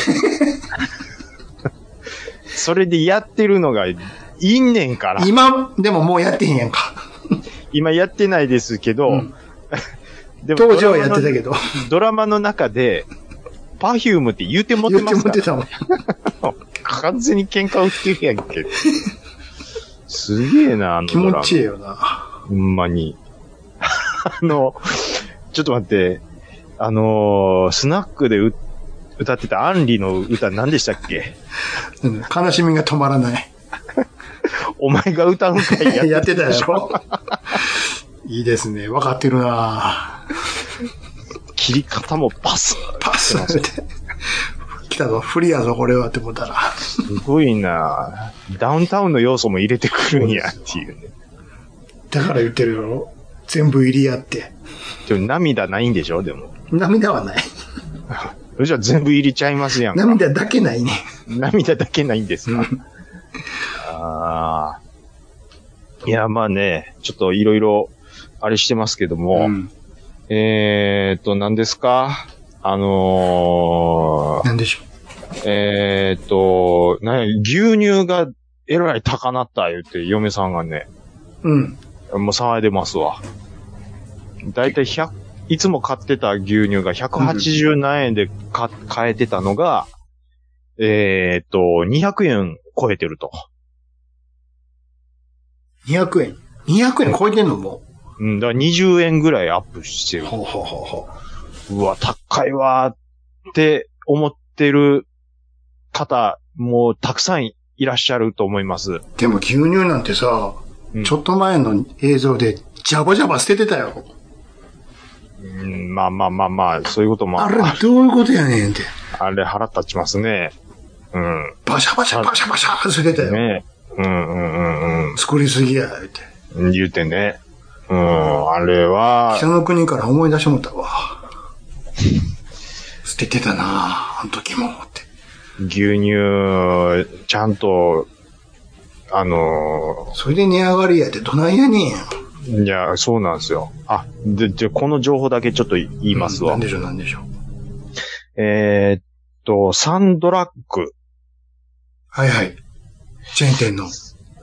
S2: それでやってるのが、いいんねんから。
S1: 今、でももうやってへんやんか。
S2: 今やってないですけど、
S1: うん
S2: でも
S1: 当時はやってたけ
S2: ど。
S1: ど。
S2: ドラマの中で、パフュームって言うて持っ
S1: 言
S2: て
S1: っ
S2: ま
S1: て
S2: す
S1: 持
S2: か
S1: っ
S2: ら
S1: てたもん。
S2: 完全に喧嘩売ってるやんけ。すげえな、あの
S1: 気
S2: ドラ
S1: 持
S2: マ。
S1: ちいいよな。
S2: ほんまに。 あの、ちょっと待って、あのースナックでう歌ってたアンリの歌何でしたっけ
S1: うん悲しみが止まらない。
S2: お前が歌うんかい や
S1: やってたでしょいいですね。分かってるな
S2: 切り方もパス。
S1: パスって。来たぞ、不利やぞ、これはって思ったら。
S2: すごいなダウンタウンの要素も入れてくるんやっていうね。
S1: だから言ってるよ。全部入りやって。
S2: でも涙ないんでしょでも。
S1: 涙はない。
S2: じゃあ全部入れちゃいますやんか。
S1: 涙だけないね。
S2: 涙だけないんです
S1: う
S2: か。ああ。いや、まあね、ちょっといろいろ、あれしてますけども、
S1: ん。
S2: えーっと、何ですかあの
S1: なんでしょ
S2: ー、えーっと、なんや牛乳がえらい高なった言って、嫁さんがね、
S1: う。うん。
S2: もう騒いでますわ。だいたい100、いつも買ってた牛乳が180何円でか買えてたのが、えーっと、200円超えてると。
S1: 200円。200円超えてんのも
S2: うん、だから20円ぐらいアップして
S1: う。
S2: る。
S1: ほうほうほうほ
S2: うわ、高いわーって思ってる方、もうたくさんいらっしゃると思います。
S1: う。でも牛乳なんてさ、
S2: うん
S1: ちょっと前の映像で、ジャバジャバ捨ててたよ。
S2: うん、まあまあまあまあ、そういうことも
S1: あ
S2: あ
S1: れ
S2: れ、
S1: どういうことやねんって。
S2: あれ腹立ちますね。うん。
S1: バシャバシャバシャバシャ捨ててたよ。
S2: ねうんうんうん
S1: 作りすぎや、って。
S2: うん。言うてね。うん、あれは
S1: 北、の国から思い出しもったわ。捨ててたなあの時も、って。
S2: 牛乳、ちゃんと、あの
S1: それで値上がりやってどないやねん。
S2: ーいや、そうなんですよ。あ、で、じゃあこの情報だけちょっと言いますわ。
S1: なんでしょう、なんでしょう。
S2: えーっと、サンドラック。
S1: はいはい。チェーン店の。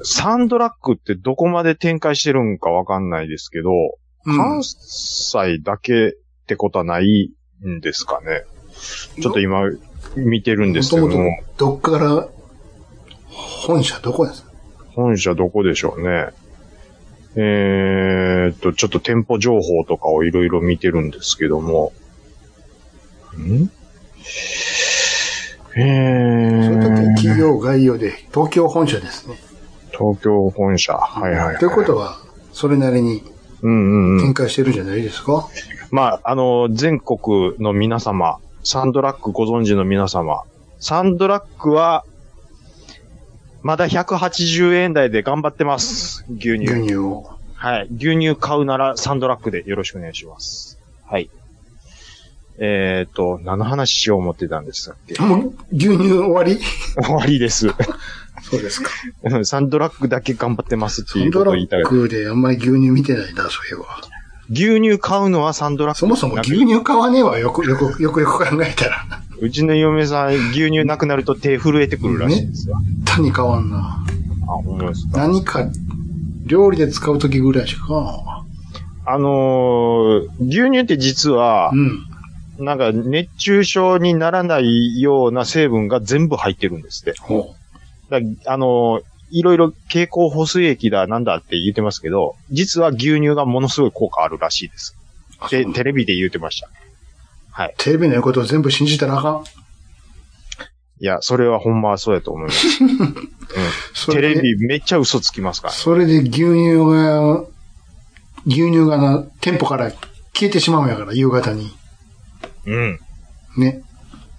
S2: サンドラックってどこまで展開してるんかわかんないですけど、
S1: うん
S2: 関。西だけってことはないんですかね。ちょっと今見てるんですけど
S1: もとも
S2: も、
S1: とどっから、本社どこですか
S2: 本社どこでしょうね。えーっと、ちょっと店舗情報とかをいろいろ見てるんですけども。んえ
S1: それだけ
S2: ー、
S1: 企業概要で、東京本社ですね。
S2: 東京本社。はいはい、はい。
S1: ということは、それなりに
S2: うんうんうん。
S1: 展開してるんじゃないですか、
S2: まあ、あの、全国の皆様、サンドラックご存知の皆様、サンドラックは、まだ180円台で頑張ってます。牛乳。
S1: 牛乳を。
S2: はい。牛乳買うならサンドラックでよろしくお願いします。はい。えっ、ー、と、何の話しよう思ってたんですっけ
S1: もう、牛乳終わり
S2: 終わりです。
S1: そうですか。
S2: うんサンドラックだけ頑張ってますって
S1: サ
S2: い
S1: ン
S2: う
S1: ド
S2: こと
S1: ラ
S2: を言いたい
S1: ッ。クであんまり牛乳見てないな、そういえば。
S2: 牛乳買うのはサンドラック。
S1: そもそも牛乳買わねえわ、よく、よく、よくよく考えたら。
S2: うちの嫁さん、牛乳なくなると手震えてくるらしいですわ。
S1: 単に買わんな。
S2: あ、ほんまですか。
S1: 何か、料理で使うときぐらいしか。
S2: あのー牛乳って実は
S1: う、ん。
S2: なんか熱中症にならないような成分が全部入ってるんですって。
S1: ほ
S2: だあのーいろいろ経口補水液だなんだって言ってますけど、実は牛乳がものすごい効果あるらしいです。
S1: う。
S2: で、テレビで言ってました。
S1: テレビの言うことを全部信じたらあかん。
S2: いや、それはほんまはそうやと思います。
S1: そ
S2: テ
S1: れで
S2: レビめっちゃ嘘つきますから。
S1: それで牛乳が、牛乳がな、店舗から消えてしまうんやから、夕方に。
S2: うん。
S1: ね。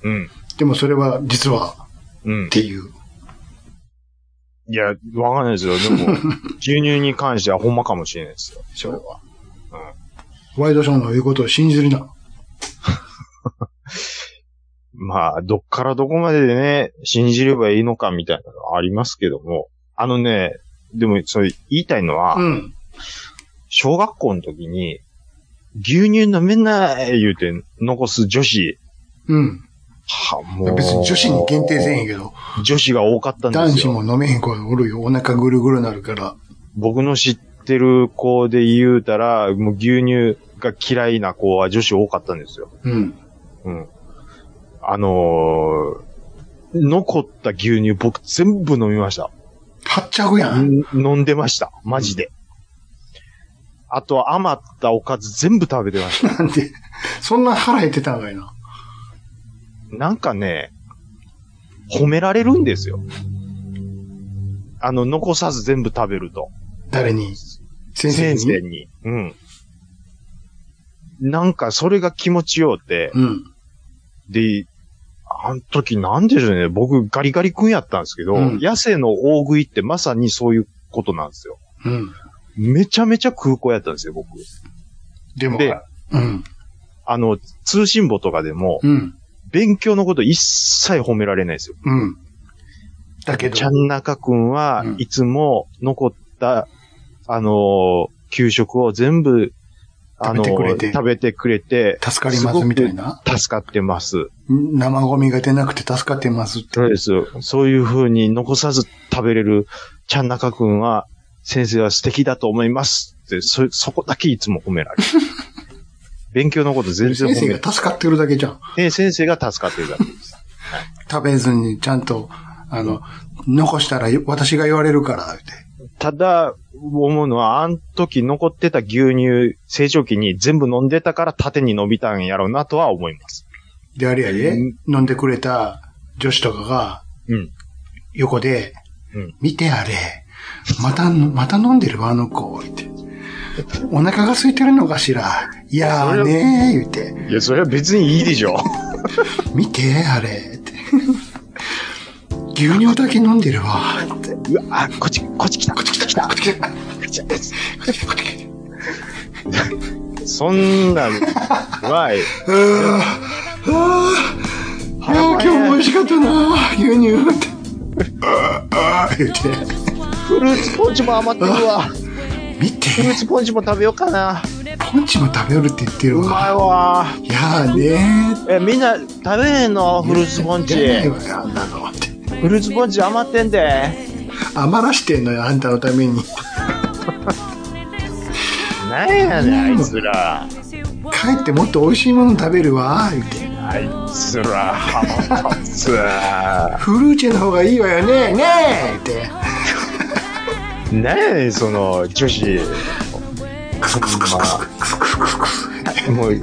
S2: うん。
S1: でもそれは、実は、
S2: うん
S1: っ。ていう。
S2: いや、わかんないですよ。で も、牛乳に関してはほんまかもしれないですよ。
S1: それは。ワイドショーの言うことを信じるな。
S2: まあ、どっからどこまでね、信じればいいのかみたいなのありますけども。あのね、でも、それ言いたいのは、
S1: うん。
S2: 小学校の時に、牛乳飲めない言うて残す女子。
S1: うん。
S2: は、もう。
S1: 別に女子に限定せえへんけど、
S2: 女子が多かったん
S1: 男
S2: です
S1: 子
S2: よ。
S1: も飲めへん子おるよ。お腹ぐるぐるなるから。
S2: 僕の知ってる子で言うたら、もう牛乳が嫌いな子は女子多かったんですよ。
S1: うん。
S2: うん。あのー残った牛乳僕全部飲みました。
S1: はっちゃうやん。
S2: ん飲んでました。マジで。あと余ったおかず全部食べてました。
S1: なんで、そんな腹減ってたんかいな。
S2: なんかね、褒められるんですよ。あの、残さず全部食べると。
S1: 誰に先生に
S2: に。うん。なんか、それが気持ちようて、
S1: うん。
S2: で、あの時なんでしょうね、僕ガリガリ君やったんですけど、
S1: うん
S2: 野生の大食いってまさにそういうことなんですよ。
S1: うん。
S2: めちゃめちゃ空港やったんですよ、僕。
S1: でも、
S2: で
S1: うん。
S2: あの、通信簿とかでも、
S1: うん。
S2: 勉強のこと一切褒められないですよ。
S1: うん。だけど
S2: ち、ゃんなか君は
S1: うん
S2: いつも残った、あのー給食を全部、あのー
S1: 食べてくれて
S2: 食べてくれて、
S1: 助かりますみたいな。
S2: 助かってます。
S1: 生ゴミが出なくて助かってますって。
S2: そうです。そういう風に残さず食べれるちゃんなかくんは、先生は素敵だと思いますって、そ、そこだけいつも褒めら れる。勉強のこと全然
S1: 先
S2: 褒め
S1: 生
S2: られ
S1: が助かってるだけじゃん。
S2: て、先生が助かってるだけです。
S1: 食べずにちゃんと、あの、残したら私が言われるから、って。
S2: ただ、思うのは、あの時残ってた牛乳、成長期に全部飲んでたから縦に伸びたんやろうなとは思います。
S1: で、あれやで、
S2: うん
S1: 飲んでくれた女子とかが、
S2: うん
S1: 横で、
S2: うん
S1: 見てあれ、また、また飲んでるわ、あの子、って。お腹が空いてるのかしらいやーねー、言って。
S2: いや、それは別にいいでしょ。
S1: 見て、あれ、 って。牛乳だけ飲んでるわ、って。こ
S2: うわ、あ、こっち、こっち来た、こっち来た、来た、こ
S1: っち来たこ
S2: っち来た。
S1: っち来たこっち来た
S2: そんなんは、
S1: うーあーあー今日も美味しかったな牛乳ってあーあー言って
S2: フルーツポンチも余ってるわ。
S1: 見て
S2: フルーツポンチも食べようかな。
S1: ポンチも食べよるって言ってる
S2: うまい
S1: わ
S2: わ。
S1: いやーねー
S2: え、みんな食べへんのフルーツポンチ。
S1: 出ない
S2: フ
S1: わよあんなのって
S2: ルーツポンチ余ってんで。
S1: 余らしてんのよあんたのために
S2: なんやねん、あいつら。
S1: 帰ってもっと美味しいもの食べるわ言って
S2: あいつら、 腹立つわ。
S1: フルーチェの方がいいわよねねえって
S2: なんやねん、その、女子。
S1: クスクスクスクスクスクスクスクス
S2: もう、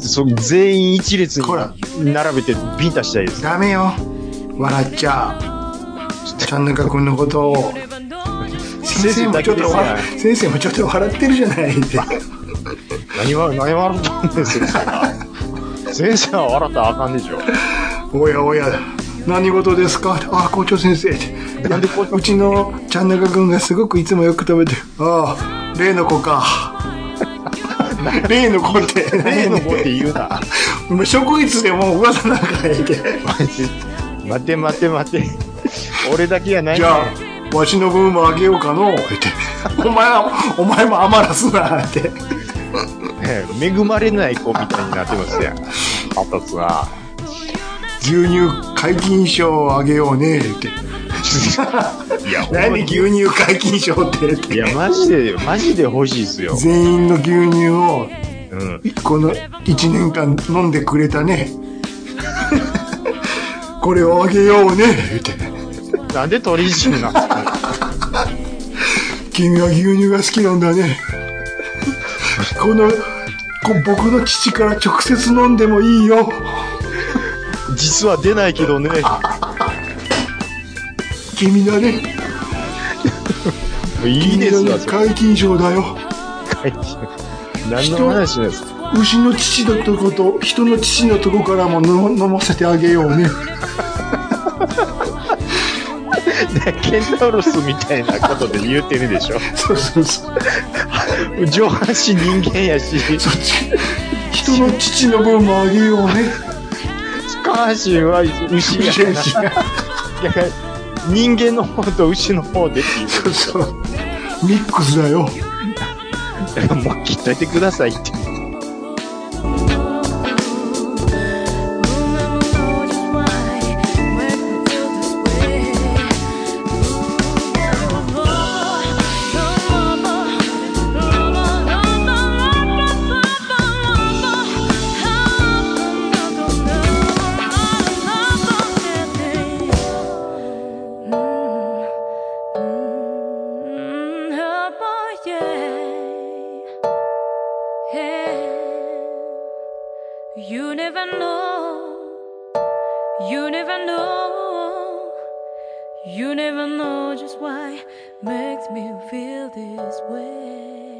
S2: そ全員一列に
S1: こら
S2: 並べてビンタしたいです。
S1: ダメよ笑っちゃちゃんなか君のことを先生もちょっと笑先生もちょっと笑ってるじゃないって
S2: 何わ、何笑ったんですよ、そんな先生は笑ったらあかんでしょ。
S1: おやおや何事ですかあ校長先生ってなんでこうちのちゃんなか君がすごくいつもよく食べてるああ例の子か例の子って
S2: 例の子って言うな。
S1: お前職員室でもう噂なんかいて
S2: 待て待て待て。俺だけやない
S1: じゃあわしの分もあげようかのうってお前はお前も余らすなって
S2: ね恵まれない子みたいになってますやん。腹立つな。
S1: 牛乳解禁賞をあげようねって
S2: いや、ほんま
S1: 何
S2: に
S1: 牛乳解禁賞ってって
S2: いや、マジで、マジで欲しいっすよ。
S1: 全員の牛乳を
S2: うん。
S1: この1年間飲んでくれたねこれをあげようねって
S2: なんで鳥人なんすか
S1: 君は牛乳が好きなんだねこのこ僕の父から直接飲んでもいいよ
S2: 実は出ないけどね。
S1: 君だね
S2: いいです
S1: 君だ
S2: わ、そ
S1: ね
S2: れ。
S1: 解禁賞だよ
S2: 何の話なんですか
S1: 牛の乳のとこと、人の乳のとこからも飲飲ませてあげようね。
S2: ケンタウロスみたいなことで言うてるでしょ。
S1: そうそうそう。
S2: 上半身人間やし、
S1: そっち。人の乳の分もあげようね。
S2: 下半身は牛やから。 だから 人間の方と牛の方でっていうこ
S1: そ
S2: と
S1: う
S2: でし
S1: そう。ミックスだよ。
S2: ょ。だからもう切っといてくださいって。
S5: You never know. You never know. You never know just why makes me feel this way.